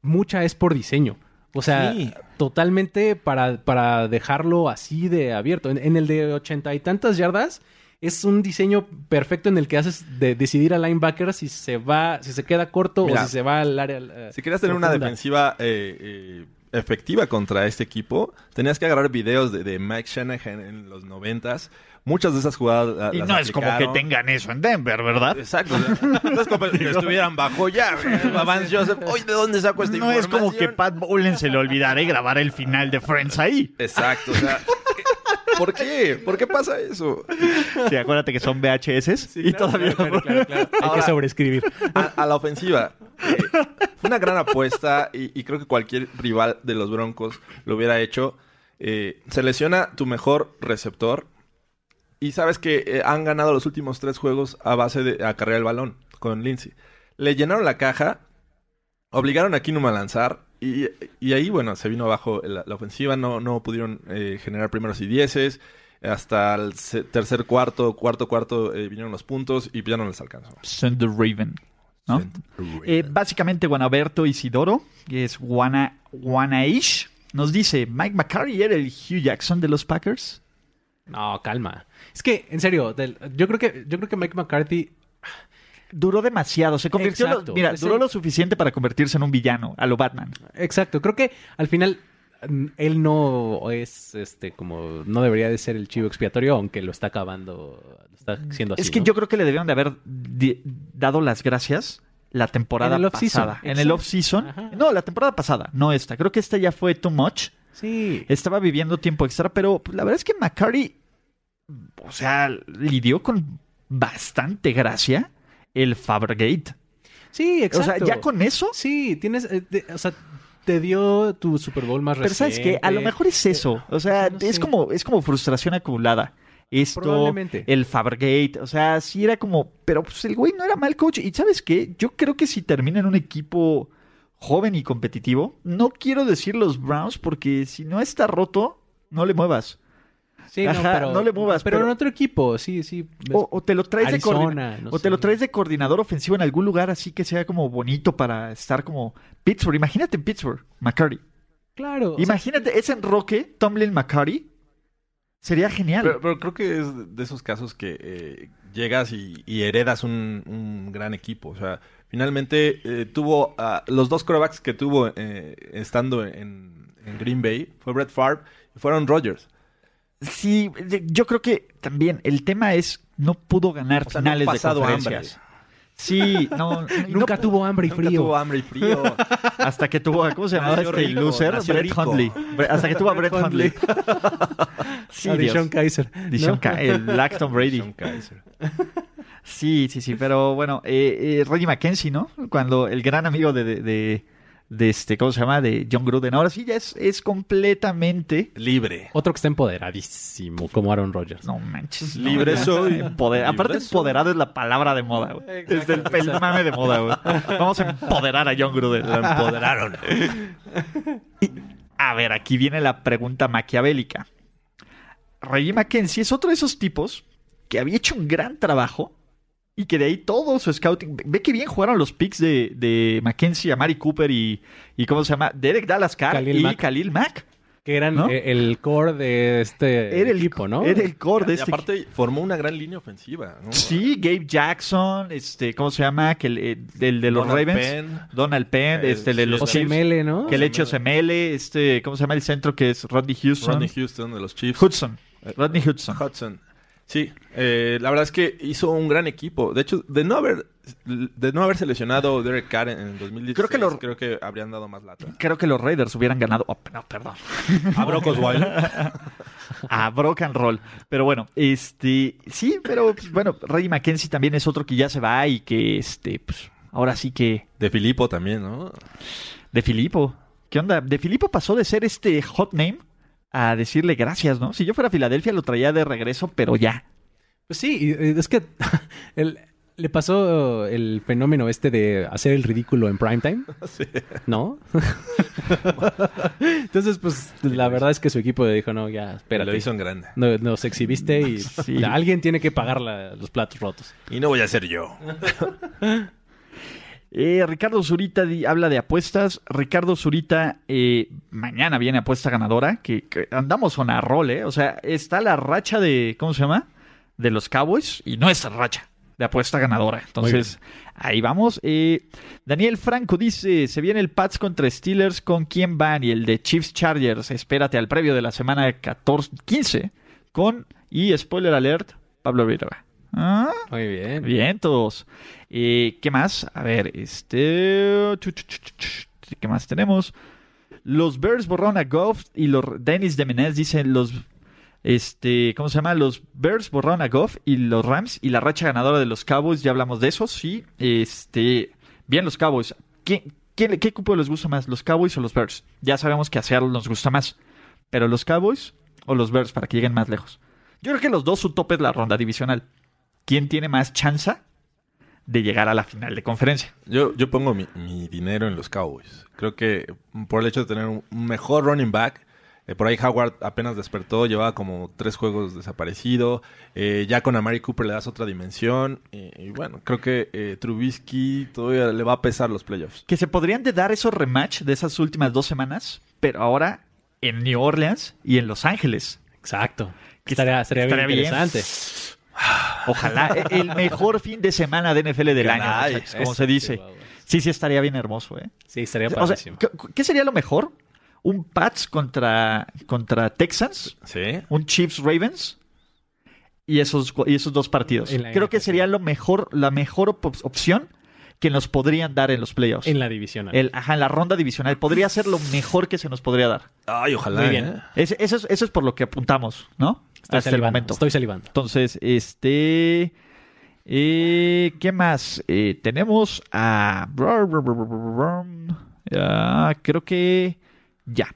Speaker 2: mucha es por diseño. O sea,
Speaker 3: Sí.
Speaker 2: totalmente para, para dejarlo así de abierto. En, en el de ochenta y tantas yardas, es un diseño perfecto en el que haces de decidir al linebacker si se va, si se queda corto
Speaker 3: Mira,
Speaker 2: o si se va al área. eh,
Speaker 3: Si querías tener una
Speaker 2: profunda.
Speaker 3: defensiva eh, eh, efectiva contra este equipo, tenías que agarrar videos de, de Mike Shanahan en los noventas. Muchas de esas jugadas la-
Speaker 1: Y
Speaker 3: las
Speaker 1: no es como que
Speaker 3: aplicaron.
Speaker 1: tengan eso en Denver, ¿verdad?
Speaker 3: Exacto. o sea, no es como que estuvieran bajo ya. eh, Vance Joseph. Oye, ¿de dónde saco esta
Speaker 1: No es como que
Speaker 3: información?"
Speaker 1: Pat Bowlen se le olvidara y grabar el final de Friends ahí.
Speaker 3: Exacto. O sea, ¿por qué? ¿Por qué pasa eso?
Speaker 1: Sí, acuérdate que son VHS y todavía...
Speaker 2: Hay
Speaker 3: Ahora-
Speaker 2: que sobreescribir.
Speaker 3: a, a la ofensiva. Eh, fue una gran apuesta y, y creo que cualquier rival de los Broncos lo hubiera hecho. Eh, se lesiona tu mejor receptor y sabes que eh, han ganado los últimos tres juegos a base de acarrear el balón con Lindsay. Le llenaron la caja, obligaron a Kinum a lanzar y, y ahí, bueno, se vino abajo la, la ofensiva. No, no pudieron eh, generar primeros y dieces. Hasta el se- tercer cuarto, cuarto cuarto eh, vinieron los puntos y ya no les alcanzó.
Speaker 1: Send the Raven, ¿no? Eh, básicamente, Guanaberto Isidoro, que es Guana, Guanaish, nos dice, Mike McCarthy era el Hugh Jackson de los Packers.
Speaker 2: No, calma. Es que, en serio, del- yo creo que yo creo que Mike McCarthy.
Speaker 1: Duró demasiado, se convirtió...
Speaker 2: Exacto. Pues
Speaker 1: mira,
Speaker 2: Es
Speaker 1: duró
Speaker 2: el-
Speaker 1: lo suficiente para convertirse en un villano, a lo Batman.
Speaker 2: Exacto, creo que al final mm, él no es este como no debería de ser el chivo expiatorio, aunque lo está acabando, lo está haciendo así.
Speaker 1: Mm, Es que
Speaker 2: ¿no?
Speaker 1: yo creo que le debieron de haber di- dado las gracias la temporada
Speaker 2: En el off-season,
Speaker 1: pasada. En el
Speaker 2: exacto.
Speaker 1: off-season.
Speaker 2: Ajá.
Speaker 1: No, la temporada pasada, no esta. Creo que esta ya fue too much.
Speaker 2: sí.
Speaker 1: Estaba viviendo tiempo extra, pero pues, la verdad es que McCarty, o sea, lidió con bastante gracia el Fabergate.
Speaker 2: Sí, exacto.
Speaker 1: O sea, ya con eso.
Speaker 2: Sí, tienes eh, te- o sea, te dio tu Super Bowl más
Speaker 1: Pero
Speaker 2: reciente.
Speaker 1: sabes que a lo mejor es eso. O sea,
Speaker 2: o sea, no
Speaker 1: es
Speaker 2: sé.
Speaker 1: como es como frustración acumulada. Esto,
Speaker 2: Probablemente.
Speaker 1: el Fabergate, o sea, sí era como, pero pues el güey no era mal coach. Y sabes qué, yo creo que si termina en un equipo joven y competitivo, no quiero decir los Browns porque si no está roto, no le muevas.
Speaker 2: Sí, no,
Speaker 1: Ajá,
Speaker 2: pero,
Speaker 1: no le muevas,
Speaker 2: Pero,
Speaker 1: pero-
Speaker 2: en otro equipo, sí, sí.
Speaker 1: O, o te lo traes de
Speaker 2: Arizona,
Speaker 1: coordina-
Speaker 2: no
Speaker 1: o te lo
Speaker 2: sé.
Speaker 1: traes de coordinador ofensivo en algún lugar así que sea como bonito para estar como Pittsburgh. Imagínate en Pittsburgh, McCarty.
Speaker 2: Claro. o sea,
Speaker 1: Imagínate ese enroque, Tomlin McCarty. Sería genial.
Speaker 3: Pero, pero creo que es de esos casos que eh, llegas y, y heredas un, un gran equipo. O sea, finalmente eh, tuvo ah, los dos corebacks que tuvo eh, estando en, en Green Bay fue Brett Favre y fueron Rodgers.
Speaker 1: Sí, de- yo creo que también el tema es no pudo ganar
Speaker 3: O sea, no ha
Speaker 1: finales de
Speaker 3: pasado
Speaker 1: conferencias. Sí, no, no, y
Speaker 2: Nunca
Speaker 1: no-
Speaker 2: tuvo hambre y
Speaker 3: Nunca
Speaker 2: frío.
Speaker 3: tuvo hambre y frío.
Speaker 1: hasta que tuvo a ¿cómo se llamaba
Speaker 3: Nació
Speaker 1: este
Speaker 3: rico,
Speaker 1: loser?
Speaker 3: nació
Speaker 1: Brett
Speaker 3: rico.
Speaker 1: Hundley. Bre- Hasta que tuvo a Brett Hundley. Sí,
Speaker 2: A
Speaker 1: Dios.
Speaker 2: Dishon Kaiser.
Speaker 1: Dishon
Speaker 2: ¿no?
Speaker 1: Ka- el Lacton Brady.
Speaker 3: Sean Kaiser.
Speaker 1: Sí, sí, sí, pero bueno, eh, eh, Reggie McKenzie, ¿no? Cuando el gran amigo de, de, de- de este, ¿cómo se llama? De John Gruden. Ahora sí ya es, es completamente...
Speaker 3: Libre.
Speaker 2: Otro que está empoderadísimo, como Aaron Rodgers.
Speaker 1: No manches. no,
Speaker 3: Libre
Speaker 1: ya.
Speaker 3: soy.
Speaker 1: Empoder-
Speaker 3: Libre
Speaker 1: Aparte,
Speaker 3: soy.
Speaker 1: empoderado es la palabra de moda, güey. Es el, el mame de moda, güey. Vamos a empoderar a John Gruden.
Speaker 3: Lo empoderaron.
Speaker 1: A ver, aquí viene la pregunta maquiavélica. Reggie McKenzie es otro de esos tipos que había hecho un gran trabajo y que de ahí todo su scouting. ve- Ve que bien jugaron los picks de, de McKenzie, a Mari Cooper y, y ¿cómo se llama? Derek Dallas Carr
Speaker 2: Khalil
Speaker 1: y
Speaker 2: Mack.
Speaker 1: Khalil Mack.
Speaker 2: Que eran
Speaker 1: ¿No?
Speaker 2: eh, el core de este
Speaker 1: Era el,
Speaker 2: equipo, ¿no?
Speaker 1: Era el core de
Speaker 3: Y
Speaker 1: este equipo.
Speaker 3: aparte formó una gran línea ofensiva. ¿no?
Speaker 1: Sí, Gabe Jackson, este, ¿cómo se llama? Que el, eh, del de los
Speaker 3: Donald
Speaker 1: Ravens.
Speaker 3: Penn.
Speaker 1: Donald Penn,
Speaker 3: Eh,
Speaker 1: este, el de
Speaker 3: sí,
Speaker 1: los
Speaker 3: o sea,
Speaker 1: Chiefs.
Speaker 2: CML, ¿no?
Speaker 1: Que le eche OCML, este, ¿cómo se llama el centro que es Rodney Houston?
Speaker 3: Rodney Houston de los Chiefs.
Speaker 1: Hudson. Rodney Hudson.
Speaker 3: Hudson. Sí, eh, la verdad es que hizo un gran equipo. De hecho, de no haber de no haber seleccionado Derek Carr en el 2016,
Speaker 1: Creo
Speaker 3: creo
Speaker 1: que
Speaker 3: que,
Speaker 1: lo-
Speaker 3: habrían dado más lata.
Speaker 1: Creo que los Raiders hubieran ganado. oh, no, perdón.
Speaker 3: A Brock Osweiler.
Speaker 1: A Brock and Roll. Pero bueno, este. Sí, pero pues, bueno, Reggie McKenzie también es otro que ya se va y que este. Pues, ahora sí que.
Speaker 3: De Filippo también, ¿no?
Speaker 1: De Filipo. ¿Qué onda? De Filipo pasó de ser este hot name a decirle gracias, ¿no? Si yo fuera a Filadelfia lo traía de regreso, pero ya.
Speaker 2: Pues sí, y, eh, es que el- le pasó el fenómeno este de hacer el ridículo en primetime, ¿no? Entonces, pues la verdad es que su equipo dijo, no, ya, espérate.
Speaker 3: Lo hizo en grande.
Speaker 2: No- nos exhibiste y
Speaker 1: Sí.
Speaker 2: alguien tiene que pagar la- los platos rotos.
Speaker 3: Y no voy a ser yo.
Speaker 1: Eh, Ricardo Zurita di- habla de apuestas. Ricardo Zurita, eh, mañana viene apuesta ganadora, que, que andamos on a roll, ¿eh? O sea, está la racha de, ¿cómo se llama? De los Cowboys y no es racha de apuesta ganadora. Entonces, ahí vamos. Eh, Daniel Franco dice, se viene el Pats contra Steelers, ¿con quién van? Y el de Chiefs Chargers, espérate al previo de la semana 14, 15, con, y spoiler alert, Pablo Villanueva. Ah,
Speaker 2: Muy bien.
Speaker 1: Vientos. Eh, ¿Qué más? A ver, este. chu, chu, chu, chu, chu, ¿Qué más tenemos? Los Bears borraron a Goff y los Dennis Demenez dicen los. Este, ¿cómo se llama? Los Bears borraron a Goff y los Rams y la racha ganadora de los Cowboys, ya hablamos de eso, sí. Este, bien los Cowboys. ¿Qué, qué, qué equipo les gusta más, los Cowboys o los Bears? Ya sabemos que a Seattle nos gusta más, pero los Cowboys o los Bears para que lleguen más lejos. Yo creo que los dos su tope es la ronda divisional quién tiene más chance de llegar a la final de conferencia.
Speaker 3: Yo, yo pongo mi, mi dinero en los Cowboys. Creo que por el hecho de tener un mejor running back, eh, por ahí Howard apenas despertó, llevaba como tres juegos desaparecido. eh, ya con Amari Cooper le das otra dimensión. eh, y bueno, creo que eh, Trubisky todavía le va a pesar los playoffs.
Speaker 1: Que se podrían de dar esos rematch de esas últimas dos semanas, pero ahora en New Orleans y en Los Ángeles.
Speaker 2: Exacto.
Speaker 1: Que
Speaker 2: Estaría, estaría bien
Speaker 1: estaría bien.
Speaker 2: interesante.
Speaker 1: Ojalá e- el mejor fin de semana de NFL del año,
Speaker 3: Caray,
Speaker 1: muchachos, como
Speaker 2: eso
Speaker 1: se
Speaker 2: sí,
Speaker 1: dice.
Speaker 2: guau, guau.
Speaker 1: Sí, sí, estaría bien hermoso, ¿eh?
Speaker 2: Sí, estaría
Speaker 1: O sea,
Speaker 2: padrísimo.
Speaker 1: ¿qué- ¿qué sería lo mejor? ¿Un Pats contra, contra Texans?
Speaker 3: Sí.
Speaker 1: ¿Un Chiefs Ravens? Y esos, cu- y esos dos partidos.
Speaker 2: En la
Speaker 1: Creo que
Speaker 2: NFC.
Speaker 1: sería lo mejor, la mejor op- opción que nos podrían dar en los playoffs.
Speaker 2: en la división.
Speaker 1: El, ajá, en la ronda divisional. Podría ser lo mejor que se nos podría dar.
Speaker 3: Ay, ojalá.
Speaker 2: Muy bien.
Speaker 3: ¿eh?
Speaker 1: Ese- eso, es, eso es por lo que apuntamos, ¿no?
Speaker 2: Estoy
Speaker 1: Hasta el
Speaker 2: salivando,
Speaker 1: momento.
Speaker 2: Estoy salivando.
Speaker 1: Entonces, este. eh, ¿Qué más? Eh, tenemos a. Ah, creo que. Ya.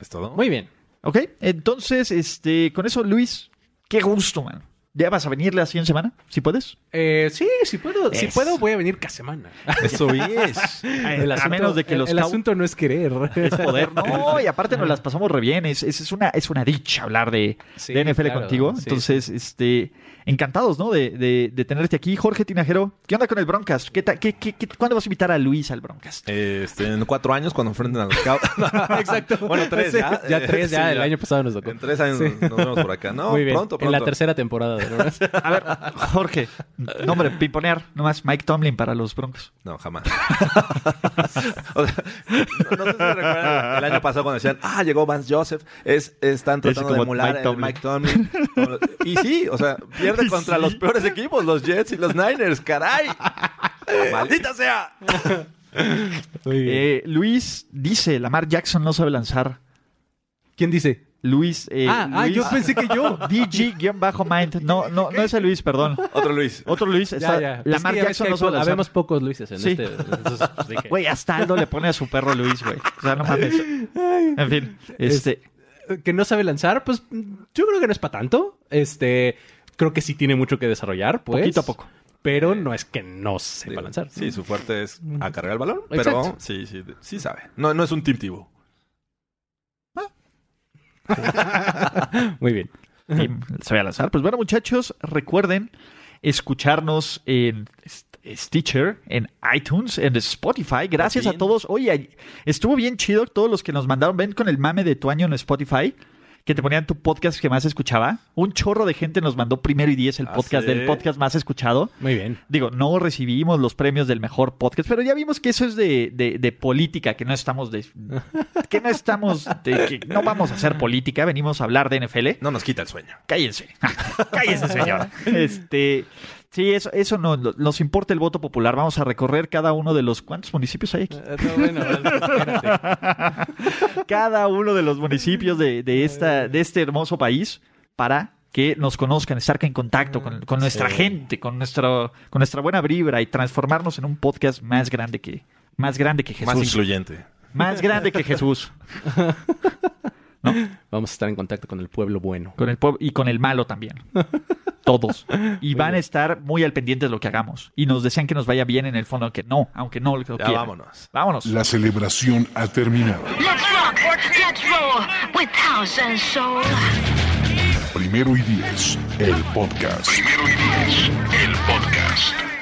Speaker 3: ¿Es todo?
Speaker 2: Muy bien.
Speaker 1: Ok, entonces, este, con eso, Luis, qué gusto, man. ¿Ya vas a venir la siguiente semana? Si puedes.
Speaker 2: Eh, sí, si puedo, si
Speaker 1: Es.
Speaker 2: puedo voy a venir cada semana.
Speaker 3: Eso es.
Speaker 1: a menos de que
Speaker 2: el-
Speaker 1: los
Speaker 2: el
Speaker 1: Cow-
Speaker 2: asunto no es querer.
Speaker 1: poder, ¿no? Y aparte nos las pasamos re bien. Es, es, es una, es una dicha hablar de,
Speaker 2: Sí,
Speaker 1: de NFL
Speaker 2: claro,
Speaker 1: contigo.
Speaker 2: sí,
Speaker 1: Entonces, este encantados, ¿no? De, de- de tenerte aquí. Jorge Tinajero, ¿qué onda con el Broncast? ¿Qué ta- qué- qué- qué- ¿Cuándo vas a invitar a Luis al Broncast?
Speaker 3: Este, en cuatro años cuando enfrenten a los Cowboys.
Speaker 2: Exacto.
Speaker 3: Bueno, tres,
Speaker 2: Sí,
Speaker 3: ya.
Speaker 2: tres, ya.
Speaker 3: Sí,
Speaker 2: el
Speaker 3: ya.
Speaker 2: año pasado nos tocó.
Speaker 3: en tres años
Speaker 2: Sí.
Speaker 3: nos nos vemos por acá. No,
Speaker 2: Muy bien.
Speaker 3: pronto,
Speaker 2: En
Speaker 3: pronto.
Speaker 2: la tercera temporada. ver, ahora sí.
Speaker 1: A ver, Jorge, nombre, pimponear, nomás Mike Tomlin para los Broncos.
Speaker 3: No, jamás. O sea, no, no sé si recuerdan el año pasado cuando decían, ah, llegó Vance Joseph. Es, están tratando
Speaker 1: como
Speaker 3: de emular
Speaker 1: Mike
Speaker 3: a Mike Tomlin. y sí, o sea, pierde
Speaker 1: Y
Speaker 3: contra
Speaker 1: sí.
Speaker 3: los peores equipos, los Jets y los Niners, caray. ¡Maldita sea!
Speaker 2: Muy bien.
Speaker 1: Eh, Luis dice, Lamar Jackson no sabe lanzar.
Speaker 2: ¿Quién dice?
Speaker 1: Luis, eh,
Speaker 2: ah, ah,
Speaker 1: Luis
Speaker 2: yo pensé que yo.
Speaker 1: DG-Mind. No, no, no es el Luis, perdón.
Speaker 3: Otro Luis.
Speaker 1: Otro Luis. Está, Lamar
Speaker 2: Es que ya ves
Speaker 1: Jackson
Speaker 2: que
Speaker 1: no sabe
Speaker 2: hay po-
Speaker 1: lanzar.
Speaker 2: Habemos pocos Luises en
Speaker 1: Sí.
Speaker 2: este. entonces, pues, dije,
Speaker 1: Güey, hasta Aldo le pone a su perro Luis, güey. O sea, no mames. En fin, este...
Speaker 2: que no sabe lanzar, pues yo creo que no es para tanto. Este, creo que sí tiene mucho que desarrollar, pues.
Speaker 1: Poquito a poco.
Speaker 2: Pero no es que no sepa lanzar.
Speaker 3: Sí, su fuerte es
Speaker 1: Mm.
Speaker 3: a cargar el balón,
Speaker 2: Exacto.
Speaker 3: pero sí, sí, sí sabe. No, no es un Tim Tebow.
Speaker 2: Muy bien.
Speaker 1: y se va a lanzar. Pues bueno, muchachos, recuerden escucharnos en St- Stitcher, en iTunes, en Spotify. Gracias a todos. Oye, ay- estuvo bien chido todos los que nos mandaron. Ven con el mame de tu año en Spotify. Que te ponían tu podcast que más escuchaba. Un chorro de gente nos mandó primero y diez el
Speaker 3: Ah,
Speaker 1: podcast
Speaker 3: sí.
Speaker 1: del podcast más escuchado.
Speaker 2: Muy bien.
Speaker 1: Digo, no recibimos los premios del mejor podcast, pero ya vimos que eso es de, de- de política, que no estamos de. que no estamos. de- que no vamos a hacer política, venimos a hablar de NFL
Speaker 3: No nos quita el sueño.
Speaker 1: cállense. cállense, señora. Este, sí, eso, eso no. lo- Nos importa el voto popular. Vamos a recorrer cada uno de los. ¿Cuántos municipios hay aquí?
Speaker 2: Eh,
Speaker 1: Cada uno de los municipios de, de esta, de este hermoso país para que nos conozcan, estar en contacto con, con nuestra gente, con, nuestra con nuestra buena vibra y transformarnos en un podcast más grande que, más grande que
Speaker 3: Más
Speaker 1: Jesús.
Speaker 3: incluyente.
Speaker 1: Más grande que Jesús.
Speaker 2: Vamos a estar en contacto con el pueblo bueno.
Speaker 1: Con el pueblo y con el malo también. Todos. Y van a estar muy al pendiente de lo que hagamos. Y nos desean que nos vaya bien en el fondo, aunque no, aunque no lo
Speaker 3: Ya
Speaker 1: quieran.
Speaker 3: vámonos.
Speaker 1: Vámonos.
Speaker 6: La celebración ha terminado.
Speaker 7: Let's rock, let's roll with house and soul.
Speaker 6: Primero y diez, el podcast. Primero y diez, el podcast.